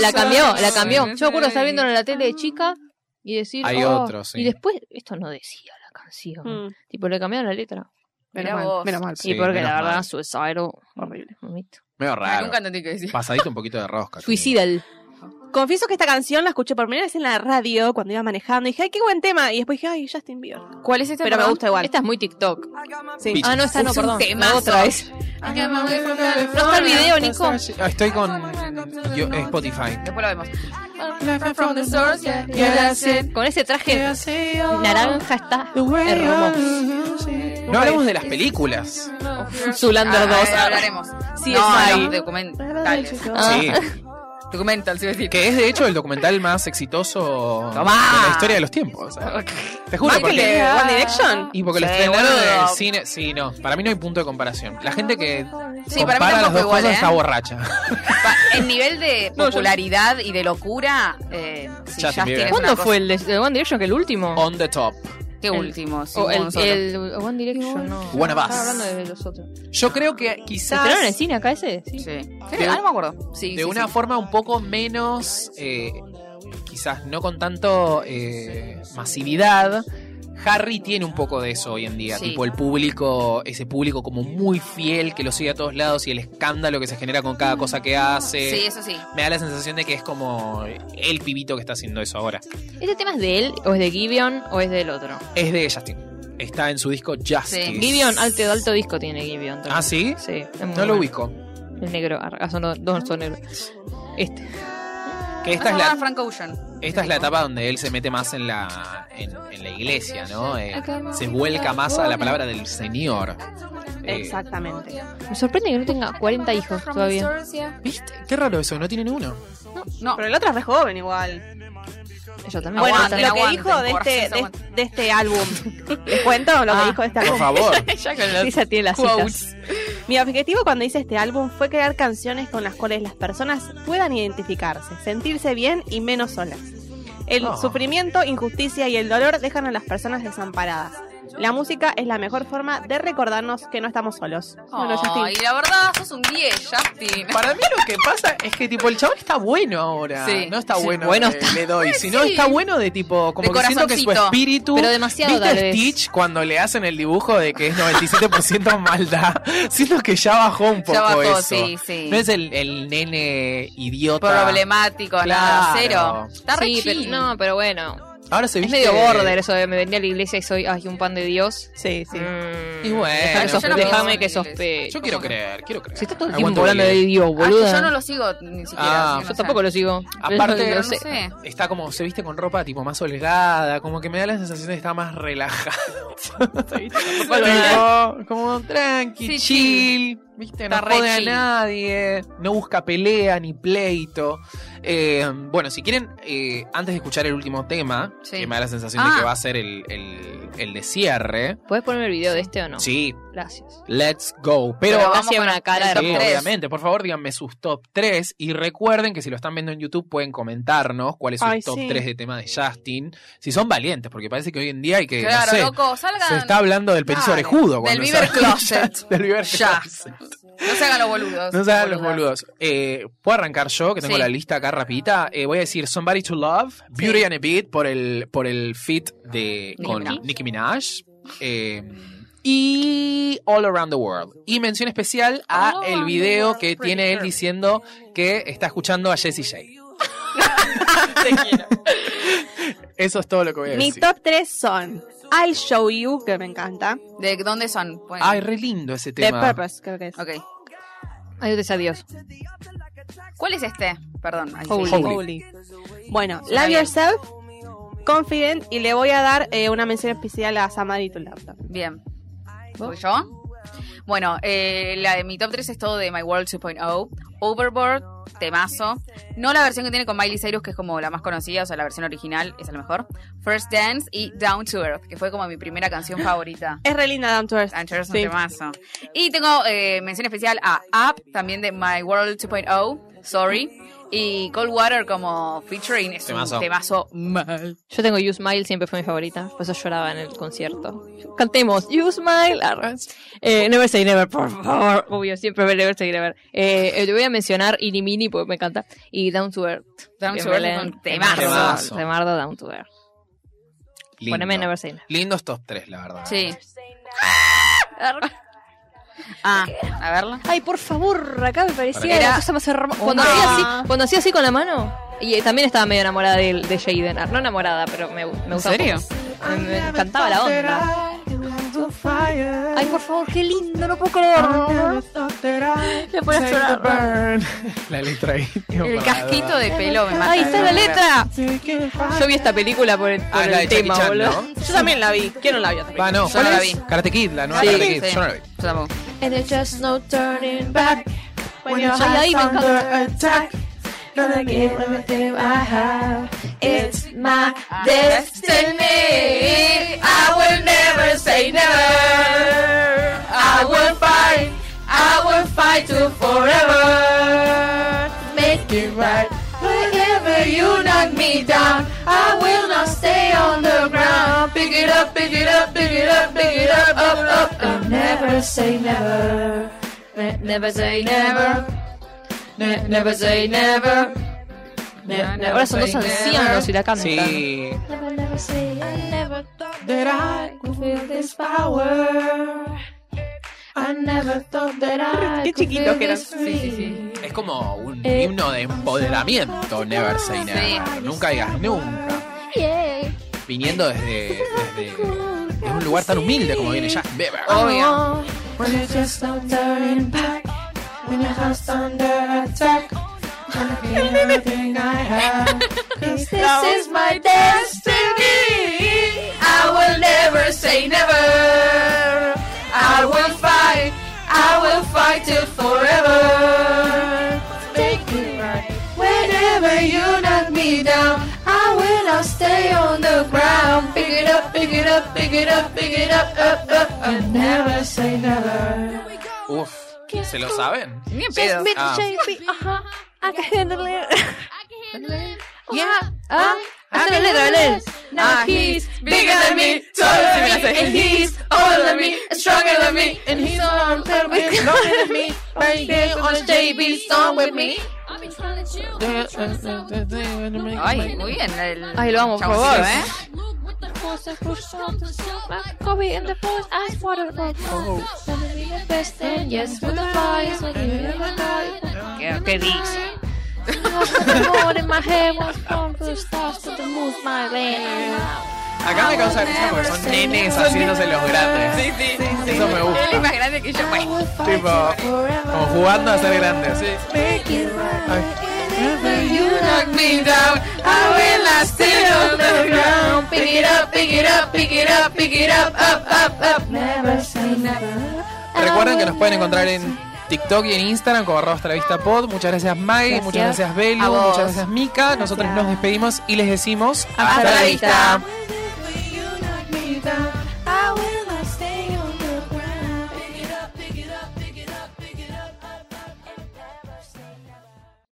[SPEAKER 3] La cambió, la cambió. Yo me acuerdo estar viéndolo en la tele de chica y decir.
[SPEAKER 1] Hay
[SPEAKER 3] oh,
[SPEAKER 1] otro, sí.
[SPEAKER 3] Y después, esto no decía la canción.
[SPEAKER 4] Mm.
[SPEAKER 3] Tipo, le cambiaron la letra.
[SPEAKER 2] Mirá vos.
[SPEAKER 1] Sí,
[SPEAKER 3] y porque
[SPEAKER 1] menos
[SPEAKER 3] la verdad,
[SPEAKER 1] mal.
[SPEAKER 3] suicidal.
[SPEAKER 4] Horrible.
[SPEAKER 3] mamita.
[SPEAKER 1] medio
[SPEAKER 2] Ah,
[SPEAKER 1] raro.
[SPEAKER 2] Nunca entendí qué decía.
[SPEAKER 1] Pasadito un poquito de
[SPEAKER 2] [LAUGHS]
[SPEAKER 1] rosca.
[SPEAKER 3] Suicidal.
[SPEAKER 4] Confieso que esta canción la escuché por primera vez en la radio cuando iba manejando. Y dije, ay, qué buen tema. Y después dije, ay, Justin Bieber.
[SPEAKER 2] ¿Cuál es este?
[SPEAKER 4] Pero me
[SPEAKER 2] perdón?
[SPEAKER 4] gusta igual.
[SPEAKER 3] Esta es muy TikTok.
[SPEAKER 4] Sí.
[SPEAKER 1] Picha.
[SPEAKER 3] Ah, no, esta no,
[SPEAKER 2] Es un
[SPEAKER 3] perdón. La
[SPEAKER 2] temazo.
[SPEAKER 3] otra es.
[SPEAKER 5] I got my way from California.
[SPEAKER 3] No está el video, Nico.
[SPEAKER 1] Estoy con yo- eh, Spotify.
[SPEAKER 2] Después lo vemos.
[SPEAKER 5] Left from the source, yeah, yeah, that's it.
[SPEAKER 3] Con ese traje
[SPEAKER 5] Yeah, I see all
[SPEAKER 3] naranja está
[SPEAKER 5] the way
[SPEAKER 3] hermoso.
[SPEAKER 5] I-
[SPEAKER 1] No hablamos de las películas.
[SPEAKER 3] Zulander
[SPEAKER 2] Ah,
[SPEAKER 3] 2.
[SPEAKER 2] eh, hablaremos.
[SPEAKER 4] Sí, es
[SPEAKER 2] no,
[SPEAKER 4] ahí.
[SPEAKER 2] no, documentales.
[SPEAKER 3] Ah.
[SPEAKER 1] Sí.
[SPEAKER 2] Documental, sí, decir.
[SPEAKER 1] Que es de hecho el documental más exitoso
[SPEAKER 2] Tomá.
[SPEAKER 1] de la historia de los tiempos. Te juro,
[SPEAKER 4] Más que el
[SPEAKER 1] porque.
[SPEAKER 4] de One Direction.
[SPEAKER 1] Y porque lo
[SPEAKER 2] Sí,
[SPEAKER 1] estrenaron en el
[SPEAKER 2] boludo.
[SPEAKER 1] cine. Sí, no. Para mí no hay punto de comparación. La gente que
[SPEAKER 2] Sí, para mí
[SPEAKER 1] compara las
[SPEAKER 2] tampoco
[SPEAKER 1] dos
[SPEAKER 2] igual,
[SPEAKER 1] cosas
[SPEAKER 2] ¿eh?
[SPEAKER 1] está borracha.
[SPEAKER 2] El nivel de popularidad y de locura. Eh, sí,
[SPEAKER 1] Justin
[SPEAKER 2] Justin
[SPEAKER 1] Bieber.
[SPEAKER 2] es
[SPEAKER 3] ¿Cuándo
[SPEAKER 2] una cosa-
[SPEAKER 3] fue el de de One Direction que el último?
[SPEAKER 1] On the top.
[SPEAKER 2] ¿Qué último? Sí,
[SPEAKER 3] O el,
[SPEAKER 2] un solo.
[SPEAKER 3] el One Direction, no.
[SPEAKER 1] One of Us.
[SPEAKER 3] Estaba hablando de los otros.
[SPEAKER 1] Yo creo que
[SPEAKER 3] ¿Se
[SPEAKER 1] quizás.
[SPEAKER 3] estrenaron en cine acá ese? Sí.
[SPEAKER 2] Sí. Sí, ah, no me acuerdo. Sí,
[SPEAKER 1] de
[SPEAKER 2] sí,
[SPEAKER 1] una
[SPEAKER 2] sí.
[SPEAKER 1] forma un poco menos, eh, quizás no con tanto eh, masividad. Harry tiene un poco de eso hoy en día,
[SPEAKER 2] Sí.
[SPEAKER 1] tipo el público, ese público como muy fiel que lo sigue a todos lados y el escándalo que se genera con cada cosa que hace.
[SPEAKER 2] Sí, eso sí.
[SPEAKER 1] Me da la sensación de que es como el pibito que está haciendo eso ahora.
[SPEAKER 3] ¿Este tema es de él, o es de Gibeon, o es del otro?
[SPEAKER 1] Es de Justin. Está en su disco Justice.
[SPEAKER 2] Sí.
[SPEAKER 3] Gibeon, alto, alto disco tiene Gibeon. también.
[SPEAKER 1] ¿Ah, sí?
[SPEAKER 3] Sí. es muy
[SPEAKER 1] No lo
[SPEAKER 3] bueno.
[SPEAKER 1] ubico.
[SPEAKER 3] El negro, arga, son dos, dos son negros. Este.
[SPEAKER 1] Que esta
[SPEAKER 2] Esta
[SPEAKER 1] es la,
[SPEAKER 2] Frank Ocean.
[SPEAKER 1] Esta es la etapa donde él se mete más en la, en, en la iglesia, ¿no? Eh, se vuelca más a la palabra del Señor. Eh,
[SPEAKER 4] Exactamente.
[SPEAKER 3] Me sorprende que no tenga 40 hijos todavía.
[SPEAKER 1] ¿Viste? Qué raro eso, no tiene ni uno.
[SPEAKER 2] No,
[SPEAKER 4] Ah, Pero el otro es re joven igual.
[SPEAKER 3] Yo también.
[SPEAKER 4] Bueno,
[SPEAKER 3] aguanto.
[SPEAKER 2] aguanten,
[SPEAKER 4] lo que
[SPEAKER 2] aguanten,
[SPEAKER 4] dijo de
[SPEAKER 2] porfa,
[SPEAKER 4] este,
[SPEAKER 2] se
[SPEAKER 4] de,
[SPEAKER 2] aguanten.
[SPEAKER 4] de este álbum. ¿Les cuento lo que
[SPEAKER 3] Ah.
[SPEAKER 4] dijo este
[SPEAKER 1] Por
[SPEAKER 4] álbum?
[SPEAKER 1] favor.
[SPEAKER 3] [LAUGHS]
[SPEAKER 2] ya con los
[SPEAKER 3] Lisa tiene las citas.
[SPEAKER 2] quotes.
[SPEAKER 4] Mi objetivo cuando hice este álbum fue crear canciones con las cuales las personas puedan identificarse, sentirse bien y menos solas. El
[SPEAKER 1] Oh.
[SPEAKER 4] sufrimiento, injusticia y el dolor dejan a las personas desamparadas. La música es la mejor forma de recordarnos que no estamos solos. Bueno, Justin,
[SPEAKER 2] Ay, la verdad, sos un 10, Justin.
[SPEAKER 1] Para mí lo que pasa es que tipo el chabón está bueno ahora.
[SPEAKER 2] Sí.
[SPEAKER 1] No está
[SPEAKER 2] Sí,
[SPEAKER 1] bueno.
[SPEAKER 3] bueno
[SPEAKER 1] de- Le
[SPEAKER 3] Eh,
[SPEAKER 1] doy. Sino
[SPEAKER 2] sí.
[SPEAKER 1] está bueno de tipo, como
[SPEAKER 2] De
[SPEAKER 1] que siento que su
[SPEAKER 2] corazoncito.
[SPEAKER 1] espíritu.
[SPEAKER 3] Pero demasiado,
[SPEAKER 1] ¿Viste
[SPEAKER 3] tal vez.
[SPEAKER 1] Stitch cuando le hacen el dibujo de que es 97% [LAUGHS] maldad? Siento que ya bajó un poco
[SPEAKER 2] Ya bajó,
[SPEAKER 1] eso.
[SPEAKER 2] sí, sí.
[SPEAKER 1] No es el, el nene idiota.
[SPEAKER 2] Problemático, nada,
[SPEAKER 1] Claro.
[SPEAKER 2] cero. Está re
[SPEAKER 3] Sí, pero,
[SPEAKER 2] chill.
[SPEAKER 3] no, pero bueno.
[SPEAKER 1] Ahora se
[SPEAKER 3] Es
[SPEAKER 1] viste.
[SPEAKER 3] medio border eso de me vendí a la iglesia y soy ay, un pan de Dios.
[SPEAKER 4] Sí, sí.
[SPEAKER 3] Mm,
[SPEAKER 1] Y bueno,
[SPEAKER 3] déjame
[SPEAKER 1] yo
[SPEAKER 3] sospe-
[SPEAKER 1] no pienso
[SPEAKER 3] déjame
[SPEAKER 2] en
[SPEAKER 3] que
[SPEAKER 2] la iglesia.
[SPEAKER 3] sospeche.
[SPEAKER 1] Yo quiero creer, quiero creer.
[SPEAKER 3] Si está todo el tiempo
[SPEAKER 1] Aguanto
[SPEAKER 3] hablando de
[SPEAKER 1] Vélez.
[SPEAKER 3] Dios,
[SPEAKER 2] Ah, que
[SPEAKER 3] boluda.
[SPEAKER 2] yo no lo sigo ni
[SPEAKER 1] Ah.
[SPEAKER 2] siquiera. así que no
[SPEAKER 3] Yo
[SPEAKER 2] sé.
[SPEAKER 3] tampoco [LAUGHS] lo sigo.
[SPEAKER 1] Aparte-
[SPEAKER 3] No
[SPEAKER 2] Pero no
[SPEAKER 3] sé.
[SPEAKER 2] sé.
[SPEAKER 1] Está como, se viste con ropa tipo más holgada, como que me da la sensación de que está más relajado. [LAUGHS] Se viste con ropa tipo, como tranqui,
[SPEAKER 2] Sí,
[SPEAKER 1] chill, viste, no
[SPEAKER 2] Está re
[SPEAKER 1] jode a
[SPEAKER 2] chill.
[SPEAKER 1] nadie, no busca pelea ni pleito. Eh, bueno, si quieren, eh, antes de escuchar el último tema,
[SPEAKER 2] Sí.
[SPEAKER 1] que me da la sensación
[SPEAKER 2] Ah.
[SPEAKER 1] de que va a ser el, el- el de cierre,
[SPEAKER 3] ¿Puedes ponerme el video de este o no?
[SPEAKER 1] sí,
[SPEAKER 3] Gracias.
[SPEAKER 1] let's go. Pero,
[SPEAKER 3] Pero
[SPEAKER 2] vamos
[SPEAKER 3] hacía
[SPEAKER 2] con
[SPEAKER 3] una
[SPEAKER 2] el
[SPEAKER 3] cara de
[SPEAKER 2] top
[SPEAKER 1] Sí,
[SPEAKER 3] tres.
[SPEAKER 2] tres.
[SPEAKER 1] obviamente. Por favor, díganme sus top 3. Y recuerden que si lo están viendo en YouTube, pueden comentarnos cuál es su
[SPEAKER 4] Ay,
[SPEAKER 1] top
[SPEAKER 4] sí.
[SPEAKER 1] 3 de tema de Justin. Si son valientes, porque parece que hoy en día hay que. no
[SPEAKER 2] Claro,
[SPEAKER 1] sé,
[SPEAKER 2] loco, salgan.
[SPEAKER 1] se está hablando del petiso
[SPEAKER 2] Claro,
[SPEAKER 1] orejudo. cuando
[SPEAKER 2] del Beaver
[SPEAKER 1] sale-
[SPEAKER 2] Closet.
[SPEAKER 1] [LAUGHS] del Beaver
[SPEAKER 2] Ya.
[SPEAKER 1] Closet.
[SPEAKER 2] No se hagan los boludos.
[SPEAKER 1] No se hagan los
[SPEAKER 2] boludas.
[SPEAKER 1] boludos. Eh, Puedo arrancar yo, que tengo
[SPEAKER 2] Sí.
[SPEAKER 1] la lista acá rapidita. Eh, voy a decir Somebody to Love, Beauty and a Beat por el, por el fit de,
[SPEAKER 2] Nicki
[SPEAKER 1] con
[SPEAKER 2] Minaj.
[SPEAKER 1] Nicki Minaj. Eh, y All Around the World. Y mención especial a
[SPEAKER 2] All
[SPEAKER 1] el
[SPEAKER 2] Around the
[SPEAKER 1] video
[SPEAKER 2] World,
[SPEAKER 1] que
[SPEAKER 2] Oh, Pretty
[SPEAKER 1] tiene él
[SPEAKER 2] Girl.
[SPEAKER 1] diciendo que está escuchando a Jessie J.
[SPEAKER 2] [LAUGHS]
[SPEAKER 1] Eso es todo lo que voy a
[SPEAKER 4] Mi
[SPEAKER 1] decir.
[SPEAKER 4] top 3 son I'll Show You, que me encanta.
[SPEAKER 2] ¿De dónde son? Bueno,
[SPEAKER 1] Ay, re lindo ese
[SPEAKER 4] The
[SPEAKER 1] tema.
[SPEAKER 4] Purpose, creo que es.
[SPEAKER 2] ok.
[SPEAKER 3] Adiós, adiós.
[SPEAKER 2] ¿Cuál es este? Perdón. ahí sí.
[SPEAKER 4] Holy.
[SPEAKER 1] Holy.
[SPEAKER 4] Bueno,
[SPEAKER 2] Suena
[SPEAKER 4] Love
[SPEAKER 2] bien.
[SPEAKER 4] Yourself, Confident, y le voy a dar eh, una mención especial a Samari to Love.
[SPEAKER 2] Bien. ¿Voy yo? Bueno, eh, la de mi top 3 es todo de My World 2.0. Overboard, temazo. No la versión que tiene con Miley Cyrus, que es como la más conocida, o sea, la versión original, esa es la mejor. First Dance y Down to Earth, que fue como mi primera canción favorita.
[SPEAKER 4] Es re linda Down to Earth.
[SPEAKER 2] Anchor es un
[SPEAKER 4] Sí.
[SPEAKER 2] temazo. Y tengo eh, mención especial a Up, también de My World 2.0, Sorry. Y Cold Water como featuring es
[SPEAKER 1] Temazo.
[SPEAKER 2] un temazo mal.
[SPEAKER 3] Yo tengo You Smile, siempre fue mi favorita. Por eso lloraba en el concierto. Cantemos You Smile. arre. Eh, never Say Never, por favor. Obvio, siempre ve Never Say Never. Eh, eh, te voy a mencionar Inimini porque me encanta. Y Down to Earth.
[SPEAKER 2] Down to Earth
[SPEAKER 3] Bien,
[SPEAKER 2] es
[SPEAKER 3] Belén.
[SPEAKER 2] un temazo.
[SPEAKER 1] Temazo.
[SPEAKER 3] Remardo Down to Earth.
[SPEAKER 1] Lindo.
[SPEAKER 3] Poneme Never Say Never.
[SPEAKER 1] Lindos top 3, la verdad.
[SPEAKER 2] Sí. Ah, a verla.
[SPEAKER 3] Ay, por favor, acá me parecía
[SPEAKER 2] Era-
[SPEAKER 3] la cosa más hermosa. Cuando,
[SPEAKER 2] Una-
[SPEAKER 3] hacía así, cuando hacía así con la mano. Y eh, también estaba medio enamorada de, de Jaden. Ah, No enamorada, pero me, me gustaba.
[SPEAKER 2] serio?
[SPEAKER 3] un poco. Me, me encantaba la onda. Ay, por favor, qué lindo, no puedo creerlo. Me pone a llorar.
[SPEAKER 1] La letra ahí. [LAUGHS]
[SPEAKER 2] El casquito de pelo me mata.
[SPEAKER 3] Ahí está la letra. Yo vi esta película por el, por
[SPEAKER 1] Ah,
[SPEAKER 3] el
[SPEAKER 1] la de Jackie
[SPEAKER 3] tema,
[SPEAKER 1] Chan,
[SPEAKER 3] boludo.
[SPEAKER 1] ¿no?
[SPEAKER 4] Yo también la vi. ¿Quién no la vio también?
[SPEAKER 1] Va, no,
[SPEAKER 2] Yo
[SPEAKER 1] ¿cuál
[SPEAKER 2] no la
[SPEAKER 1] es?
[SPEAKER 2] vi.
[SPEAKER 1] Karate Kid, la nueva
[SPEAKER 2] Ah, Sí,
[SPEAKER 1] Karate Kid.
[SPEAKER 2] sí.
[SPEAKER 1] Yo no la vi.
[SPEAKER 2] Yo tampoco.
[SPEAKER 5] And there's just no turning back when your
[SPEAKER 3] Ay, ahí
[SPEAKER 5] heart's
[SPEAKER 3] me
[SPEAKER 5] under
[SPEAKER 3] encanta.
[SPEAKER 5] attack. Gonna give everything I have. It's my destiny. I will never say never. I will fight. I will fight you forever. Make it right. Whenever you knock me down, I will not stay on the ground. Pick it up, pick it up, pick it up, pick it up, up, up, and never say never. Ne- never say never. Ne- never say never. Ne- never
[SPEAKER 3] Ahora son
[SPEAKER 5] say
[SPEAKER 3] dos ancianos y la cantan.
[SPEAKER 1] Sí.
[SPEAKER 5] Never, never say I never thought that I could feel this power. I never thought that I
[SPEAKER 4] Qué
[SPEAKER 5] could
[SPEAKER 4] chiquitos
[SPEAKER 5] feel
[SPEAKER 4] que eran.
[SPEAKER 5] this
[SPEAKER 4] Sí, sí, sí.
[SPEAKER 5] free.
[SPEAKER 1] Es como un
[SPEAKER 5] Eh,
[SPEAKER 1] himno de empoderamiento, Never Say
[SPEAKER 5] Sí.
[SPEAKER 1] Never. Nunca digas nunca.
[SPEAKER 5] Yeah.
[SPEAKER 1] Viniendo desde, desde, desde un lugar tan humilde como viene Justin Bieber.
[SPEAKER 2] Obvio.
[SPEAKER 5] Oh. When you just don't turn back, when your house under attack, gonna be everything I [LAUGHS] have. 'Cause this is my destiny. I will never say never. I will fight. up, pick it up, pick it up, up, up. I never say never.
[SPEAKER 1] Uf, ¿se lo saben?
[SPEAKER 8] Ni en pedo.
[SPEAKER 1] Ah.
[SPEAKER 8] Yeah.
[SPEAKER 3] Ah, hasta la letra, Belén.
[SPEAKER 8] Ah, he's bigger than me, taller than me, and he's older than me, stronger than me, and he's armed than me, longer than me. Right there on JB song with me. Ay, muy bien. El
[SPEAKER 3] Ay, lo amo, por
[SPEAKER 8] chaboncito,
[SPEAKER 3] favor.
[SPEAKER 8] ¿eh? ¿Qué, qué dice?
[SPEAKER 1] Acá me causa risa porque son nenes haciéndose los grandes. Sí, sí, Eso me
[SPEAKER 8] Él es
[SPEAKER 1] gusta.
[SPEAKER 8] más grande que yo. Bueno,
[SPEAKER 1] Tipo, como jugando a ser grandes. Sí.
[SPEAKER 8] you knock me down, I will I still on the ground. Pick it up, pick it up, pick it up, pick it up, up, up, up.
[SPEAKER 5] Never say never.
[SPEAKER 1] Recuerden que nos pueden encontrar en TikTok y en Instagram como arroba hasta la vista pod. Muchas gracias Maggie, muchas gracias Belu,
[SPEAKER 8] A vos.
[SPEAKER 1] muchas gracias Mika. Nosotros nos despedimos y les decimos
[SPEAKER 8] Hasta la vista.
[SPEAKER 5] With you